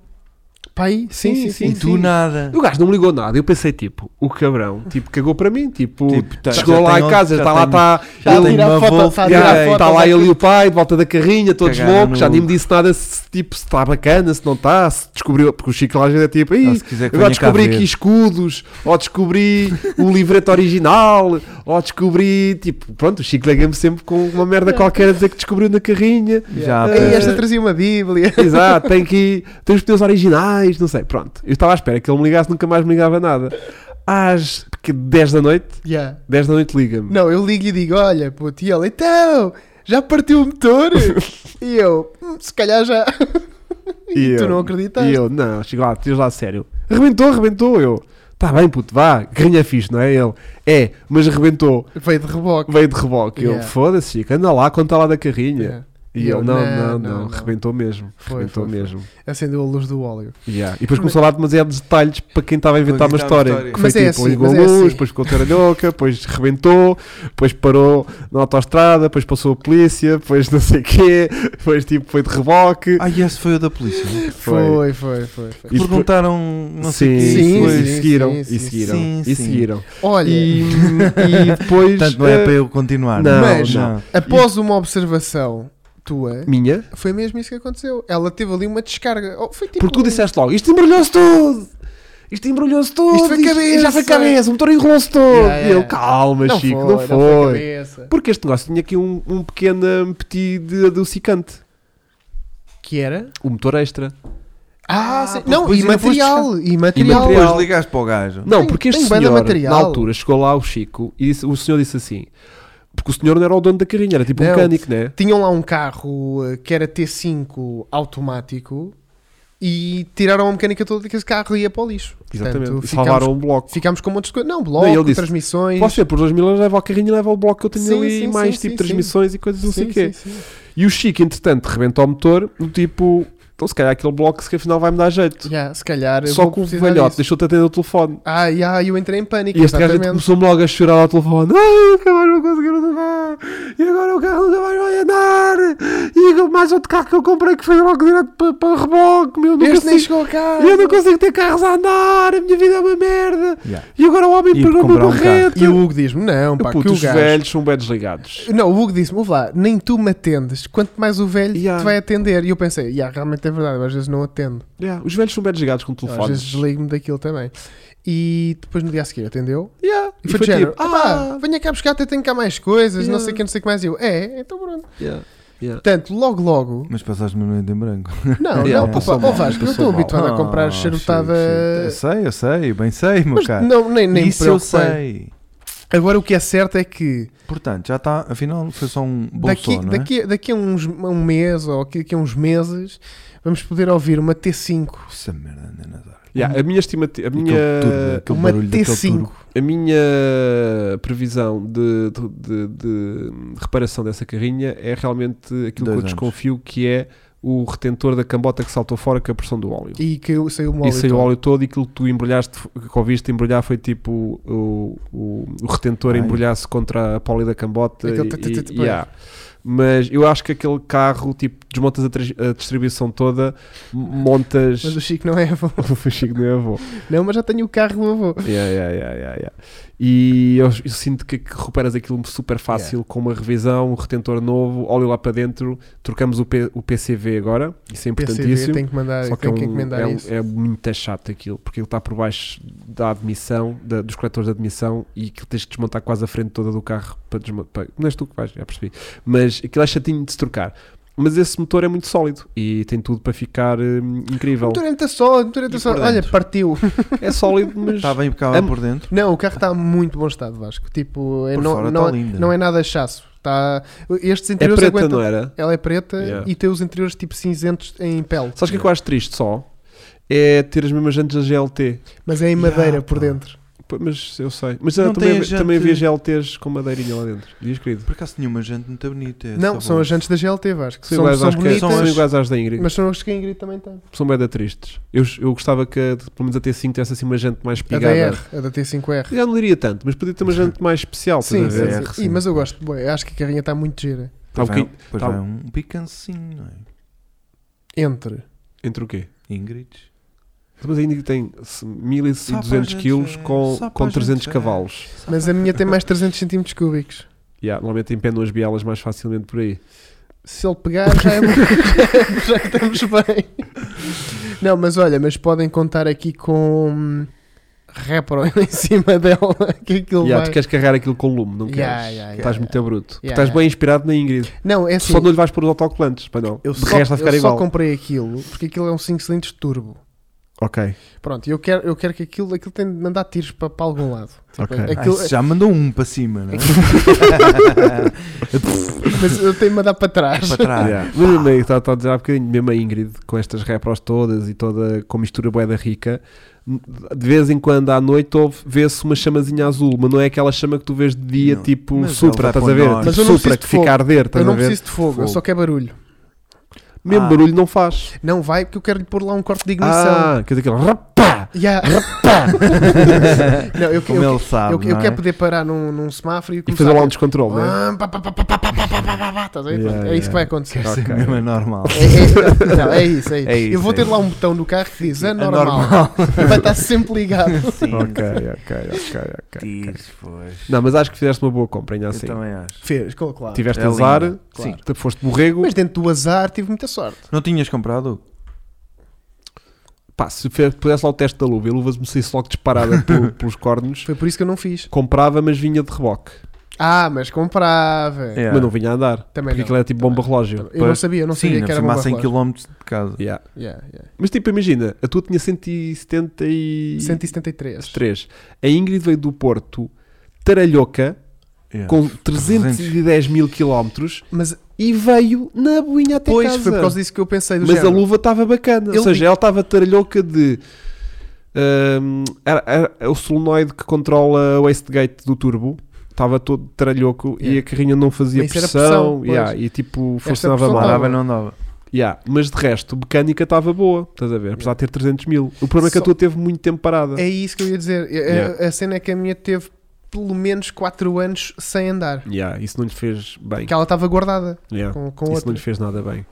[SPEAKER 3] Pai, sim, sim, sim.
[SPEAKER 1] e tu nada.
[SPEAKER 2] O gajo não me ligou nada. Eu pensei, tipo, o cabrão, tipo, cagou para mim. Tipo,
[SPEAKER 1] Tipo, tá-
[SPEAKER 2] chegou
[SPEAKER 1] já
[SPEAKER 2] lá
[SPEAKER 1] tenho-
[SPEAKER 2] em casa,
[SPEAKER 1] já
[SPEAKER 2] está lá,
[SPEAKER 1] tenho-
[SPEAKER 2] está.
[SPEAKER 1] Já
[SPEAKER 2] ele-
[SPEAKER 1] tenho
[SPEAKER 3] tirar
[SPEAKER 1] uma
[SPEAKER 3] Tá foto,
[SPEAKER 1] Volvo,
[SPEAKER 3] está a tirar
[SPEAKER 2] Yeah,
[SPEAKER 3] foto, tá
[SPEAKER 2] Está lá
[SPEAKER 3] vai
[SPEAKER 2] ele e
[SPEAKER 3] tudo.
[SPEAKER 2] o pai, de volta da carrinha, todos
[SPEAKER 1] Cagaram
[SPEAKER 2] loucos,
[SPEAKER 1] no
[SPEAKER 2] já nem me
[SPEAKER 1] lucro.
[SPEAKER 2] disse nada se tipo, se está bacana, se não está, se descobriu, porque o Chico lá às vezes é tipo,
[SPEAKER 1] Ah,
[SPEAKER 2] "Ih,
[SPEAKER 1] se quiser que
[SPEAKER 2] agora
[SPEAKER 1] venha cá
[SPEAKER 2] descobri
[SPEAKER 1] ver."
[SPEAKER 2] aqui escudos, ou descobri o livreto original, ou descobri, tipo, pronto, o Chico liga-me sempre com uma
[SPEAKER 3] É.
[SPEAKER 2] merda qualquer a dizer que descobriu na carrinha.
[SPEAKER 1] Já,
[SPEAKER 2] Eh,
[SPEAKER 3] Ei, esta trazia uma Bíblia.
[SPEAKER 2] [laughs] Exato, tem que tem os pneus originais, não sei, pronto. Eu estava à espera que ele me ligasse, nunca mais me ligava nada. Às que 10 da noite,
[SPEAKER 3] [laughs] Yeah.
[SPEAKER 2] 10 da noite liga-me.
[SPEAKER 3] Não, eu ligo e digo: olha, puto, e ele, então, já partiu o [laughs] motor? e eu, "Hum, se calhar já. e [laughs] tu não acreditaste.
[SPEAKER 2] E eu, não, chego lá, tens lá a sério. Rebentou, rebentou, eu. Tá bem, puto, vá, grinha fixe, não é? Ele, é, mas rebentou,
[SPEAKER 3] Veio de reboque.
[SPEAKER 2] veio de reboque. Eu,
[SPEAKER 3] Yeah.
[SPEAKER 2] foda-se, Chico, anda lá, conta lá da carrinha.
[SPEAKER 3] Yeah.
[SPEAKER 2] E eu, não, não, não, rebentou mesmo,
[SPEAKER 3] Foi,
[SPEAKER 2] rebentou
[SPEAKER 3] foi, foi.
[SPEAKER 2] mesmo.
[SPEAKER 3] Acendeu a luz do óleo.
[SPEAKER 2] Yeah. E depois começou a dar demasiados detalhes para quem estava a inventar
[SPEAKER 1] Para
[SPEAKER 2] uma
[SPEAKER 1] inventar uma
[SPEAKER 2] história.
[SPEAKER 1] história.
[SPEAKER 2] Que foi
[SPEAKER 3] Mas é
[SPEAKER 2] tipo,
[SPEAKER 3] assim,
[SPEAKER 2] ligou a
[SPEAKER 3] mas é
[SPEAKER 2] luz,
[SPEAKER 3] assim.
[SPEAKER 2] depois ficou taralhoca, depois rebentou, depois parou na autoestrada, depois passou a polícia, depois não sei o quê, depois tipo foi de reboque.
[SPEAKER 1] Ah, esse foi o da polícia. Que
[SPEAKER 2] Foi.
[SPEAKER 3] Foi, foi, foi. foi.
[SPEAKER 2] E depois-
[SPEAKER 1] perguntaram, não sei o
[SPEAKER 2] sim,
[SPEAKER 1] que.
[SPEAKER 2] sim,
[SPEAKER 3] foi.
[SPEAKER 2] e
[SPEAKER 3] sim,
[SPEAKER 2] seguiram,
[SPEAKER 3] sim,
[SPEAKER 2] e
[SPEAKER 3] sim,
[SPEAKER 2] seguiram,
[SPEAKER 1] sim,
[SPEAKER 2] e
[SPEAKER 1] sim.
[SPEAKER 2] seguiram.
[SPEAKER 3] Olha,
[SPEAKER 2] [laughs] E, e depois...
[SPEAKER 1] Portanto, não é
[SPEAKER 2] eh,
[SPEAKER 1] para eu continuar.
[SPEAKER 2] não,
[SPEAKER 3] mas-
[SPEAKER 1] não. é?
[SPEAKER 3] após uma observação tua,
[SPEAKER 2] Minha?
[SPEAKER 3] foi mesmo isso que aconteceu. Ela teve ali uma descarga. Oh, foi tipo.
[SPEAKER 2] Porque tu disseste logo, isto embrulhou-se tudo! Isto embrulhou-se tudo!
[SPEAKER 3] Isto foi cabeça.
[SPEAKER 2] Já foi cabeça, o motor enrolou-se todo!
[SPEAKER 3] Yeah,
[SPEAKER 2] E eu,
[SPEAKER 3] yeah.
[SPEAKER 2] calma,
[SPEAKER 3] não
[SPEAKER 2] Chico,
[SPEAKER 3] foi,
[SPEAKER 2] não foi.
[SPEAKER 3] cabeça.
[SPEAKER 2] Porque este negócio tinha aqui um, um pequeno hum, petit de adocicante.
[SPEAKER 3] Que era?
[SPEAKER 2] O motor extra.
[SPEAKER 3] Ah, sim.
[SPEAKER 1] porque
[SPEAKER 3] Não,
[SPEAKER 1] depois
[SPEAKER 3] e
[SPEAKER 1] ainda foste
[SPEAKER 3] material, e
[SPEAKER 1] E
[SPEAKER 3] material.
[SPEAKER 1] depois ligaste para o gajo.
[SPEAKER 2] Não,
[SPEAKER 3] Tem-
[SPEAKER 2] porque este
[SPEAKER 3] tem bué de
[SPEAKER 2] senhor, na
[SPEAKER 3] material.
[SPEAKER 2] altura, chegou lá o Chico e disse- o senhor disse assim... Porque o senhor não era o dono da carrinha, era tipo um
[SPEAKER 3] Não.
[SPEAKER 2] mecânico, né?
[SPEAKER 3] Tinham lá um carro eh, que era T5 automático e tiraram a mecânica toda que esse carro ia para o lixo.
[SPEAKER 2] Exatamente.
[SPEAKER 3] Portanto,
[SPEAKER 2] e salvaram
[SPEAKER 3] ficámos,
[SPEAKER 2] o bloco.
[SPEAKER 3] ficámos com um monte de coisas. Não, bloco,
[SPEAKER 2] Não, ele disse,
[SPEAKER 3] transmissões.
[SPEAKER 2] Posso ser, por 2 mil euros leva o carrinho e leva o bloco que eu tenho
[SPEAKER 3] Sim,
[SPEAKER 2] ali,
[SPEAKER 3] sim,
[SPEAKER 2] mais
[SPEAKER 3] sim,
[SPEAKER 2] tipo
[SPEAKER 3] sim,
[SPEAKER 2] transmissões e coisas não sei o
[SPEAKER 3] Sim,
[SPEAKER 2] quê.
[SPEAKER 3] sim, sim.
[SPEAKER 2] E o Chico, entretanto, rebenta o motor, do tipo, então se calhar aquele bloco se que afinal vai-me dar jeito.
[SPEAKER 3] Yeah, se calhar. eu
[SPEAKER 2] Só
[SPEAKER 3] vou
[SPEAKER 2] que o
[SPEAKER 3] precisar
[SPEAKER 2] velhote
[SPEAKER 3] disso.
[SPEAKER 2] deixou-te atender o telefone.
[SPEAKER 3] Ah, yeah, eu entrei em pânico.
[SPEAKER 2] E este gajo é
[SPEAKER 3] exatamente.
[SPEAKER 2] começou-me logo a chorar ao telefone. Ai, nunca mais vou conseguir andar. E agora o carro nunca mais vai andar. E mais outro carro que eu comprei que foi logo direto para, para reboque. Meu, nunca
[SPEAKER 3] Este nem
[SPEAKER 2] consigo,
[SPEAKER 3] chegou cá.
[SPEAKER 2] eu não consigo ter carros a andar. A minha vida é uma merda.
[SPEAKER 1] Yeah.
[SPEAKER 2] E agora o homem
[SPEAKER 1] E
[SPEAKER 2] pegou-me
[SPEAKER 1] comprar
[SPEAKER 2] o
[SPEAKER 1] um carro.
[SPEAKER 2] barrete.
[SPEAKER 3] E o Hugo diz-me: Não, pá,
[SPEAKER 2] Puto,
[SPEAKER 3] que o
[SPEAKER 2] os
[SPEAKER 3] gajo.
[SPEAKER 2] velhos são bem desligados.
[SPEAKER 3] Não, o Hugo disse-me: "Ouve lá, nem tu me atendes, quanto mais o velho
[SPEAKER 2] Yeah.
[SPEAKER 3] te vai atender. E eu pensei: yeah, realmente é verdade, eu às vezes não atendo.
[SPEAKER 2] Yeah, os velhos são bem desligados com
[SPEAKER 3] Às vezes
[SPEAKER 2] telefones.
[SPEAKER 3] desligo-me daquilo também. E depois no dia a seguir atendeu.
[SPEAKER 2] Yeah,
[SPEAKER 3] E foi, de género,
[SPEAKER 2] tipo,
[SPEAKER 3] ah, pá, venha cá buscar, até tenho cá mais coisas, não
[SPEAKER 2] Yeah.
[SPEAKER 3] sei o que, não sei o que mais. E eu, é, então pronto.
[SPEAKER 2] yeah, yeah.
[SPEAKER 3] Portanto,
[SPEAKER 1] [laughs]
[SPEAKER 3] logo, logo,
[SPEAKER 1] Mas passaste-me no meio em branco.
[SPEAKER 3] não,
[SPEAKER 2] Yeah,
[SPEAKER 3] não,
[SPEAKER 2] passou
[SPEAKER 3] opa,
[SPEAKER 2] mal,
[SPEAKER 3] oh Vasco, eu
[SPEAKER 2] passou
[SPEAKER 3] estou
[SPEAKER 2] mal.
[SPEAKER 3] habituado a comprar
[SPEAKER 1] Ah,
[SPEAKER 3] charutada.
[SPEAKER 1] Chico, Chico. Eu sei, eu sei, bem sei, meu
[SPEAKER 3] Mas
[SPEAKER 1] caro.
[SPEAKER 3] não, é nem, nem me
[SPEAKER 1] Isso eu
[SPEAKER 3] preocupei.
[SPEAKER 1] sei.
[SPEAKER 3] Agora o que é certo é que
[SPEAKER 1] Portanto, já está, afinal foi só um bom
[SPEAKER 3] daqui,
[SPEAKER 1] som, não é?
[SPEAKER 3] daqui, daqui a uns, a um mês ou aqui- daqui a uns meses vamos poder ouvir uma T5.
[SPEAKER 1] Essa merda, anda nas horas.
[SPEAKER 2] Yeah, a minha estimativa. A
[SPEAKER 1] Aquele turbo,
[SPEAKER 2] minha,
[SPEAKER 1] aquele
[SPEAKER 3] uma
[SPEAKER 1] barulho daquele
[SPEAKER 3] T5.
[SPEAKER 1] turbo.
[SPEAKER 2] a minha previsão de, de- de- de reparação dessa carrinha é realmente aquilo
[SPEAKER 1] Dois
[SPEAKER 2] que eu
[SPEAKER 1] anos.
[SPEAKER 2] desconfio que é o retentor da cambota que saltou fora com a pressão do óleo.
[SPEAKER 3] E que eu- saiu o
[SPEAKER 2] E
[SPEAKER 3] óleo
[SPEAKER 2] saiu o
[SPEAKER 3] todo.
[SPEAKER 2] óleo todo e aquilo que tu embrulhaste, que ouviste embrulhar foi tipo o, o, o retentor
[SPEAKER 1] Ai.
[SPEAKER 2] embrulhar-se contra a poli da cambota.
[SPEAKER 3] Aquele
[SPEAKER 2] e-
[SPEAKER 3] tut, tut, tut,
[SPEAKER 2] e-
[SPEAKER 3] pois.
[SPEAKER 2] yeah. Mas eu acho que aquele carro, tipo, desmontas a, tris- a distribuição toda, m- montas.
[SPEAKER 3] Mas o Chico não é avô.
[SPEAKER 2] [laughs] o Chico não é avô.
[SPEAKER 3] [laughs] Não, mas já tenho o carro do avô.
[SPEAKER 2] Yeah, yeah, yeah, yeah, yeah. E eu, eu sinto que, que reparas aquilo super fácil com uma revisão, um retentor novo, óleo lá para dentro. Trocamos o, P- o PCV agora, isso é
[SPEAKER 3] PCV,
[SPEAKER 2] importantíssimo.
[SPEAKER 3] tenho que mandar,
[SPEAKER 2] Só que é,
[SPEAKER 3] tenho que
[SPEAKER 2] um,
[SPEAKER 3] encomendar
[SPEAKER 2] é, um-
[SPEAKER 3] isso.
[SPEAKER 2] é muito chato aquilo, porque ele está por baixo da admissão, da- dos coletores de admissão, e que tens que desmontar quase a frente toda do carro para desmontar. Não és tu que vais, já percebi. Mas aquilo é chatinho de se trocar. Mas esse motor é muito sólido e tem tudo para ficar hum, incrível.
[SPEAKER 3] Durante a sol, durante a
[SPEAKER 1] E
[SPEAKER 3] sol.
[SPEAKER 1] por
[SPEAKER 3] Olha,
[SPEAKER 1] dentro?
[SPEAKER 3] partiu. [laughs]
[SPEAKER 2] É sólido, mas
[SPEAKER 3] Tá
[SPEAKER 1] Está Tá bem impecável
[SPEAKER 2] Am-
[SPEAKER 1] por dentro.
[SPEAKER 3] Não, o carro está em muito bom estado, Vasco. Tipo, é
[SPEAKER 1] Por
[SPEAKER 3] não,
[SPEAKER 1] fora
[SPEAKER 3] não,
[SPEAKER 1] tá lindo.
[SPEAKER 3] não é nada chasso. Tá, estes
[SPEAKER 2] é
[SPEAKER 3] interiores
[SPEAKER 2] preta,
[SPEAKER 3] aguentam-
[SPEAKER 2] não era?
[SPEAKER 3] Ela é preta
[SPEAKER 2] Yeah.
[SPEAKER 3] e tem os interiores tipo cinzentos em pele.
[SPEAKER 2] Sabes o que é que eu acho triste só? É ter as mesmas jantes da GLT.
[SPEAKER 3] Mas é em madeira
[SPEAKER 1] Yeah,
[SPEAKER 3] por
[SPEAKER 1] pá.
[SPEAKER 3] dentro.
[SPEAKER 2] Pô, Mas eu sei. Mas
[SPEAKER 1] Não
[SPEAKER 2] eu também,
[SPEAKER 1] tem a jante-
[SPEAKER 2] também havia GLTs com madeirinha lá dentro. Dias querido.
[SPEAKER 1] Por acaso nenhuma gente muito bonita. é
[SPEAKER 3] não,
[SPEAKER 1] só
[SPEAKER 3] são
[SPEAKER 1] bom.
[SPEAKER 3] as jantes da GLT, Vasco.
[SPEAKER 2] São,
[SPEAKER 3] São,
[SPEAKER 2] iguais
[SPEAKER 3] são
[SPEAKER 2] às que-
[SPEAKER 3] bonitas,
[SPEAKER 2] são iguais às da Ingrid.
[SPEAKER 3] mas são as que a Ingrid também tem.
[SPEAKER 2] são bem tristes. Eu, eu gostava que a- pelo menos a T5 tivesse assim uma gente mais
[SPEAKER 3] A
[SPEAKER 2] pigada.
[SPEAKER 3] da R, a da T5R.
[SPEAKER 2] Eu não diria tanto, mas podia
[SPEAKER 1] [laughs]
[SPEAKER 2] ter uma gente mais especial. estás
[SPEAKER 3] Sim,
[SPEAKER 2] a
[SPEAKER 3] sim,
[SPEAKER 2] ver?
[SPEAKER 1] DDR,
[SPEAKER 3] sim.
[SPEAKER 1] sim.
[SPEAKER 3] Ih, mas eu gosto. bué. acho que a carrinha está muito gira.
[SPEAKER 2] Tá
[SPEAKER 1] Pois
[SPEAKER 2] um
[SPEAKER 1] vai-
[SPEAKER 2] bocadinho-
[SPEAKER 1] Pois
[SPEAKER 2] tá-
[SPEAKER 1] vai um picancinho, não é?
[SPEAKER 3] Entre.
[SPEAKER 2] Entre o quê?
[SPEAKER 1] Ingrid.
[SPEAKER 2] Mas a Indy tem se- 1200
[SPEAKER 1] Só para a
[SPEAKER 2] quilos
[SPEAKER 1] gente ver,
[SPEAKER 2] com,
[SPEAKER 1] só para
[SPEAKER 2] com
[SPEAKER 1] a gente é.
[SPEAKER 2] 300
[SPEAKER 1] ver.
[SPEAKER 2] cavalos.
[SPEAKER 3] Mas a minha tem mais 300 cm cúbicos.
[SPEAKER 2] Yeah, normalmente empendam as bielas mais facilmente por aí.
[SPEAKER 3] se ele pegar, já é bom.
[SPEAKER 2] [laughs]
[SPEAKER 3] já estamos bem. Não, mas olha, mas podem contar aqui com repro [laughs] em cima dela. Que aquilo
[SPEAKER 2] Yeah,
[SPEAKER 3] vai-
[SPEAKER 2] tu queres carregar aquilo com lume, não queres?
[SPEAKER 3] Yeah, yeah, yeah,
[SPEAKER 2] estás
[SPEAKER 3] yeah.
[SPEAKER 2] muito bruto.
[SPEAKER 3] Yeah,
[SPEAKER 2] estás
[SPEAKER 3] yeah.
[SPEAKER 2] bem inspirado na Ingrid.
[SPEAKER 3] Não, é assim.
[SPEAKER 2] Só não lhe vais pôr os autocolantes. Para não.
[SPEAKER 3] Eu
[SPEAKER 2] de
[SPEAKER 3] só,
[SPEAKER 2] resto vai ficar
[SPEAKER 3] eu só
[SPEAKER 2] igual.
[SPEAKER 3] comprei aquilo porque aquilo é um 5 cilindros turbo.
[SPEAKER 2] Ok.
[SPEAKER 3] Pronto, e eu quero, eu quero que aquilo, aquilo tem de mandar tiros para, para algum lado. Tipo,
[SPEAKER 2] Ok.
[SPEAKER 1] Ah,
[SPEAKER 3] aquilo-
[SPEAKER 1] isso já mandou um para cima, não é?
[SPEAKER 3] [laughs] mas eu tenho de mandar para trás.
[SPEAKER 1] para trás.
[SPEAKER 2] Yeah. Mas mesmo aí, estava a dizer há bocadinho, mesmo a Ingrid, com estas repros todas e toda com mistura boeda rica, de vez em quando à noite ouve- vê-se uma chamazinha azul, mas não é aquela chama que tu vês de dia
[SPEAKER 1] Não.
[SPEAKER 2] tipo
[SPEAKER 1] Mas
[SPEAKER 2] supra,
[SPEAKER 1] ela vai
[SPEAKER 2] estás
[SPEAKER 1] para
[SPEAKER 2] a
[SPEAKER 1] o
[SPEAKER 2] ver?
[SPEAKER 1] norte.
[SPEAKER 2] Tipo
[SPEAKER 3] Mas eu não
[SPEAKER 2] supra,
[SPEAKER 3] preciso
[SPEAKER 2] que
[SPEAKER 3] de fogo.
[SPEAKER 2] fica a arder, estás
[SPEAKER 3] Eu não
[SPEAKER 2] a ver?
[SPEAKER 3] preciso de fogo, eu só quero barulho.
[SPEAKER 2] Mesmo
[SPEAKER 1] Ah.
[SPEAKER 2] barulho não faz.
[SPEAKER 3] Não vai porque eu quero lhe pôr lá um corte de ignição.
[SPEAKER 2] Ah, quer dizer, aquele rapá!
[SPEAKER 3] Yeah. [laughs] não, eu,
[SPEAKER 1] Como
[SPEAKER 3] eu,
[SPEAKER 1] ele sabe.
[SPEAKER 3] eu, eu
[SPEAKER 1] não é?
[SPEAKER 3] quero poder parar num, num semáforo e,
[SPEAKER 2] E
[SPEAKER 3] começar
[SPEAKER 2] fazer lá
[SPEAKER 3] a-
[SPEAKER 2] um descontrole, não é?
[SPEAKER 3] Ah, pá, pá, pá, pá, pá, pá, pá, pá, pá, pá, pá, estás a ver?
[SPEAKER 2] Yeah,
[SPEAKER 3] Pronto, É isso
[SPEAKER 2] yeah.
[SPEAKER 3] que vai acontecer.
[SPEAKER 1] Isso
[SPEAKER 2] Ok.
[SPEAKER 1] mesmo é normal.
[SPEAKER 3] É, é- não, é isso, é isso.
[SPEAKER 1] É isso,
[SPEAKER 3] Eu vou
[SPEAKER 1] é
[SPEAKER 3] ter
[SPEAKER 1] isso. É
[SPEAKER 3] lá um botão do carro que diz
[SPEAKER 2] [laughs]
[SPEAKER 3] anormal.
[SPEAKER 1] normal.
[SPEAKER 3] E vai estar sempre ligado.
[SPEAKER 1] Sim.
[SPEAKER 2] Ok, ok, ok,
[SPEAKER 1] [laughs]
[SPEAKER 2] ok.
[SPEAKER 1] Isso, pois.
[SPEAKER 2] Não, mas acho que fizeste uma boa compra, ainda assim.
[SPEAKER 1] Eu também acho.
[SPEAKER 3] [laughs] Fez, com- claro.
[SPEAKER 2] Tiveste
[SPEAKER 1] Então É
[SPEAKER 2] azar,
[SPEAKER 1] linda,
[SPEAKER 2] sim,
[SPEAKER 1] claro.
[SPEAKER 2] te- foste borrego.
[SPEAKER 3] Mas dentro do azar tive muita sorte.
[SPEAKER 1] Não tinhas comprado?
[SPEAKER 2] Pá, se fe- pudesse lá o teste da luva e a luva me saísse
[SPEAKER 1] [laughs]
[SPEAKER 2] logo disparada pelo- pelos cornos,
[SPEAKER 3] Foi por isso que eu não fiz.
[SPEAKER 2] comprava, mas vinha de reboque.
[SPEAKER 3] Ah, mas comprava.
[SPEAKER 1] Yeah.
[SPEAKER 2] Mas não vinha a andar.
[SPEAKER 3] Também
[SPEAKER 2] porque
[SPEAKER 3] não.
[SPEAKER 2] aquilo era tipo bomba relógio.
[SPEAKER 3] Eu não sabia, eu não
[SPEAKER 1] Sim,
[SPEAKER 3] sabia que era
[SPEAKER 1] a
[SPEAKER 3] uma
[SPEAKER 1] 100
[SPEAKER 3] barroca.
[SPEAKER 1] km de casa.
[SPEAKER 2] Yeah.
[SPEAKER 3] Yeah, yeah.
[SPEAKER 2] Mas tipo, imagina, a tua tinha 170 e...
[SPEAKER 3] 173.
[SPEAKER 2] 3. A Ingrid veio do Porto, taralhoca,
[SPEAKER 1] Yeah.
[SPEAKER 2] com 310 mil quilómetros
[SPEAKER 3] Mas
[SPEAKER 2] e veio na boinha até
[SPEAKER 3] depois
[SPEAKER 2] casa.
[SPEAKER 3] foi por causa disso que eu pensei do
[SPEAKER 2] Mas a
[SPEAKER 3] género.
[SPEAKER 2] luva estava bacana.
[SPEAKER 3] Ele
[SPEAKER 2] Ou seja,
[SPEAKER 3] vi-
[SPEAKER 2] ela estava taralhoca de. hum, era, era- é o solenoide que controla o wastegate do turbo. Estava todo taralhoco e
[SPEAKER 3] Yeah.
[SPEAKER 2] a carrinha não fazia
[SPEAKER 3] Mas isso era
[SPEAKER 2] pressão.
[SPEAKER 3] pressão, pois.
[SPEAKER 2] yeah, e tipo,
[SPEAKER 3] Esta
[SPEAKER 2] funcionava
[SPEAKER 3] pressão
[SPEAKER 2] mal.
[SPEAKER 1] Andava, não andava.
[SPEAKER 2] Yeah, mas de resto, mecânica estava boa. Estás a ver? Apesar de ter 300 mil. O problema é que a
[SPEAKER 3] Só-
[SPEAKER 2] tua teve muito tempo parada.
[SPEAKER 3] É isso que eu ia dizer. A- a-
[SPEAKER 2] Yeah.
[SPEAKER 3] A cena é que a minha teve pelo menos 4 anos sem andar.
[SPEAKER 2] Yeah, isso não lhe fez bem.
[SPEAKER 3] Porque ela estava guardada
[SPEAKER 2] Yeah.
[SPEAKER 3] com, com
[SPEAKER 2] Isso
[SPEAKER 3] outra.
[SPEAKER 2] não lhe fez nada bem.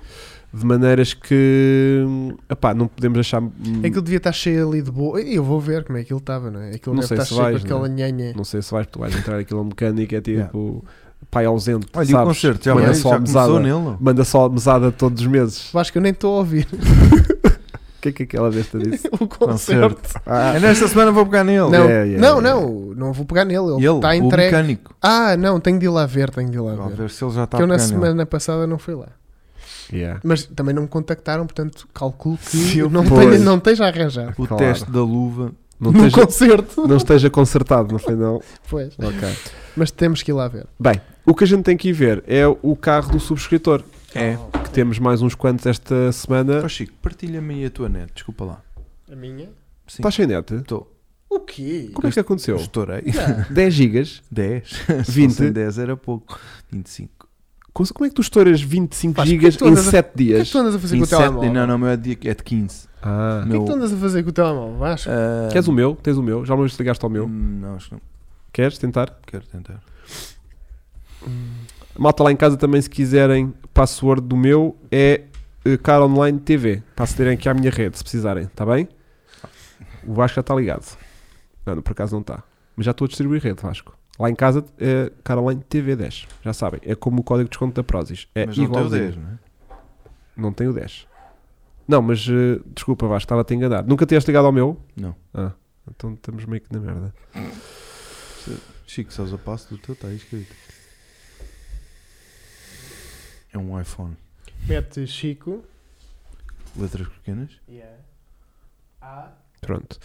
[SPEAKER 2] De maneiras que. hum, Epá, não podemos achar. hum,
[SPEAKER 3] Aquilo devia estar cheio ali de boa. Eu vou ver como é que ele estava, não é? Aquilo
[SPEAKER 2] Não
[SPEAKER 3] deve
[SPEAKER 2] sei
[SPEAKER 3] estar
[SPEAKER 2] se
[SPEAKER 3] cheio
[SPEAKER 2] vais,
[SPEAKER 3] com
[SPEAKER 2] não
[SPEAKER 3] aquela
[SPEAKER 2] é?
[SPEAKER 3] nhanha.
[SPEAKER 2] Não sei se vais, tu vais entrar aquilo mecânico, é tipo
[SPEAKER 1] Yeah.
[SPEAKER 2] pai ausente.
[SPEAKER 1] Olha, e o
[SPEAKER 2] sabes?
[SPEAKER 1] concerto já,
[SPEAKER 2] manda
[SPEAKER 1] vai,
[SPEAKER 2] só
[SPEAKER 1] já
[SPEAKER 2] a mesada.
[SPEAKER 1] começou nele.
[SPEAKER 2] Manda só a mesada todos os meses.
[SPEAKER 3] Acho que eu nem estou a ouvir [laughs]
[SPEAKER 2] O que é que aquela
[SPEAKER 1] [laughs]
[SPEAKER 2] besta disse?
[SPEAKER 3] o concerto.
[SPEAKER 2] Ah.
[SPEAKER 1] É nesta semana vou pegar nele.
[SPEAKER 3] Não,
[SPEAKER 2] Yeah, yeah,
[SPEAKER 3] não,
[SPEAKER 2] yeah.
[SPEAKER 3] não, não vou pegar nele. Ele,
[SPEAKER 1] E ele,
[SPEAKER 3] está
[SPEAKER 1] o
[SPEAKER 3] entregue.
[SPEAKER 1] mecânico.
[SPEAKER 3] Ah, não, tenho de ir lá ver, tenho de ir lá
[SPEAKER 1] Vamos
[SPEAKER 3] ver.
[SPEAKER 2] tá
[SPEAKER 1] ver se ele já está
[SPEAKER 3] Que eu na
[SPEAKER 1] pegar nele.
[SPEAKER 3] semana passada não fui lá.
[SPEAKER 2] Yeah.
[SPEAKER 3] Mas também não me contactaram, portanto calculo que
[SPEAKER 1] Se eu
[SPEAKER 3] não,
[SPEAKER 1] for-
[SPEAKER 3] tenho, não esteja a arranjar.
[SPEAKER 1] O
[SPEAKER 2] Claro.
[SPEAKER 1] teste da luva
[SPEAKER 2] Não,
[SPEAKER 3] num
[SPEAKER 2] esteja,
[SPEAKER 3] concerto. [laughs]
[SPEAKER 2] não esteja consertado, não foi não?
[SPEAKER 3] Pois.
[SPEAKER 2] Ok.
[SPEAKER 3] Mas temos que ir lá ver.
[SPEAKER 2] Bem, o que a gente tem que ir ver é o carro do subscritor,
[SPEAKER 1] É.
[SPEAKER 2] que temos mais uns quantos esta semana.
[SPEAKER 1] Ó Chico, partilha-me aí a tua net, desculpa lá.
[SPEAKER 3] A minha?
[SPEAKER 1] Sim,
[SPEAKER 2] Estás sem net?
[SPEAKER 1] estou.
[SPEAKER 3] O quê?
[SPEAKER 2] Como é que aconteceu?
[SPEAKER 1] Estourei.
[SPEAKER 2] 10 gigas?
[SPEAKER 1] 10.
[SPEAKER 2] 20.
[SPEAKER 1] 20. 10 era pouco. 25.
[SPEAKER 2] Como como é que tu estouras 25
[SPEAKER 3] Vasco,
[SPEAKER 2] gigas
[SPEAKER 3] que é que tu
[SPEAKER 2] em
[SPEAKER 3] andas a-
[SPEAKER 2] 7
[SPEAKER 3] O que é que
[SPEAKER 2] dias?
[SPEAKER 3] tu andas a fazer com o
[SPEAKER 1] 27,
[SPEAKER 3] telemóvel?
[SPEAKER 1] não, não, o meu é de, é de 15.
[SPEAKER 2] Ah,
[SPEAKER 3] O que é que tu
[SPEAKER 1] Meu-
[SPEAKER 3] andas a fazer com o telemóvel? Vasco?
[SPEAKER 1] Ah,
[SPEAKER 2] queres o meu? Tens o meu? Já uma vez ligaste ao meu?
[SPEAKER 1] hum, Não, acho que não.
[SPEAKER 2] Queres tentar?
[SPEAKER 1] Quero tentar.
[SPEAKER 2] Malta lá em casa também, se quiserem, password do meu é eh, Car Online TV. Para acederem aqui à minha rede, se precisarem, está bem? O Vasco já está ligado. Não, não, por acaso não está. Mas já estou a distribuir rede, Vasco. Lá em casa é Car Online TV 10. Já sabem, é como o código de desconto da Prozis. É
[SPEAKER 1] Mas não tem o
[SPEAKER 2] igualzinho.
[SPEAKER 1] 10, não é?
[SPEAKER 2] Não tenho 10. Não, mas eh, desculpa, Vasco, estava a te enganar. Nunca tiveste ligado ao meu?
[SPEAKER 1] Não.
[SPEAKER 2] Ah, então estamos meio que na merda.
[SPEAKER 1] Chico, sabes a passo do teu? Está aí escrito. É um iPhone.
[SPEAKER 3] Mete Chico.
[SPEAKER 1] Letras pequenas.
[SPEAKER 2] Pronto.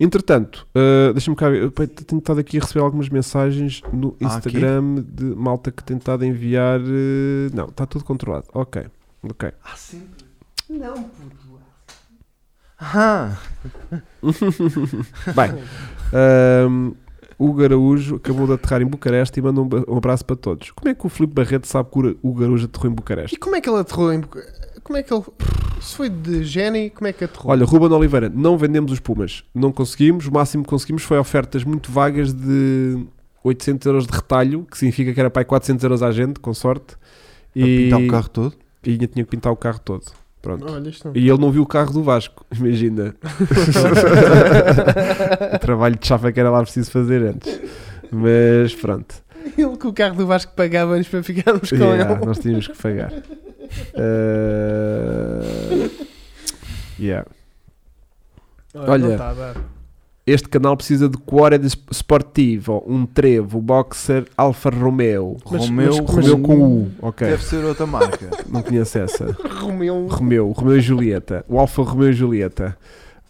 [SPEAKER 2] Entretanto, eh, deixa-me cá ver. Eu pe- tenho estado aqui a receber algumas mensagens no
[SPEAKER 1] Ah, aqui?
[SPEAKER 2] Instagram de malta que tem estado a enviar. eh, não, está tudo controlado. Ok. Ok.
[SPEAKER 1] Ah, sempre. Não, puto. Ah, [laughs]
[SPEAKER 2] Bem. ahm, o Garaújo acabou de aterrar em Bucareste e manda um, ba- um abraço para todos. Como é que o Filipe Barreto sabe que o Gra- o Garaújo aterrou em
[SPEAKER 3] E
[SPEAKER 2] Bucareste?
[SPEAKER 3] como é que ele aterrou em... Boca- Como é que ele... Se foi de Jenny, como é que aterrou?
[SPEAKER 2] Olha, Ruben Oliveira, não vendemos os Pumas. Não conseguimos. O máximo que conseguimos foi ofertas muito vagas de 800 euros de retalho, que significa que era para aí 400 euros à gente, com sorte.
[SPEAKER 1] a pintar o carro todo.
[SPEAKER 2] e ainda tinha que pintar o carro todo. Pronto.
[SPEAKER 3] Olha isto não.
[SPEAKER 2] E ele não viu o carro do Vasco, [laughs] imagina. o trabalho de chapa que era lá preciso fazer antes. Mas pronto,
[SPEAKER 3] [laughs] Ele com o carro do Vasco pagava-nos para ficarmos com
[SPEAKER 2] Yeah,
[SPEAKER 3] ele.
[SPEAKER 2] nós tínhamos que pagar. Eh, yeah. Olha.
[SPEAKER 3] não está a dar.
[SPEAKER 2] Este canal precisa de Quora é de Sp- Sportivo, um Trevo, Boxer, Alfa Romeo.
[SPEAKER 3] Mas- assim?
[SPEAKER 1] Romeu,
[SPEAKER 3] mas- mas-
[SPEAKER 2] Romeu com U, ok.
[SPEAKER 1] Deve ser outra [laughs] marca.
[SPEAKER 2] Não conheço essa.
[SPEAKER 3] Romeu.
[SPEAKER 2] Romeu, Romeu e Julieta. O Alfa Romeu e Julieta.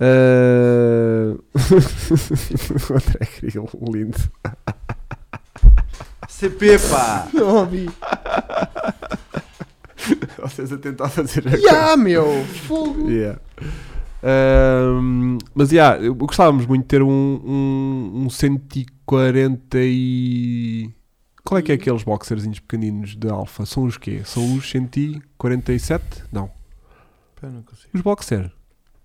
[SPEAKER 2] Ah, [laughs] o André Grilo, lindo.
[SPEAKER 1] CP, pá!
[SPEAKER 3] Não ouvi.
[SPEAKER 2] Vocês a tentar fazer a
[SPEAKER 3] Ya, meu! Fogo!
[SPEAKER 2] coisa. Yeah. Ahm, mas yeah, eu- gostávamos muito de ter um, um, um 140 e. Qual é que é aqueles boxerzinhos pequeninos da Alfa? São os quê? São os 147? Não.
[SPEAKER 1] Pá, não consigo.
[SPEAKER 2] Os boxer.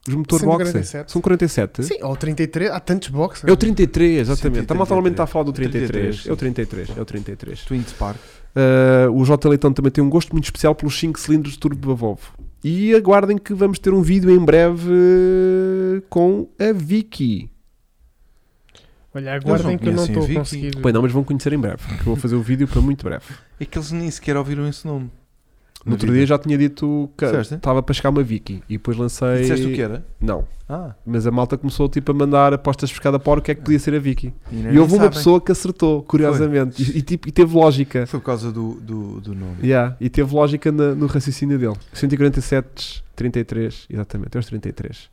[SPEAKER 2] Os motor boxer.
[SPEAKER 3] 147.
[SPEAKER 2] São 47?
[SPEAKER 3] Sim, ou 33, há tantos boxers.
[SPEAKER 2] É o 33, exatamente.
[SPEAKER 1] 133.
[SPEAKER 2] Está mal totalmente a falar do
[SPEAKER 1] 33,
[SPEAKER 2] 33.
[SPEAKER 1] sim.
[SPEAKER 2] É o 33, é o 33.
[SPEAKER 1] Twin Spark.
[SPEAKER 2] Ah, o J. Leitão também tem um gosto muito especial pelos 5 cilindros de turbo a Volvo. E aguardem que vamos ter um vídeo em breve eh, com a Vicky.
[SPEAKER 3] Olha,
[SPEAKER 1] Eles
[SPEAKER 3] aguardem
[SPEAKER 1] não
[SPEAKER 3] que eu não
[SPEAKER 1] conhecem
[SPEAKER 3] estou
[SPEAKER 1] a
[SPEAKER 3] a
[SPEAKER 1] Vicky.
[SPEAKER 3] conseguir.
[SPEAKER 2] Pois não, mas vão conhecer em breve. Que eu vou fazer o vídeo para muito breve. [laughs]
[SPEAKER 1] É que eles nem sequer ouviram esse nome.
[SPEAKER 2] No outro dia já tinha dito que
[SPEAKER 1] Disseste?
[SPEAKER 2] estava para chegar uma Vicky. E depois lancei.
[SPEAKER 1] Disseste o que era?
[SPEAKER 2] Não.
[SPEAKER 1] Ah,
[SPEAKER 2] Mas a malta começou tipo, a mandar apostas de pescada para o que é que podia ser a Vicky.
[SPEAKER 1] ainda
[SPEAKER 2] E houve
[SPEAKER 1] nem
[SPEAKER 2] uma
[SPEAKER 1] sabem.
[SPEAKER 2] pessoa que acertou, curiosamente. E, e, tipo, e teve lógica.
[SPEAKER 1] Foi por causa do, do, do nome.
[SPEAKER 2] Yeah, e teve lógica na- no raciocínio dele. 147, 33, exatamente, é os 33.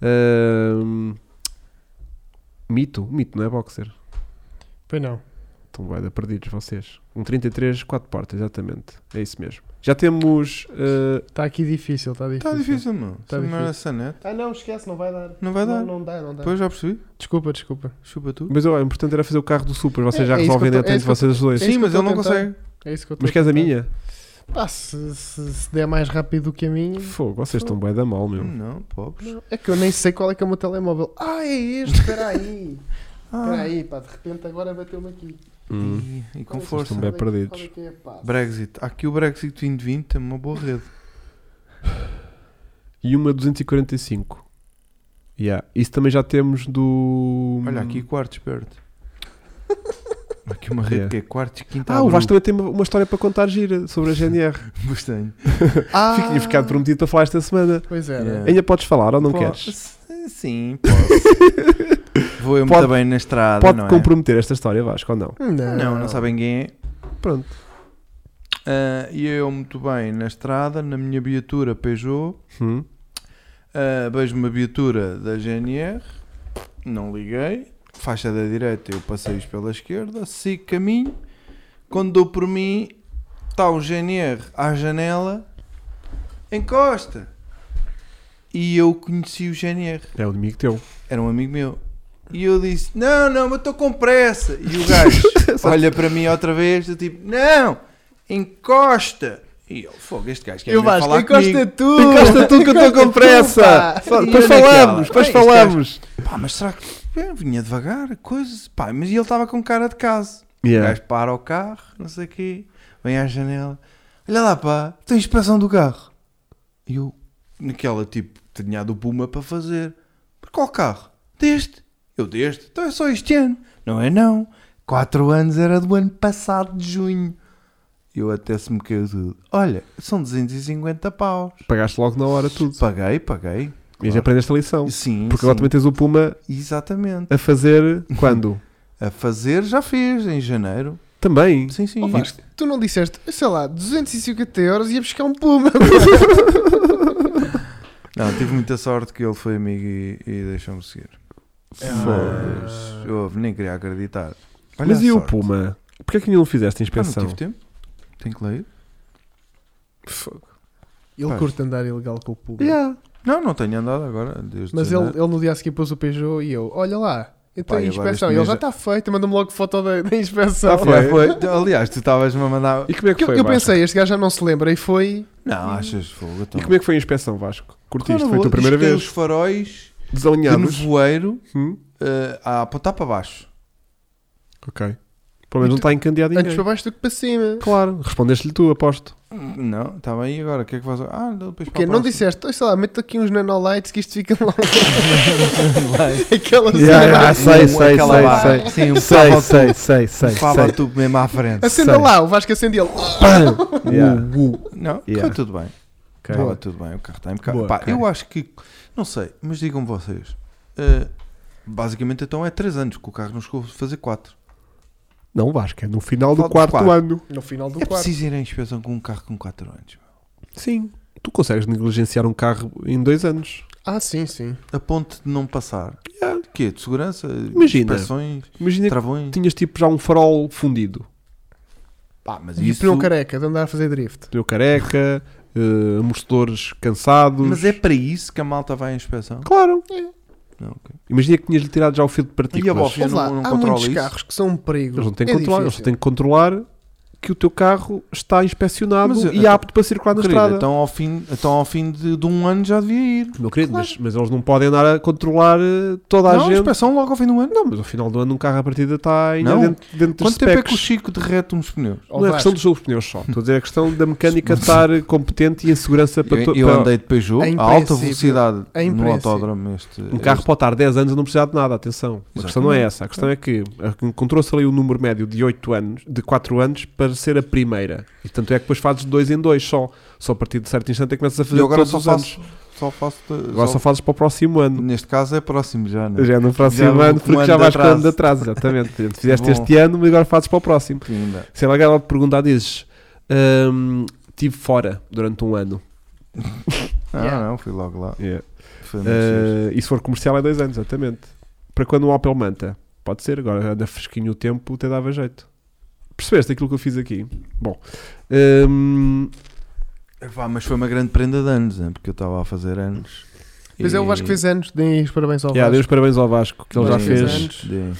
[SPEAKER 2] Ahm, mito, mito, não é boxer?
[SPEAKER 3] Pois não.
[SPEAKER 2] Estão bem perdidos vocês. Um 33, 4 portas, exatamente. É isso mesmo. Já temos. ah,
[SPEAKER 3] Está aqui difícil, está difícil.
[SPEAKER 1] Está difícil, meu. Se
[SPEAKER 3] Tá
[SPEAKER 1] não
[SPEAKER 3] difícil.
[SPEAKER 1] era Sanet,
[SPEAKER 3] Ah não, esquece, não vai dar.
[SPEAKER 1] não vai dar.
[SPEAKER 3] Não, não dá, não dá.
[SPEAKER 1] Depois já percebi.
[SPEAKER 3] Desculpa, desculpa.
[SPEAKER 1] Chupa tu.
[SPEAKER 2] mas ó, o importante era fazer o carro do Super. Vocês
[SPEAKER 3] É-
[SPEAKER 2] já
[SPEAKER 3] é isso que eu
[SPEAKER 2] resolvem
[SPEAKER 3] tô-
[SPEAKER 2] resolvem
[SPEAKER 3] é
[SPEAKER 2] dentro
[SPEAKER 3] isso
[SPEAKER 2] de
[SPEAKER 3] que eu
[SPEAKER 2] vocês dois.
[SPEAKER 3] é isso
[SPEAKER 1] Sim,
[SPEAKER 3] que
[SPEAKER 1] mas
[SPEAKER 3] eu
[SPEAKER 1] ele não
[SPEAKER 3] tô a tentar.
[SPEAKER 1] consegue.
[SPEAKER 3] É isso que eu estou
[SPEAKER 2] Mas queres a
[SPEAKER 3] tentar.
[SPEAKER 2] minha?
[SPEAKER 3] Pá, se, se- se der mais rápido do que a minha.
[SPEAKER 2] Fogo, vocês estão bem da mal, meu.
[SPEAKER 3] Hum.
[SPEAKER 1] Não, pobres.
[SPEAKER 3] Não, É que eu nem sei qual é que é o meu telemóvel. Ah, é este, espera aí. Espera
[SPEAKER 1] [laughs] Ah,
[SPEAKER 3] aí, pá, de repente agora bateu-me aqui.
[SPEAKER 2] Hum.
[SPEAKER 1] e, e com
[SPEAKER 3] Qual é-
[SPEAKER 1] força.
[SPEAKER 2] Estão bem
[SPEAKER 3] qual é que-
[SPEAKER 2] perdidos.
[SPEAKER 3] qual é que é, pá?
[SPEAKER 1] Brexit. Há Aqui o Brexit 2020 tem uma boa rede.
[SPEAKER 2] E uma 245. Yeah. Isso também já temos do.
[SPEAKER 1] Olha, aqui quartos
[SPEAKER 2] [laughs]
[SPEAKER 1] perto. Aqui uma rede
[SPEAKER 2] É.
[SPEAKER 1] que é quartos, quinta
[SPEAKER 2] Ah,
[SPEAKER 1] [laughs]
[SPEAKER 2] o Vasco também tem uma uma história para contar gira sobre a GNR.
[SPEAKER 1] Bastante.
[SPEAKER 3] Ah,
[SPEAKER 2] Fica- Tinha ficado prometido para falar esta semana.
[SPEAKER 3] Pois era.
[SPEAKER 1] um Yeah.
[SPEAKER 2] Ainda podes falar ou não
[SPEAKER 1] Po-
[SPEAKER 2] queres?
[SPEAKER 1] S- Sim, posso.
[SPEAKER 2] [laughs]
[SPEAKER 1] Vou eu
[SPEAKER 2] Pode-
[SPEAKER 1] muito bem na estrada,
[SPEAKER 2] Pode
[SPEAKER 1] não é?
[SPEAKER 2] comprometer esta história, Vasco, ou não?
[SPEAKER 3] Não,
[SPEAKER 1] Não, não sabem quem é.
[SPEAKER 2] Pronto.
[SPEAKER 1] Ah, E eu muito bem na estrada, na minha viatura Peugeot.
[SPEAKER 2] Hum.
[SPEAKER 1] Ah, vejo uma viatura da GNR Não liguei. Faixa da direita, eu passei-os pela esquerda, sigo caminho. Quando dou por mim, está o GNR à janela, encosta. E eu conheci o GNR,
[SPEAKER 2] É o inimigo teu.
[SPEAKER 1] era um amigo meu. E eu disse: Não, não, mas estou com pressa. E o
[SPEAKER 3] [laughs]
[SPEAKER 1] gajo olha para mim outra vez, do tipo: Não, encosta. E eu, fogo, este gajo quer
[SPEAKER 3] Eu
[SPEAKER 1] mesmo
[SPEAKER 3] Vasco,
[SPEAKER 1] falar comigo.
[SPEAKER 3] encosta tu!
[SPEAKER 2] Encosta tu que eu [laughs] estou com
[SPEAKER 3] tu,
[SPEAKER 2] pressa!
[SPEAKER 3] pá.
[SPEAKER 2] Só-
[SPEAKER 1] E
[SPEAKER 2] Depois
[SPEAKER 1] eu naquela,
[SPEAKER 2] falamos, depois
[SPEAKER 1] "Bem, este gajo
[SPEAKER 2] falamos.
[SPEAKER 1] Pá, mas será que eu vinha devagar? Coisas, pá, mas ele estava com cara de caso.
[SPEAKER 2] Yeah.
[SPEAKER 1] O gajo para o carro, não sei o quê, vem à janela, olha lá, pá, tem inspeção do carro. E eu, naquela tipo, tinha a do Puma para fazer, para qual carro? Deste, eu deste, então é só este ano, não é? Não, 4 anos era do ano passado, de junho. Eu até se me caiu tudo. Olha, são 250 paus.
[SPEAKER 2] Pagaste logo na hora tudo.
[SPEAKER 1] Paguei, paguei.
[SPEAKER 2] E já aprendeste a lição.
[SPEAKER 1] Sim,
[SPEAKER 2] Porque
[SPEAKER 1] sim.
[SPEAKER 2] agora também tens o Puma
[SPEAKER 1] Exatamente.
[SPEAKER 2] a [laughs] fazer quando?
[SPEAKER 1] A fazer já fez em janeiro.
[SPEAKER 2] Também.
[SPEAKER 1] Sim, sim.
[SPEAKER 3] Ó Oh, Vasco, tu não disseste, sei lá, 250 euros e ia buscar
[SPEAKER 1] [laughs]
[SPEAKER 3] um puma.
[SPEAKER 1] Não, tive muita sorte que ele foi amigo e, e deixou-me seguir. Mas eu nem queria acreditar. Olha
[SPEAKER 2] Ah. Mas
[SPEAKER 1] a
[SPEAKER 2] e o
[SPEAKER 1] sorte.
[SPEAKER 2] Puma? Porquê é que ainda não fizeste a
[SPEAKER 1] Ah, não
[SPEAKER 2] inspeção?
[SPEAKER 1] tive tempo. Tenho que ler.
[SPEAKER 3] Ele
[SPEAKER 1] Pois.
[SPEAKER 3] curte andar ilegal com o puma.
[SPEAKER 2] Yeah.
[SPEAKER 1] Não, não tenho andado agora. Desde
[SPEAKER 3] Mas ele,
[SPEAKER 1] janeiro.
[SPEAKER 3] ele no dia a seguir pôs o Peugeot e eu, olha lá, então
[SPEAKER 1] né? Pá,
[SPEAKER 3] a
[SPEAKER 1] e agora este
[SPEAKER 3] inspeção, ele
[SPEAKER 1] mês Tá
[SPEAKER 3] já
[SPEAKER 1] já-
[SPEAKER 3] está feito, manda-me logo foto da, da inspeção.
[SPEAKER 2] Ah, foi.
[SPEAKER 1] Já foi. Aliás, tu estavas-me a mandar.
[SPEAKER 2] E como é que
[SPEAKER 3] Porque
[SPEAKER 2] foi?
[SPEAKER 3] eu, eu
[SPEAKER 2] Vasco?
[SPEAKER 3] pensei, este gajo já não se lembra e foi.
[SPEAKER 1] Não, achas fogo. então.
[SPEAKER 2] E como é que foi a inspeção, Vasco? Curtiste? foi a tua primeira
[SPEAKER 1] Os
[SPEAKER 2] vez?
[SPEAKER 1] faróis de
[SPEAKER 2] Desalinhados?
[SPEAKER 1] nevoeiro
[SPEAKER 2] Hum?
[SPEAKER 1] eh, a apontar para baixo.
[SPEAKER 2] Ok. Pelo menos não está encandeado
[SPEAKER 3] Antes para
[SPEAKER 2] ninguém.
[SPEAKER 3] baixo do que para cima.
[SPEAKER 2] Claro, respondeste-lhe tu, aposto.
[SPEAKER 1] Não, está bem. E agora? O que é que faz? Ah, depois para
[SPEAKER 3] Porque
[SPEAKER 1] a
[SPEAKER 3] não
[SPEAKER 1] próxima.
[SPEAKER 3] disseste, "Oh, sei lá, mete aqui uns nanolights que isto fica [laughs] lá. Aquela cena.
[SPEAKER 2] Yeah, yeah. Ah,
[SPEAKER 1] Um-
[SPEAKER 2] sei, sei,
[SPEAKER 1] aquela
[SPEAKER 2] sei,
[SPEAKER 1] barra.
[SPEAKER 2] sei.
[SPEAKER 1] Sim, um
[SPEAKER 2] Sei,
[SPEAKER 1] fava-
[SPEAKER 2] sei, sei, sei.
[SPEAKER 1] um fava
[SPEAKER 2] sei.
[SPEAKER 1] tubo mesmo à frente.
[SPEAKER 3] Acenda
[SPEAKER 2] Sei.
[SPEAKER 3] lá, o Vasco acende ele.
[SPEAKER 2] Pam! [laughs] Yeah.
[SPEAKER 1] Não,
[SPEAKER 2] Yeah.
[SPEAKER 1] foi tudo bem.
[SPEAKER 2] Uh, Ok.
[SPEAKER 1] Estava tudo bem, o carro está impecável.
[SPEAKER 2] Boa,
[SPEAKER 1] Pá,
[SPEAKER 2] ok.
[SPEAKER 1] Eu acho que, não sei, mas digam vocês. eh, basicamente, então é 3 anos que o carro não chegou a fazer 4.
[SPEAKER 2] Não, Vasco, é no final do
[SPEAKER 1] Falta
[SPEAKER 2] quarto
[SPEAKER 1] quatro.
[SPEAKER 2] ano.
[SPEAKER 3] No final do
[SPEAKER 1] É
[SPEAKER 3] quarto.
[SPEAKER 1] preciso ir à inspeção com um carro com 4 anos.
[SPEAKER 2] Sim. Tu consegues negligenciar um carro em dois anos.
[SPEAKER 3] Ah, sim, sim.
[SPEAKER 1] A ponto de não passar.
[SPEAKER 2] Yeah.
[SPEAKER 1] Quê? De segurança?
[SPEAKER 2] Imagina.
[SPEAKER 1] Inspeções?
[SPEAKER 2] Imagina
[SPEAKER 1] Travões?
[SPEAKER 2] que tinhas tipo já um farol fundido.
[SPEAKER 1] Pá, mas
[SPEAKER 3] E o
[SPEAKER 1] isso...
[SPEAKER 2] um
[SPEAKER 3] pneu careca de andar a fazer drift.
[SPEAKER 2] Teu careca, eh, amortecedores cansados.
[SPEAKER 1] Mas é para isso que a malta vai à inspeção?
[SPEAKER 2] Claro.
[SPEAKER 1] Não, ok.
[SPEAKER 2] Imagina que tinhas-lhe tirado já o fio de
[SPEAKER 1] E a
[SPEAKER 2] partículas.
[SPEAKER 1] bofia? Eu
[SPEAKER 3] Vamos
[SPEAKER 1] não-
[SPEAKER 3] lá,
[SPEAKER 1] não
[SPEAKER 3] há
[SPEAKER 1] controlo
[SPEAKER 3] muitos
[SPEAKER 1] isso.
[SPEAKER 3] carros que são um perigo.
[SPEAKER 2] Eles não têm que
[SPEAKER 3] É
[SPEAKER 2] controlar, eles só
[SPEAKER 3] difícil.
[SPEAKER 2] têm que controlar que o teu carro está inspecionado
[SPEAKER 1] Mas eu-
[SPEAKER 2] e
[SPEAKER 1] então-
[SPEAKER 2] apto para circular na
[SPEAKER 1] Querido,
[SPEAKER 2] estrada.
[SPEAKER 1] então ao fim, então ao fim de, de um ano já devia ir.
[SPEAKER 2] Meu querido, mas, mas eles não podem andar a controlar eh, toda a
[SPEAKER 1] não,
[SPEAKER 2] gente.
[SPEAKER 1] inspeção logo ao fim do ano.
[SPEAKER 2] Não, mas ao final do ano um carro à partida está ainda
[SPEAKER 1] Não.
[SPEAKER 2] dentro, dentro dos
[SPEAKER 1] Quanto tempo é que o
[SPEAKER 2] specs.
[SPEAKER 1] Chico derrete uns pneus?
[SPEAKER 2] Não
[SPEAKER 3] Ó,
[SPEAKER 2] é
[SPEAKER 3] Vasco,
[SPEAKER 2] questão dos seus pneus só. Estou a dizer a questão
[SPEAKER 1] [laughs]
[SPEAKER 2] da mecânica estar competente e em segurança para,
[SPEAKER 1] Eu,
[SPEAKER 2] to-
[SPEAKER 1] eu
[SPEAKER 2] para-
[SPEAKER 1] andei de Peugeot
[SPEAKER 3] Em
[SPEAKER 1] a alta
[SPEAKER 3] princípio.
[SPEAKER 1] velocidade
[SPEAKER 3] Em
[SPEAKER 1] no
[SPEAKER 3] princípio.
[SPEAKER 1] autódromo. Este,
[SPEAKER 2] Um carro pode estar 10 anos a não precisar de nada, atenção. A questão não é
[SPEAKER 1] Exatamente.
[SPEAKER 2] essa. A questão é que encontrou-se ali o número médio de 8 anos, de 4 anos, para ser a primeira. E tanto é que depois fazes de 2 em 2 só. Só a partir de certo instante é que começas a
[SPEAKER 1] este.
[SPEAKER 2] fazer
[SPEAKER 1] Eu agora
[SPEAKER 2] todos
[SPEAKER 1] só
[SPEAKER 2] os
[SPEAKER 1] faço,
[SPEAKER 2] anos.
[SPEAKER 1] só faço. de-
[SPEAKER 2] Agora
[SPEAKER 1] só-
[SPEAKER 2] só fazes para o próximo ano.
[SPEAKER 1] Neste caso é próximo já, né?
[SPEAKER 2] Já no
[SPEAKER 1] Já
[SPEAKER 2] próximo
[SPEAKER 1] vou
[SPEAKER 2] ano,
[SPEAKER 1] com um
[SPEAKER 2] porque
[SPEAKER 1] ano
[SPEAKER 2] já
[SPEAKER 1] de
[SPEAKER 2] vais com um ano de
[SPEAKER 1] atraso.
[SPEAKER 2] atraso, exatamente. Portanto, Fizeste
[SPEAKER 1] Bom.
[SPEAKER 2] este ano, mas agora fazes para o próximo.
[SPEAKER 1] Que ainda.
[SPEAKER 2] Sei lá, aquela pergunta dizes: hum, Estive fora durante um ano.
[SPEAKER 1] Ah,
[SPEAKER 3] Yeah. Eh,
[SPEAKER 1] não, fui logo lá.
[SPEAKER 2] Yeah.
[SPEAKER 1] Foi muito
[SPEAKER 2] Uh, e se for comercial é dois anos, exatamente. Para quando o Opel Manta. Pode ser, agora anda fresquinho o tempo, até dava jeito. Percebeste aquilo que eu fiz aqui? Bom, hum,
[SPEAKER 1] fixe. Pá, mas foi uma grande prenda de anos, né? porque eu estava a fazer anos.
[SPEAKER 3] Pois
[SPEAKER 1] E-
[SPEAKER 3] é, o Vasco fez anos, deem os parabéns ao
[SPEAKER 2] yeah, dei os
[SPEAKER 3] Vasco.
[SPEAKER 2] parabéns ao Vasco, que ele já
[SPEAKER 3] Bem,
[SPEAKER 2] fez
[SPEAKER 3] anos.
[SPEAKER 1] de-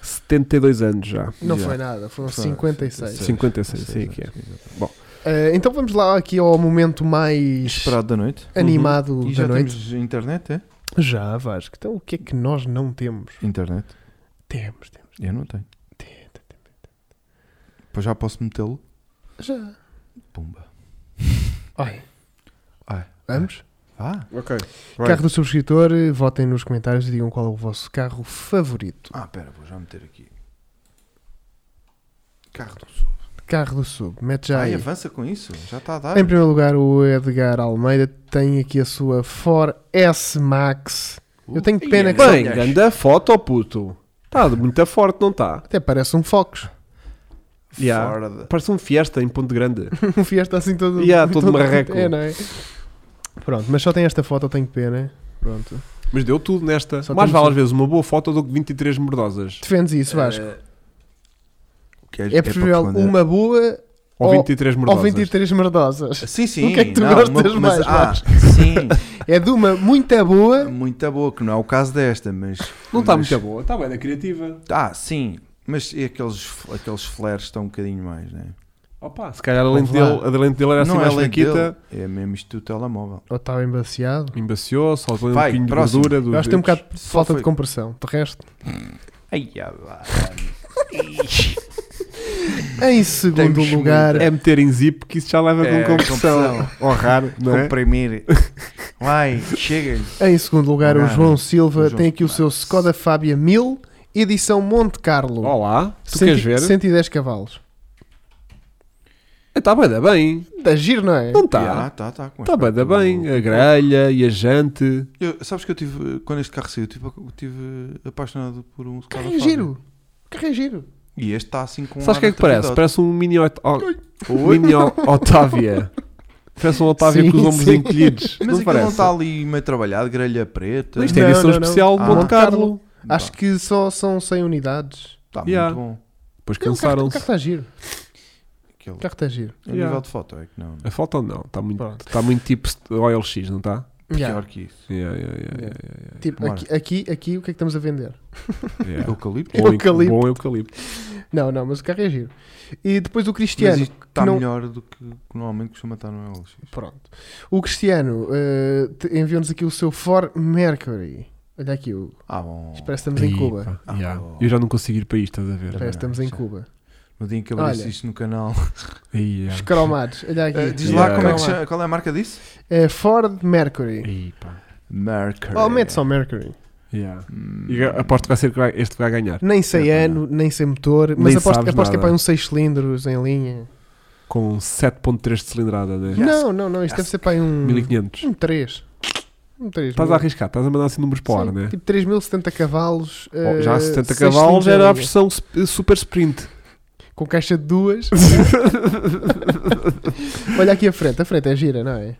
[SPEAKER 2] 72 anos já.
[SPEAKER 3] Não
[SPEAKER 1] Yeah.
[SPEAKER 3] foi nada, foram
[SPEAKER 1] Foi-
[SPEAKER 3] 56.
[SPEAKER 1] Sim.
[SPEAKER 2] 56, sim, que é.
[SPEAKER 3] Eh, então vamos lá aqui ao momento mais
[SPEAKER 1] Esperado Uhum. da noite.
[SPEAKER 3] animado
[SPEAKER 1] E
[SPEAKER 3] da
[SPEAKER 1] já
[SPEAKER 3] noite.
[SPEAKER 1] temos internet, é?
[SPEAKER 3] Já, Vasco. Então o que é que nós não temos?
[SPEAKER 1] Internet.
[SPEAKER 3] Temos, temos.
[SPEAKER 1] Eu não tenho.
[SPEAKER 3] temos.
[SPEAKER 1] Pois já posso metê-lo.
[SPEAKER 3] Já.
[SPEAKER 1] Pumba.
[SPEAKER 3] Ai.
[SPEAKER 1] Ai.
[SPEAKER 3] Vamos?
[SPEAKER 1] Ah,
[SPEAKER 2] Ok.
[SPEAKER 3] Carro do subscritor, eh, votem nos comentários e digam qual é o vosso carro favorito.
[SPEAKER 1] ah, pera, vou já meter aqui. Carro do
[SPEAKER 3] Carro do sub, mete já
[SPEAKER 1] Ai,
[SPEAKER 3] aí.
[SPEAKER 1] avança com isso. Já está a dar.
[SPEAKER 3] Em primeiro lugar, o Edgar Almeida tem aqui a sua Ford S Max. Eu tenho
[SPEAKER 1] é
[SPEAKER 3] pena que
[SPEAKER 2] Bem,
[SPEAKER 3] só-
[SPEAKER 2] grande foto, ó puto. Está muito forte, não tá? está?
[SPEAKER 3] Até parece um Fox. [laughs]
[SPEAKER 2] Yeah.
[SPEAKER 1] Fora de-
[SPEAKER 2] Parece um Fiesta em Ponte
[SPEAKER 3] [laughs]
[SPEAKER 2] Grande.
[SPEAKER 3] Um Fiesta assim todo. [laughs]
[SPEAKER 2] Yeah, todo marreco.
[SPEAKER 3] É, não é? Pronto, mas só tem esta foto, eu tenho pena. Pronto.
[SPEAKER 2] Mas deu tudo nesta.
[SPEAKER 3] Só
[SPEAKER 2] Mais
[SPEAKER 3] temos
[SPEAKER 2] vale
[SPEAKER 3] um.
[SPEAKER 2] às vezes uma boa foto do que 23 mordosas. Eh,
[SPEAKER 3] Defendes isso, Vasco.
[SPEAKER 1] Que
[SPEAKER 3] É preferível uma boa
[SPEAKER 2] Ou
[SPEAKER 3] Ou-
[SPEAKER 2] 23
[SPEAKER 3] ou
[SPEAKER 2] mordosas.
[SPEAKER 3] 23 merdosas.
[SPEAKER 1] Sim, sim.
[SPEAKER 3] O que é que tu
[SPEAKER 1] não,
[SPEAKER 3] gostas
[SPEAKER 1] uma-
[SPEAKER 3] mais,
[SPEAKER 1] ah,
[SPEAKER 3] Vasco?
[SPEAKER 1] sim.
[SPEAKER 3] É de uma muito boa.
[SPEAKER 1] Muita boa, que não é o caso desta, mas.
[SPEAKER 2] Não está
[SPEAKER 1] mas-
[SPEAKER 2] muito boa, está bem da criativa.
[SPEAKER 1] Ah, sim. Mas e aqueles, aqueles flares estão um bocadinho mais, né?
[SPEAKER 2] Opa, se calhar a lente,
[SPEAKER 3] Vamos lá.
[SPEAKER 2] dele, a lente dele era assim
[SPEAKER 1] não é
[SPEAKER 2] mais
[SPEAKER 1] lei
[SPEAKER 2] fraquita.
[SPEAKER 1] dele, É mesmo isto do telemóvel.
[SPEAKER 3] Ou estava embaciado.
[SPEAKER 2] Embaciou, saltou um
[SPEAKER 1] Vai,
[SPEAKER 2] pouquinho de
[SPEAKER 1] próximo.
[SPEAKER 2] gordura. dos
[SPEAKER 3] Eu acho que tem um
[SPEAKER 2] dedos.
[SPEAKER 3] bocado de
[SPEAKER 1] Só
[SPEAKER 3] falta
[SPEAKER 1] foi-
[SPEAKER 3] de compressão. De resto.
[SPEAKER 1] Ai,
[SPEAKER 3] Em segundo
[SPEAKER 1] Temos
[SPEAKER 3] lugar,
[SPEAKER 2] É meter em zip que isso já leva
[SPEAKER 1] É,
[SPEAKER 2] com compressão.
[SPEAKER 1] compressão.
[SPEAKER 2] Honrar, não é?
[SPEAKER 1] Comprimir. Vai, chega-lhe.
[SPEAKER 3] em segundo lugar, o
[SPEAKER 1] Lugar.
[SPEAKER 3] João Silva
[SPEAKER 1] É- Ah, O João
[SPEAKER 3] tem aqui o seu Skoda Fabia 1000, edição Monte Carlo.
[SPEAKER 1] Oh,
[SPEAKER 2] Olá, tu
[SPEAKER 3] Cento-
[SPEAKER 2] queres ver?
[SPEAKER 3] 110 cavalos.
[SPEAKER 2] Está bem, da bem.
[SPEAKER 1] Tá
[SPEAKER 3] Da giro, não é?
[SPEAKER 2] Não está.
[SPEAKER 1] Ah, tá, tá. com
[SPEAKER 2] Está bem, da
[SPEAKER 1] aspecto
[SPEAKER 2] bem. é
[SPEAKER 1] do-
[SPEAKER 2] A grelha e a jante.
[SPEAKER 1] Eu- sabes que eu tive, quando este carro saiu, eu tive, eu tive apaixonado por um Skoda
[SPEAKER 3] Carrega
[SPEAKER 1] Fabia.
[SPEAKER 3] giro. Carrega giro.
[SPEAKER 1] E este está assim com um
[SPEAKER 2] Sabes o que é
[SPEAKER 1] ar
[SPEAKER 2] que parece?
[SPEAKER 1] atrapalhado.
[SPEAKER 2] Parece um mini, Ot- o- mini O- Otávia. Parece um Otávia
[SPEAKER 3] Sim,
[SPEAKER 2] com os ombros
[SPEAKER 3] sim.
[SPEAKER 2] encolhidos.
[SPEAKER 1] Mas
[SPEAKER 2] não
[SPEAKER 1] aquilo não
[SPEAKER 2] parece?
[SPEAKER 1] está ali meio trabalhado, grelha preta.
[SPEAKER 2] Isto é
[SPEAKER 3] Não,
[SPEAKER 2] edição
[SPEAKER 3] não, não.
[SPEAKER 2] especial de
[SPEAKER 1] Ah.
[SPEAKER 2] Monte Carlo.
[SPEAKER 3] Acho que só são 100 unidades.
[SPEAKER 1] Está
[SPEAKER 2] Yeah.
[SPEAKER 1] muito bom.
[SPEAKER 2] Depois
[SPEAKER 3] Não, O carro o carro
[SPEAKER 2] cansaram-se.
[SPEAKER 3] está giro.
[SPEAKER 1] Aquele,
[SPEAKER 3] O carro está giro.
[SPEAKER 1] A
[SPEAKER 2] Yeah.
[SPEAKER 1] nível de foto é que não.
[SPEAKER 2] A foto não, está muito,
[SPEAKER 3] Pronto.
[SPEAKER 2] tá muito tipo OLX, não está?
[SPEAKER 1] é Pior
[SPEAKER 3] Yeah.
[SPEAKER 1] que isso.
[SPEAKER 2] Yeah, yeah, yeah, yeah,
[SPEAKER 3] Tipo,
[SPEAKER 1] Bora.
[SPEAKER 3] aqui, aqui, aqui, o que é que estamos a vender?
[SPEAKER 2] yeah.
[SPEAKER 1] Eucalipto.
[SPEAKER 2] Bom,
[SPEAKER 3] Eucalipto.
[SPEAKER 2] Bom eucalipto.
[SPEAKER 3] Não, não, mas o carro é giro. E depois o
[SPEAKER 1] Mas
[SPEAKER 3] Cristiano.
[SPEAKER 1] isto está
[SPEAKER 3] não-
[SPEAKER 1] melhor do que normalmente costuma estar no LX.
[SPEAKER 3] Pronto. O Cristiano eh, te- enviou-nos aqui o seu Ford Mercury. Olha aqui, o...
[SPEAKER 1] Ah,
[SPEAKER 2] Oh,
[SPEAKER 1] bom.
[SPEAKER 3] parece que estamos em
[SPEAKER 2] Ih,
[SPEAKER 3] Cuba.
[SPEAKER 2] pá,
[SPEAKER 1] Ah,
[SPEAKER 2] yeah.
[SPEAKER 1] bom.
[SPEAKER 2] Eu já não consigo ir para isto, estás a
[SPEAKER 3] Parece que
[SPEAKER 2] ver?
[SPEAKER 3] estamos em
[SPEAKER 1] isto é-
[SPEAKER 3] Cuba.
[SPEAKER 1] No dia em que abriste
[SPEAKER 3] Olha.
[SPEAKER 1] isto no
[SPEAKER 2] [laughs]
[SPEAKER 1] canal.
[SPEAKER 2] Ih,
[SPEAKER 3] Os
[SPEAKER 2] yeah.
[SPEAKER 3] cromados, olha aqui.
[SPEAKER 1] Eh, diz
[SPEAKER 2] Yeah.
[SPEAKER 1] lá como é que
[SPEAKER 3] Cromados.
[SPEAKER 1] chama- qual é a marca disso?
[SPEAKER 3] É Ford Mercury.
[SPEAKER 2] Ih, pá.
[SPEAKER 1] Mercury.
[SPEAKER 3] Oh, mete só Mercury.
[SPEAKER 2] Yeah.
[SPEAKER 1] Hum,
[SPEAKER 2] E aposto que vai ser que vai- este que vai ganhar.
[SPEAKER 3] Nem sei
[SPEAKER 1] Mercury,
[SPEAKER 3] ano, nem sei motor, mas
[SPEAKER 2] Nem
[SPEAKER 3] aposto,
[SPEAKER 2] sabes
[SPEAKER 3] aposto que é
[SPEAKER 2] nada.
[SPEAKER 3] para uns 6 cilindros em linha.
[SPEAKER 2] Com um 7.3 de cilindrada, né?
[SPEAKER 1] Yes.
[SPEAKER 3] Não, não, não, isto deve ser para um.
[SPEAKER 2] 1500.
[SPEAKER 3] Um 3. Um 3.
[SPEAKER 2] Estás a arriscar, estás a mandar assim números para o ar, né?
[SPEAKER 3] Tipo 3070 cavalos.
[SPEAKER 2] Oh, já
[SPEAKER 3] eh,
[SPEAKER 2] há 70
[SPEAKER 3] seis
[SPEAKER 2] cavalos
[SPEAKER 3] cilindros em
[SPEAKER 2] era a
[SPEAKER 3] linha.
[SPEAKER 2] versão sp- super sprint.
[SPEAKER 3] Com caixa de
[SPEAKER 1] [laughs]
[SPEAKER 3] duas. Olha aqui a frente, a frente é gira, não é?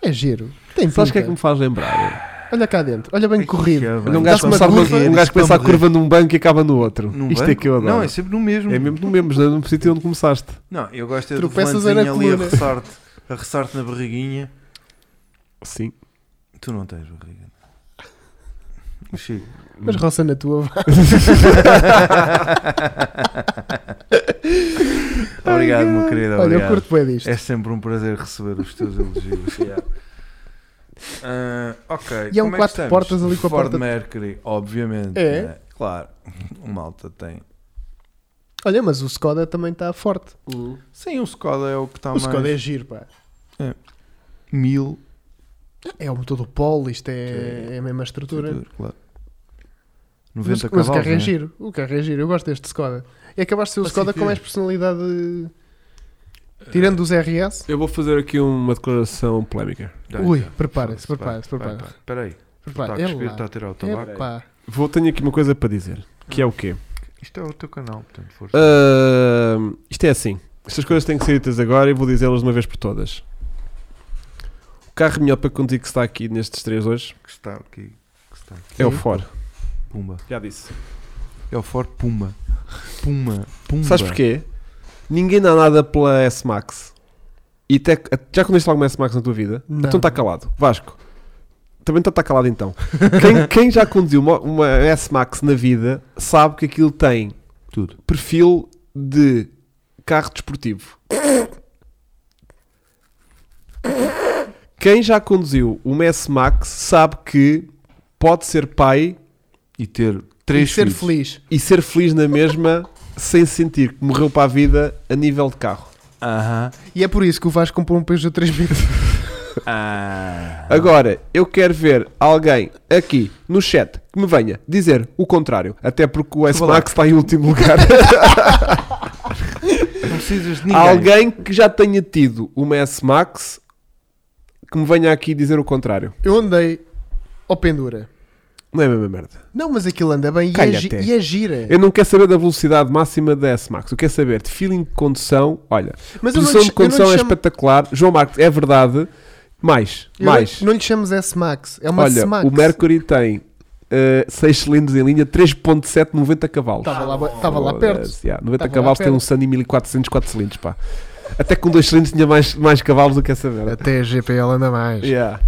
[SPEAKER 3] É giro. Tem
[SPEAKER 2] Sabes o que é que
[SPEAKER 3] pinta.
[SPEAKER 2] me faz lembrar?
[SPEAKER 3] Olha cá dentro, olha bem
[SPEAKER 1] Ai,
[SPEAKER 3] corrido.
[SPEAKER 1] que
[SPEAKER 2] Olha, um
[SPEAKER 1] bem.
[SPEAKER 2] gajo,
[SPEAKER 3] Dá-se uma
[SPEAKER 2] começar a
[SPEAKER 3] curva,
[SPEAKER 2] um gajo
[SPEAKER 1] diz-se
[SPEAKER 2] começa a
[SPEAKER 1] para morrer.
[SPEAKER 2] curva num banco e acaba no outro.
[SPEAKER 1] Num
[SPEAKER 2] Isto é
[SPEAKER 1] banco?
[SPEAKER 2] que eu adoro.
[SPEAKER 1] Não, é sempre no mesmo.
[SPEAKER 2] É mesmo no mesmo, não é no sítio onde começaste.
[SPEAKER 1] Não, eu gosto é do
[SPEAKER 3] Tropeças
[SPEAKER 1] volantezinho
[SPEAKER 3] na
[SPEAKER 1] ali a
[SPEAKER 3] coluna.
[SPEAKER 1] ressarte, a ressarte na barriguinha.
[SPEAKER 2] Sim.
[SPEAKER 1] Tu não tens barriga. Chico.
[SPEAKER 3] Mas roça na tua. vá.
[SPEAKER 1] Obrigado, meu querido.
[SPEAKER 3] Olha, eu
[SPEAKER 1] obrigado.
[SPEAKER 3] curto bem disto.
[SPEAKER 1] É sempre um prazer receber os teus elogios. yeah. Ah, ok.
[SPEAKER 3] E é um
[SPEAKER 1] Como que
[SPEAKER 3] quatro
[SPEAKER 1] estamos?
[SPEAKER 3] portas ali com a
[SPEAKER 1] Ford
[SPEAKER 3] porta-
[SPEAKER 1] Mercury, obviamente.
[SPEAKER 3] É?
[SPEAKER 1] né? Claro, o malta tem.
[SPEAKER 3] Olha, mas o Skoda também está forte.
[SPEAKER 1] Sim, o Skoda é o que está
[SPEAKER 3] o
[SPEAKER 1] mais.
[SPEAKER 3] Skoda é giro, pá.
[SPEAKER 1] mil.
[SPEAKER 3] É o motor do Polo, isto é, é a mesma estrutura.
[SPEAKER 1] Claro.
[SPEAKER 3] Mas,
[SPEAKER 1] 90
[SPEAKER 3] mas o
[SPEAKER 1] cavalos,
[SPEAKER 3] carro é
[SPEAKER 1] né?
[SPEAKER 3] giro, o carro é giro, eu gosto deste Skoda. E acabaste de ser o
[SPEAKER 1] Faz
[SPEAKER 3] Skoda com
[SPEAKER 1] sentido.
[SPEAKER 3] mais personalidade. Tirando os RS.
[SPEAKER 2] Eu vou fazer aqui uma declaração polémica.
[SPEAKER 1] Dá,
[SPEAKER 3] Ui,
[SPEAKER 1] dá.
[SPEAKER 3] prepara-se,
[SPEAKER 1] Vai,
[SPEAKER 3] prepara-se,
[SPEAKER 1] vai,
[SPEAKER 3] prepara-se.
[SPEAKER 1] vai. Espera aí. Está a
[SPEAKER 3] Prepara, é
[SPEAKER 1] cuspir, está
[SPEAKER 3] lá.
[SPEAKER 1] a tirar o tabaco.
[SPEAKER 3] É pá.
[SPEAKER 2] Vou, tenho aqui uma coisa para dizer. Que é o quê?
[SPEAKER 1] Isto é o teu canal, portanto, força.
[SPEAKER 2] Ahm, isto é assim. Estas coisas têm que ser ditas agora e vou dizê-las de uma vez por todas. O carro melhor para contigo que está aqui nestes três hoje
[SPEAKER 1] Que está aqui. Que está aqui.
[SPEAKER 2] é o Ford.
[SPEAKER 1] Pumba.
[SPEAKER 2] Já disse.
[SPEAKER 1] É o Ford Puma. Puma. Pumba.
[SPEAKER 2] Sabes porquê? Ninguém dá nada pela S-Max. E até, já conheceste alguma S-Max na tua vida?
[SPEAKER 3] Não.
[SPEAKER 2] Então está calado. Vasco. Também está calado então. [laughs] quem, quem já conduziu uma, uma S-Max na vida sabe que aquilo tem
[SPEAKER 1] Tudo.
[SPEAKER 2] perfil de carro desportivo. Quem já conduziu uma S-Max sabe que pode ser pai
[SPEAKER 1] E ter
[SPEAKER 3] E
[SPEAKER 1] três
[SPEAKER 3] ser
[SPEAKER 1] filhos.
[SPEAKER 3] feliz.
[SPEAKER 2] e ser feliz na mesma sem sentir que morreu para a vida a nível de carro.
[SPEAKER 1] Aham.
[SPEAKER 3] E é por isso que o Vasco comprou um Peugeot 3000.
[SPEAKER 1] Ah.
[SPEAKER 2] Agora, eu quero ver alguém aqui no chat que me venha dizer o contrário. Até porque o S-Max está em último
[SPEAKER 3] [laughs]
[SPEAKER 2] lugar. [laughs]
[SPEAKER 1] Não precisas de ninguém.
[SPEAKER 2] alguém que já tenha tido uma S-Max que me venha aqui dizer o contrário.
[SPEAKER 3] [laughs] Eu andei ao pendura.
[SPEAKER 2] Não é a mesma merda.
[SPEAKER 3] Não, mas aquilo anda bem e é,
[SPEAKER 2] Calha
[SPEAKER 3] gi-
[SPEAKER 2] até.
[SPEAKER 3] e é gira.
[SPEAKER 2] Eu não quero saber da velocidade máxima da S-Max. Eu quero saber de feeling de condução. Olha,
[SPEAKER 3] Mas eu não
[SPEAKER 2] posição
[SPEAKER 3] te-
[SPEAKER 2] de condução
[SPEAKER 3] eu não
[SPEAKER 2] é
[SPEAKER 3] te chamo-
[SPEAKER 2] espetacular. João Marcos, é verdade Mais,
[SPEAKER 3] Eu
[SPEAKER 2] mais.
[SPEAKER 3] Não, não lhe chamas S-Max, é uma
[SPEAKER 2] Olha,
[SPEAKER 3] S-Max.
[SPEAKER 2] o Mercury tem 6 cilindros em linha, 3.790 cavalos.
[SPEAKER 3] Estava lá, estava Tá lá perto.
[SPEAKER 2] Foda-se, yeah, 90
[SPEAKER 3] Tava lá
[SPEAKER 2] cavalos tem
[SPEAKER 3] perto.
[SPEAKER 2] um Sunny 1400, 4 cilindros, pá. Até com 2 cilindros tinha mais, mais cavalos do que essa merda.
[SPEAKER 3] Até a GPL anda mais.
[SPEAKER 2] Yeah.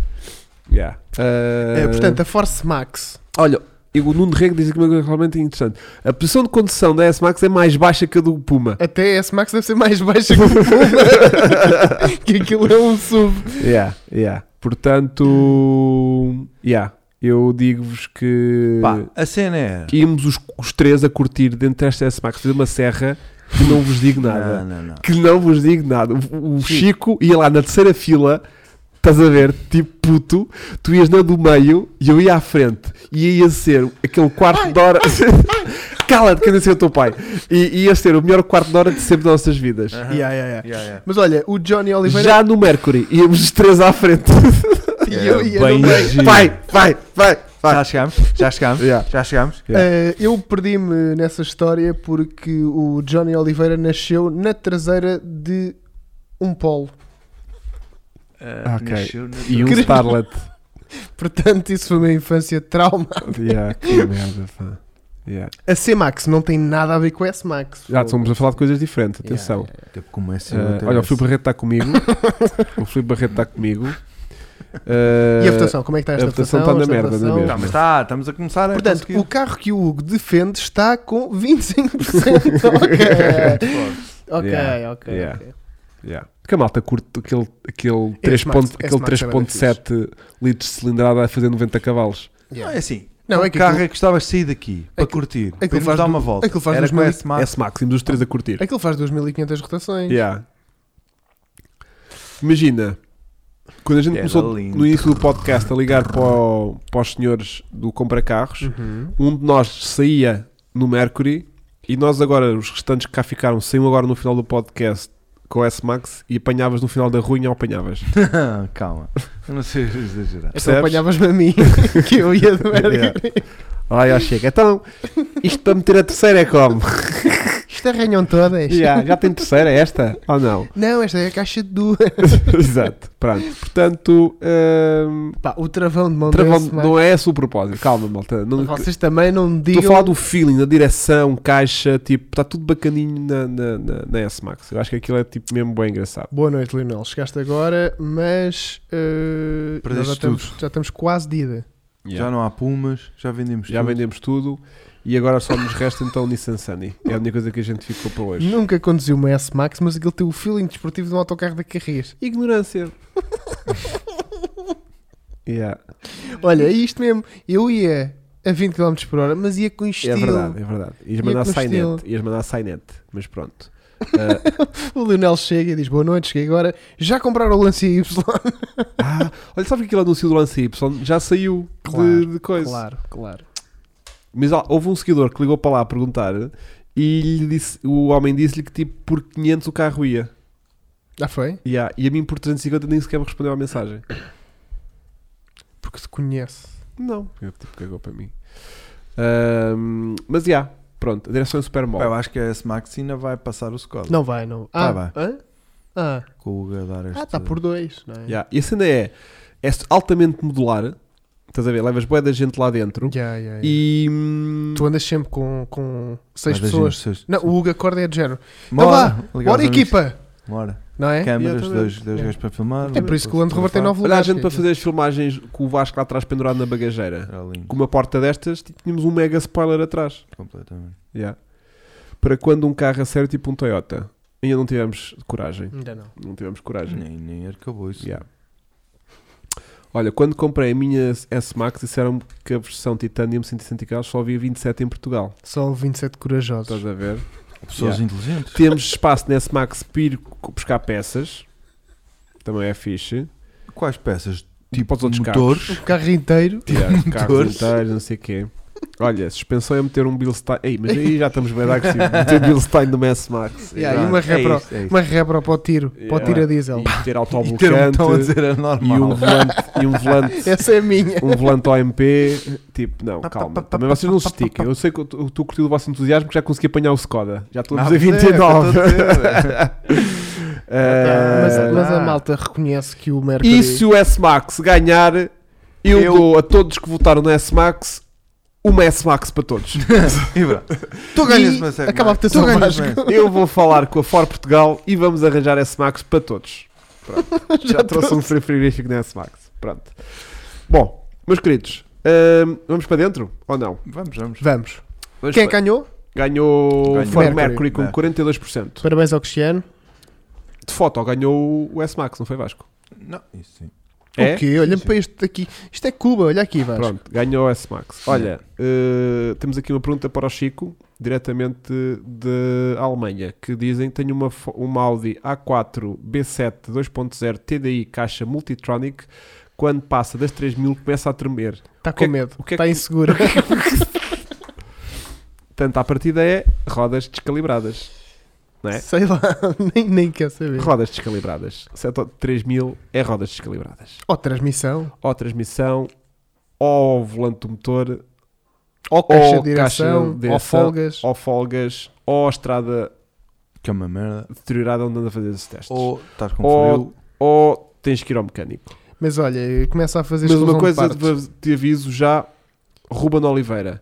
[SPEAKER 2] Yeah.
[SPEAKER 3] É,
[SPEAKER 2] Eh,
[SPEAKER 3] portanto, a Force Max.
[SPEAKER 2] Olha, e o Nuno Rego diz aqui uma coisa realmente interessante. A pressão de condução da S-Max é mais baixa que a do Puma.
[SPEAKER 3] Até a S-Max deve ser mais baixa
[SPEAKER 2] [laughs]
[SPEAKER 3] que o Puma. [laughs] que aquilo é um sub.
[SPEAKER 2] Yeah, yeah. Portanto, yeah. eu digo-vos que,
[SPEAKER 1] Pá, a cena é.
[SPEAKER 2] que íamos os, os três a curtir dentro desta S-Max de uma serra que não vos digo nada.
[SPEAKER 1] Não, não, não.
[SPEAKER 2] Que não vos digo nada. O, o Chico ia lá na terceira fila, estás a ver, tipo puto, tu ias na do meio e eu ia à frente. E ia ser aquele quarto de hora. [laughs] Cala-te, quer dizer, o teu pai. E ia ser o melhor quarto de hora de sempre das nossas vidas.
[SPEAKER 3] Yeah, yeah, yeah.
[SPEAKER 1] Yeah, yeah.
[SPEAKER 3] Mas olha, o Johnny Oliveira
[SPEAKER 2] Já no Mercury, íamos os três à frente.
[SPEAKER 3] e eu ia
[SPEAKER 2] é
[SPEAKER 1] Bem
[SPEAKER 3] no meio.
[SPEAKER 1] giro.
[SPEAKER 2] [laughs] Vai, vai, vai, vai.
[SPEAKER 1] Já chegámos, já chegámos,
[SPEAKER 2] Yeah.
[SPEAKER 1] já chegámos.
[SPEAKER 3] Eh, eu perdi-me nessa história porque o Johnny Oliveira nasceu na traseira de um polo.
[SPEAKER 2] Ok.
[SPEAKER 1] Ah, Nasceu na-
[SPEAKER 2] E um Starlet.
[SPEAKER 3] Portanto, isso foi uma infância trauma.
[SPEAKER 2] yeah,
[SPEAKER 3] [laughs]
[SPEAKER 2] que merda, pá. Yeah.
[SPEAKER 3] A C-Max não tem nada a ver com a S-Max.
[SPEAKER 2] Já estamos a falar de coisas diferentes, atenção.
[SPEAKER 1] Tipo, Como é assim?
[SPEAKER 2] Ah,
[SPEAKER 1] outra
[SPEAKER 2] olha, o
[SPEAKER 1] vez?
[SPEAKER 2] Filipe Barreto está
[SPEAKER 3] [laughs]
[SPEAKER 2] comigo. o Filipe Barreto está comigo.
[SPEAKER 3] E a votação? Como é que está esta
[SPEAKER 2] a votação
[SPEAKER 3] votação?
[SPEAKER 2] está na merda,
[SPEAKER 3] Esta
[SPEAKER 2] na
[SPEAKER 1] Tá,
[SPEAKER 2] mesma.
[SPEAKER 1] mas tá, estamos a começar a
[SPEAKER 3] Portanto,
[SPEAKER 1] conseguir.
[SPEAKER 3] o carro que o Hugo defende está
[SPEAKER 2] [laughs]
[SPEAKER 3] com 25%. ok,
[SPEAKER 2] Yeah,
[SPEAKER 3] ok, ok.
[SPEAKER 2] yeah.
[SPEAKER 3] ok.
[SPEAKER 2] Ah, Yeah. Que a malta curte aquele, aquele
[SPEAKER 3] Esse
[SPEAKER 2] 3
[SPEAKER 3] Max-
[SPEAKER 2] ponto-
[SPEAKER 3] esse
[SPEAKER 2] aquele
[SPEAKER 3] Max é bem
[SPEAKER 2] 3.7 litros de cilindrada a fazer 90 cavalos.
[SPEAKER 1] Não, é assim.
[SPEAKER 3] Não,
[SPEAKER 1] Não,
[SPEAKER 3] é
[SPEAKER 1] é
[SPEAKER 3] que
[SPEAKER 1] o carro
[SPEAKER 3] aquilo-
[SPEAKER 1] é que gostavas de sair daqui para
[SPEAKER 3] aquilo-
[SPEAKER 1] curtir.
[SPEAKER 3] aquilo
[SPEAKER 1] Para irmos
[SPEAKER 3] faz
[SPEAKER 1] dar
[SPEAKER 3] do-
[SPEAKER 1] uma volta.
[SPEAKER 3] aquilo faz
[SPEAKER 1] Era
[SPEAKER 3] dos
[SPEAKER 1] com
[SPEAKER 3] mil-
[SPEAKER 1] esse Max.
[SPEAKER 2] S-Max, temos os três a curtir.
[SPEAKER 3] Aquilo faz 2500 rotações.
[SPEAKER 2] Yeah. Imagina, quando a gente
[SPEAKER 1] Era
[SPEAKER 2] começou
[SPEAKER 1] lindo.
[SPEAKER 2] no início do podcast a ligar para, o- para os senhores do Compra Carros, um de nós saía no Mercury e nós agora, os restantes que cá ficaram, saíam agora no final do podcast com o S-Max e apanhavas no final da ruinha ou apanhavas.
[SPEAKER 1] Não, [laughs] calma. Eu não sei exagerar.
[SPEAKER 3] Então
[SPEAKER 2] Percebes?
[SPEAKER 3] apanhavas-me a mim, [laughs] que eu ia do
[SPEAKER 2] Yeah.
[SPEAKER 3] Mercury.
[SPEAKER 2] Ai, já chega. Então, isto para meter a terceira é [laughs] como?
[SPEAKER 3] Isto arranham todas.
[SPEAKER 2] Já- já tem terceira, é esta? Ou não? [laughs]
[SPEAKER 3] Não, esta é a caixa de duas.
[SPEAKER 2] Exato. Pronto. Portanto, hum,
[SPEAKER 3] Pá, o travão de mão
[SPEAKER 2] travão-
[SPEAKER 3] do S-Max.
[SPEAKER 2] não é esse o propósito. Calma, malta. Não,
[SPEAKER 3] Vocês também não me
[SPEAKER 2] Estou a
[SPEAKER 3] digam.
[SPEAKER 2] falar do feeling, da direção, caixa, tipo, está tudo bacaninho na, na, na, na S-Max. Eu acho que aquilo é tipo mesmo bem engraçado.
[SPEAKER 3] Boa noite, Lionel. Chegaste agora, mas. eh, nós já
[SPEAKER 1] Perdeste
[SPEAKER 3] estamos, já estamos quase de ida.
[SPEAKER 1] Já não há pumas, já vendemos
[SPEAKER 2] Já
[SPEAKER 1] tudo.
[SPEAKER 2] vendemos tudo e agora só nos resta então o Nissan Sunny. É a única coisa que a gente ficou para hoje.
[SPEAKER 3] Nunca conduzi uma S-Max, mas aquilo tem o feeling desportivo de um autocarro da Carris. [laughs]
[SPEAKER 2] Ignorância. Yeah,
[SPEAKER 3] Olha, é isto mesmo. Eu ia a 20 km por hora, mas ia com
[SPEAKER 2] É
[SPEAKER 3] estilo.
[SPEAKER 2] verdade, é verdade. Ias
[SPEAKER 3] E
[SPEAKER 2] mandar
[SPEAKER 3] com estilo.
[SPEAKER 2] Sainet, ias mandar Sainet, mas pronto. Ah,
[SPEAKER 3] O Lionel chega e diz: Boa noite, cheguei agora. Já compraram o Lancia Y?
[SPEAKER 2] ah, olha, sabe que aquele anúncio do Lance Y já saiu de- de,
[SPEAKER 3] Claro,
[SPEAKER 2] coisa.
[SPEAKER 3] Claro, claro.
[SPEAKER 2] Mas há- houve um seguidor que ligou para lá a perguntar e lhe disse- o homem disse-lhe que tipo por 500 o carro ia.
[SPEAKER 3] Já foi?
[SPEAKER 2] E há- e a mim por 350 nem sequer me respondeu à mensagem.
[SPEAKER 3] Porque se conhece.
[SPEAKER 2] Não. Eu, tipo, cagou para mim. Ahm, mas já, pronto, a direção é super
[SPEAKER 1] Pá, eu
[SPEAKER 2] mal.
[SPEAKER 1] acho que a S-Max ainda vai passar o Skoda.
[SPEAKER 3] Não vai, não.
[SPEAKER 1] Ah,
[SPEAKER 3] Ah,
[SPEAKER 1] vai.
[SPEAKER 3] hã? Ah,
[SPEAKER 1] Com o Hugo a dar este...
[SPEAKER 3] ah, está por dois, não é?
[SPEAKER 2] Yeah. E a cena é, é altamente modular, estás a ver? Levas boa da gente lá dentro
[SPEAKER 3] Já, já, já.
[SPEAKER 2] e hum,
[SPEAKER 3] Tu andas sempre com, com seis
[SPEAKER 1] Mas a
[SPEAKER 3] pessoas.
[SPEAKER 1] gente- seis-
[SPEAKER 3] Não, o Hugo acorda é de género.
[SPEAKER 1] Uma
[SPEAKER 3] Então
[SPEAKER 1] hora,
[SPEAKER 3] vá,
[SPEAKER 1] ligar
[SPEAKER 3] bora
[SPEAKER 1] aos amigos.
[SPEAKER 3] equipa!
[SPEAKER 1] Uma hora.
[SPEAKER 3] Não é?
[SPEAKER 1] Câmeras,
[SPEAKER 2] Yeah,
[SPEAKER 1] dois,
[SPEAKER 2] também.
[SPEAKER 1] dois
[SPEAKER 3] Yeah.
[SPEAKER 1] gajos para filmar.
[SPEAKER 3] É por isso que o Land Rover tem nove
[SPEAKER 2] olha a
[SPEAKER 3] lugares.
[SPEAKER 2] gente para
[SPEAKER 3] que-
[SPEAKER 2] fazer as filmagens com o Vasco lá atrás pendurado na bagageira.
[SPEAKER 1] Era lindo,
[SPEAKER 2] Com uma porta destas, tínhamos um mega spoiler atrás.
[SPEAKER 1] completamente.
[SPEAKER 2] Yeah. Para quando um carro a sério, tipo um Toyota. Ainda não tivemos coragem.
[SPEAKER 3] Ainda não.
[SPEAKER 2] Não tivemos coragem.
[SPEAKER 1] Nem, nem acabou isso.
[SPEAKER 2] Yeah. Olha, quando comprei a minha S-Max, disseram-me que a versão Titanium 160 cavalos só havia 27 em Portugal.
[SPEAKER 3] Só o 27 corajosos.
[SPEAKER 2] Estás a ver?
[SPEAKER 1] Pessoas
[SPEAKER 2] Yeah.
[SPEAKER 1] inteligentes.
[SPEAKER 2] Temos espaço na S-Max para ir co- buscar peças. Também é fixe.
[SPEAKER 1] Quais peças? Tipo
[SPEAKER 2] Para os outros
[SPEAKER 1] motores?
[SPEAKER 3] O carro inteiro.
[SPEAKER 2] Yeah, carros
[SPEAKER 1] Motores.
[SPEAKER 2] inteiros, não sei o quê. Olha, suspensão é meter um Bilstein. Ei, mas aí já estamos bem agressivos. Meter Bilstein numa S-Max.
[SPEAKER 3] Yeah, e
[SPEAKER 1] Exato.
[SPEAKER 3] uma
[SPEAKER 1] É
[SPEAKER 3] repro,
[SPEAKER 1] isto, é isto.
[SPEAKER 3] uma repro para o tiro. Para
[SPEAKER 2] Yeah.
[SPEAKER 3] o tiro a diesel.
[SPEAKER 2] E ter
[SPEAKER 1] E ter um botão a
[SPEAKER 2] autoblocante.
[SPEAKER 1] dizer é
[SPEAKER 2] e um
[SPEAKER 1] normal.
[SPEAKER 2] volante, e um volante,
[SPEAKER 3] Essa [laughs] é a minha.
[SPEAKER 2] um volante OMP. Tipo, não, calma. Também vocês não se estiquem. Eu sei que eu estou eu estou a é, [laughs] curtir o vosso entusiasmo que já consegui apanhar o Skoda. Já estou a
[SPEAKER 1] Ah,
[SPEAKER 2] dizer
[SPEAKER 1] pois é,
[SPEAKER 2] 29.
[SPEAKER 1] é o que eu estou a dizer.
[SPEAKER 2] Ah,
[SPEAKER 3] mas, mas a malta reconhece que o Mercury.
[SPEAKER 2] E se o S-Max ganhar, eu,
[SPEAKER 1] Eu-
[SPEAKER 2] dou a todos que votaram no S-Max uma S-Max para [laughs] todos.
[SPEAKER 1] E pronto. Tu ganhas uma
[SPEAKER 3] e
[SPEAKER 1] Smack.
[SPEAKER 3] acaba de ter
[SPEAKER 1] Tu
[SPEAKER 3] sido
[SPEAKER 1] ganhas
[SPEAKER 3] mágico.
[SPEAKER 1] uma
[SPEAKER 2] Eu vou falar com a For Portugal e vamos arranjar S-Max para todos. Pronto. [laughs] Já, trouxe um frigorífico na S-Max. Pronto. Bom, meus queridos, hum, vamos para dentro ou não?
[SPEAKER 1] Vamos, vamos.
[SPEAKER 3] Vamos.
[SPEAKER 1] Vamos
[SPEAKER 3] Quem é que
[SPEAKER 1] para-
[SPEAKER 3] ganhou?
[SPEAKER 2] Ganhou o
[SPEAKER 1] Ganhou.
[SPEAKER 2] Ford Mercury né?
[SPEAKER 1] Mercury.
[SPEAKER 2] com
[SPEAKER 1] É.
[SPEAKER 2] 42%.
[SPEAKER 3] Parabéns ao Cristiano.
[SPEAKER 2] De foto, ganhou o S-Max, não foi Vasco?
[SPEAKER 1] Não, isso sim.
[SPEAKER 2] É?
[SPEAKER 3] O quê? Olha
[SPEAKER 1] Sim, sim.
[SPEAKER 3] para este aqui. Isto é Cuba, olha aqui, Vasco.
[SPEAKER 2] Pronto, ganhou o S-Max. Olha, eh, temos aqui uma pergunta para o Chico, diretamente da Alemanha, que dizem que tem uma, fo- uma Audi A4 B7 2.0 TDI caixa Multitronic. Quando passa das 3000 começa a tremer.
[SPEAKER 3] Está
[SPEAKER 2] O que é
[SPEAKER 3] com
[SPEAKER 2] que-
[SPEAKER 3] medo.
[SPEAKER 2] o que é
[SPEAKER 3] Está
[SPEAKER 2] que-
[SPEAKER 3] inseguro.
[SPEAKER 2] Portanto, à partida é rodas descalibradas. Não [laughs] é?
[SPEAKER 3] Sei lá, [laughs] nem, nem quer saber.
[SPEAKER 2] Rodas descalibradas. 7 ou 3000 é rodas descalibradas.
[SPEAKER 3] Ó, Oh, transmissão.
[SPEAKER 2] Ou transmissão, ou volante do motor,
[SPEAKER 3] Ó,
[SPEAKER 2] Ou
[SPEAKER 3] caixa de
[SPEAKER 2] caixa
[SPEAKER 3] direção.
[SPEAKER 2] de
[SPEAKER 3] Ó,
[SPEAKER 2] direção.
[SPEAKER 3] folgas.
[SPEAKER 2] ou folgas, ou estrada
[SPEAKER 1] Que é uma merda.
[SPEAKER 2] deteriorada onde anda a fazer esses testes. Ou,
[SPEAKER 1] Ou estás com
[SPEAKER 2] ou,
[SPEAKER 1] frio.
[SPEAKER 2] tens que ir ao mecânico.
[SPEAKER 3] Mas olha, começa a fazer
[SPEAKER 2] Mas uma
[SPEAKER 3] exclusão de
[SPEAKER 2] coisa
[SPEAKER 3] partes.
[SPEAKER 2] te- te aviso já, Ruben Oliveira.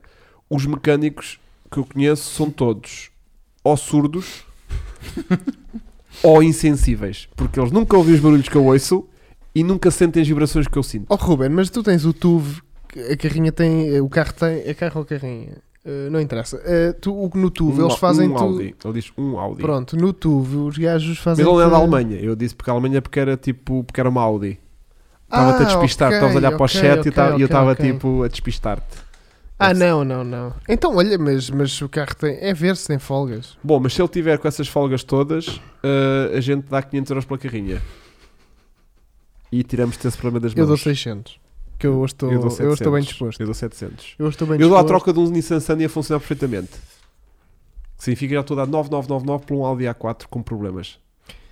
[SPEAKER 2] Os mecânicos que eu conheço são todos ou
[SPEAKER 3] [laughs]
[SPEAKER 2] surdos ou insensíveis. Porque eles nunca ouvem os barulhos que eu ouço e nunca sentem as vibrações que eu sinto.
[SPEAKER 3] Ó Oh, Ruben, mas tu tens o tubo, que a carrinha tem, eh, o carro tem, a carro ou carrinha? Eh, não interessa. Eh, tu, o- no tubo,
[SPEAKER 2] Um-
[SPEAKER 3] eles fazem
[SPEAKER 2] um
[SPEAKER 3] tu-
[SPEAKER 2] Audi. Ele diz um Audi.
[SPEAKER 3] Pronto, no tubo, os gajos
[SPEAKER 2] Mas
[SPEAKER 3] fazem.
[SPEAKER 2] ele não é da
[SPEAKER 3] tu-
[SPEAKER 2] Alemanha. Eu disse porque a Alemanha porque era tipo porque era uma Audi. Estava-te a
[SPEAKER 3] Ah,
[SPEAKER 2] despistar,
[SPEAKER 3] ok,
[SPEAKER 2] estavas a olhar para o
[SPEAKER 3] ok,
[SPEAKER 2] chat e
[SPEAKER 3] ok,
[SPEAKER 2] eu tava- e eu
[SPEAKER 3] ok,
[SPEAKER 2] estava
[SPEAKER 3] ok.
[SPEAKER 2] tipo a despistar-te.
[SPEAKER 3] Ah, não, não, não. Então, olha, mas, mas o carro tem. É ver se tem folgas.
[SPEAKER 2] Bom, mas se ele tiver com essas folgas todas, eh, a gente dá 500 euros pela carrinha. E tiramos-te esse problema das mãos.
[SPEAKER 3] Eu dou 600. Que eu hoje estou,
[SPEAKER 2] Eu dou
[SPEAKER 3] eu hoje estou bem
[SPEAKER 2] 700.
[SPEAKER 3] disposto.
[SPEAKER 2] Eu dou 700.
[SPEAKER 3] Eu hoje estou bem
[SPEAKER 2] Eu dou
[SPEAKER 3] disposto.
[SPEAKER 2] a troca de um Nissan Sunny a funcionar perfeitamente. Que significa que já estou a dar 9999 por um Audi A4 com problemas.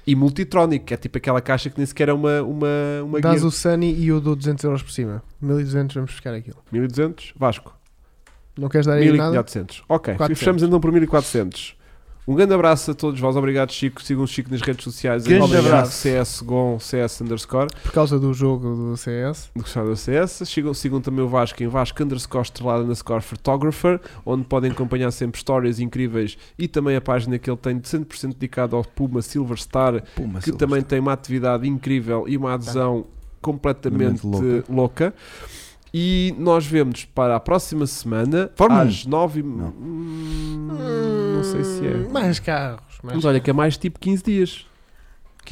[SPEAKER 2] E Multitronic, que é tipo aquela caixa que nem sequer é uma, uma, uma
[SPEAKER 3] Dás
[SPEAKER 2] guia.
[SPEAKER 3] o Sunny e eu dou 200 euros por cima. 1200 vamos buscar aquilo.
[SPEAKER 2] 1200, Vasco.
[SPEAKER 3] Não queres dar aí nada?
[SPEAKER 2] 1400. Ok,
[SPEAKER 3] 400.
[SPEAKER 2] fechamos então por 1400. Um grande abraço a todos vós, obrigado Chico. Sigam o Chico nas redes sociais.
[SPEAKER 1] Grande
[SPEAKER 2] Obrigado,
[SPEAKER 1] abraço.
[SPEAKER 2] CSGON, CS underscore.
[SPEAKER 3] Por causa do jogo do CS.
[SPEAKER 2] do Gostado do CS. Sigam, sigam também o Vasco em Vasco underscore estrelada underscore photographer, onde podem acompanhar sempre histórias incríveis e também a página que ele tem de 100% dedicada ao Puma Silver Star,
[SPEAKER 1] Puma,
[SPEAKER 2] que também tem uma atividade incrível e uma adesão completamente louca.
[SPEAKER 1] Completamente
[SPEAKER 2] E nós vemos para a próxima semana,
[SPEAKER 1] Fórmula
[SPEAKER 2] às 9
[SPEAKER 1] Não.
[SPEAKER 2] Não.
[SPEAKER 1] Hum,
[SPEAKER 2] não sei se é.
[SPEAKER 3] Hum, Mais carros. Mais
[SPEAKER 2] Mas olha que é mais tipo 15 dias.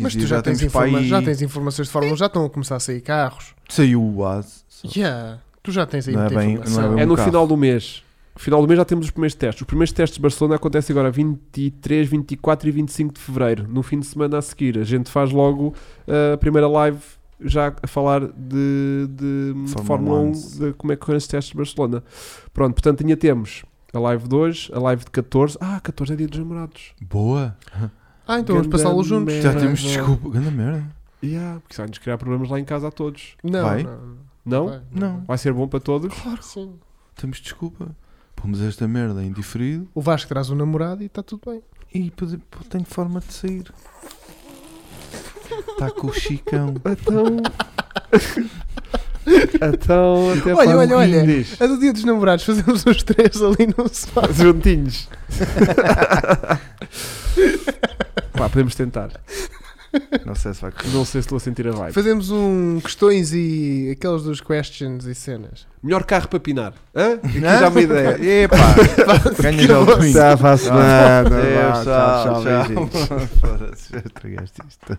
[SPEAKER 3] Mas tu
[SPEAKER 1] 15
[SPEAKER 3] já,
[SPEAKER 1] já
[SPEAKER 3] tens
[SPEAKER 1] temos para
[SPEAKER 3] informa-
[SPEAKER 1] aí-
[SPEAKER 3] já tens informações de Fórmula, já estão a começar a sair carros.
[SPEAKER 1] Saiu o AS.
[SPEAKER 3] Yeah. Tu já tens aí
[SPEAKER 1] Não é
[SPEAKER 3] muita
[SPEAKER 1] bem-
[SPEAKER 3] informação.
[SPEAKER 1] não é bem-
[SPEAKER 2] É
[SPEAKER 1] um
[SPEAKER 2] no
[SPEAKER 1] carro.
[SPEAKER 2] final do mês. No Final do mês já temos os primeiros testes. Os primeiros testes de Barcelona acontecem agora 23, 24 e 25 de fevereiro. No fim de semana a seguir, a gente faz logo uh, a primeira live já a falar de, de Fórmula,
[SPEAKER 1] Fórmula
[SPEAKER 2] 1,
[SPEAKER 1] One.
[SPEAKER 2] de como é que correm os testes de Barcelona. Pronto, portanto, ainda temos a live de hoje, a live de 14. Ah, 14 é dia dos namorados.
[SPEAKER 1] Boa.
[SPEAKER 3] Ah, então vamos
[SPEAKER 2] Ganda
[SPEAKER 3] passá-los juntos.
[SPEAKER 2] merda.
[SPEAKER 1] Já
[SPEAKER 2] É,
[SPEAKER 1] temos
[SPEAKER 2] não.
[SPEAKER 1] desculpa. Grande merda.
[SPEAKER 2] Yeah, porque isso vai nos criar problemas lá em casa a todos.
[SPEAKER 3] Não,
[SPEAKER 1] Vai?
[SPEAKER 3] não.
[SPEAKER 2] Não?
[SPEAKER 3] vai,
[SPEAKER 1] Não.
[SPEAKER 2] Vai ser bom para todos.
[SPEAKER 3] Claro que sim.
[SPEAKER 1] Temos desculpa. Pomos esta merda em diferido
[SPEAKER 3] O Vasco traz um namorado e está tudo bem.
[SPEAKER 1] e pode- pô, tenho forma de sair. Está com o chicão.
[SPEAKER 2] Então. [laughs] então, até
[SPEAKER 3] Olha,
[SPEAKER 2] para
[SPEAKER 3] olha,
[SPEAKER 2] um
[SPEAKER 3] olha.
[SPEAKER 2] brinde.
[SPEAKER 3] A do dia dos namorados, fazemos os três ali no sofá.
[SPEAKER 2] Juntinhos. [laughs] Pá, podemos tentar.
[SPEAKER 1] Não sei se vai correr.
[SPEAKER 2] Não sei se estou a sentir a vibe.
[SPEAKER 3] Fazemos um questões e aqueles dos questions e cenas.
[SPEAKER 2] Melhor carro para pinar. Hã? Aqui
[SPEAKER 1] Não?
[SPEAKER 2] já me
[SPEAKER 1] [laughs]
[SPEAKER 2] ideia.
[SPEAKER 1] Epá. Tá, Ganhas ao domingo.
[SPEAKER 2] Tchau, para a
[SPEAKER 1] semana.
[SPEAKER 2] Tchau,
[SPEAKER 1] Tchau,
[SPEAKER 2] tchau,
[SPEAKER 1] tchau, [laughs]
[SPEAKER 2] beijinhos.
[SPEAKER 1] Foda-se, Já estragaste isto.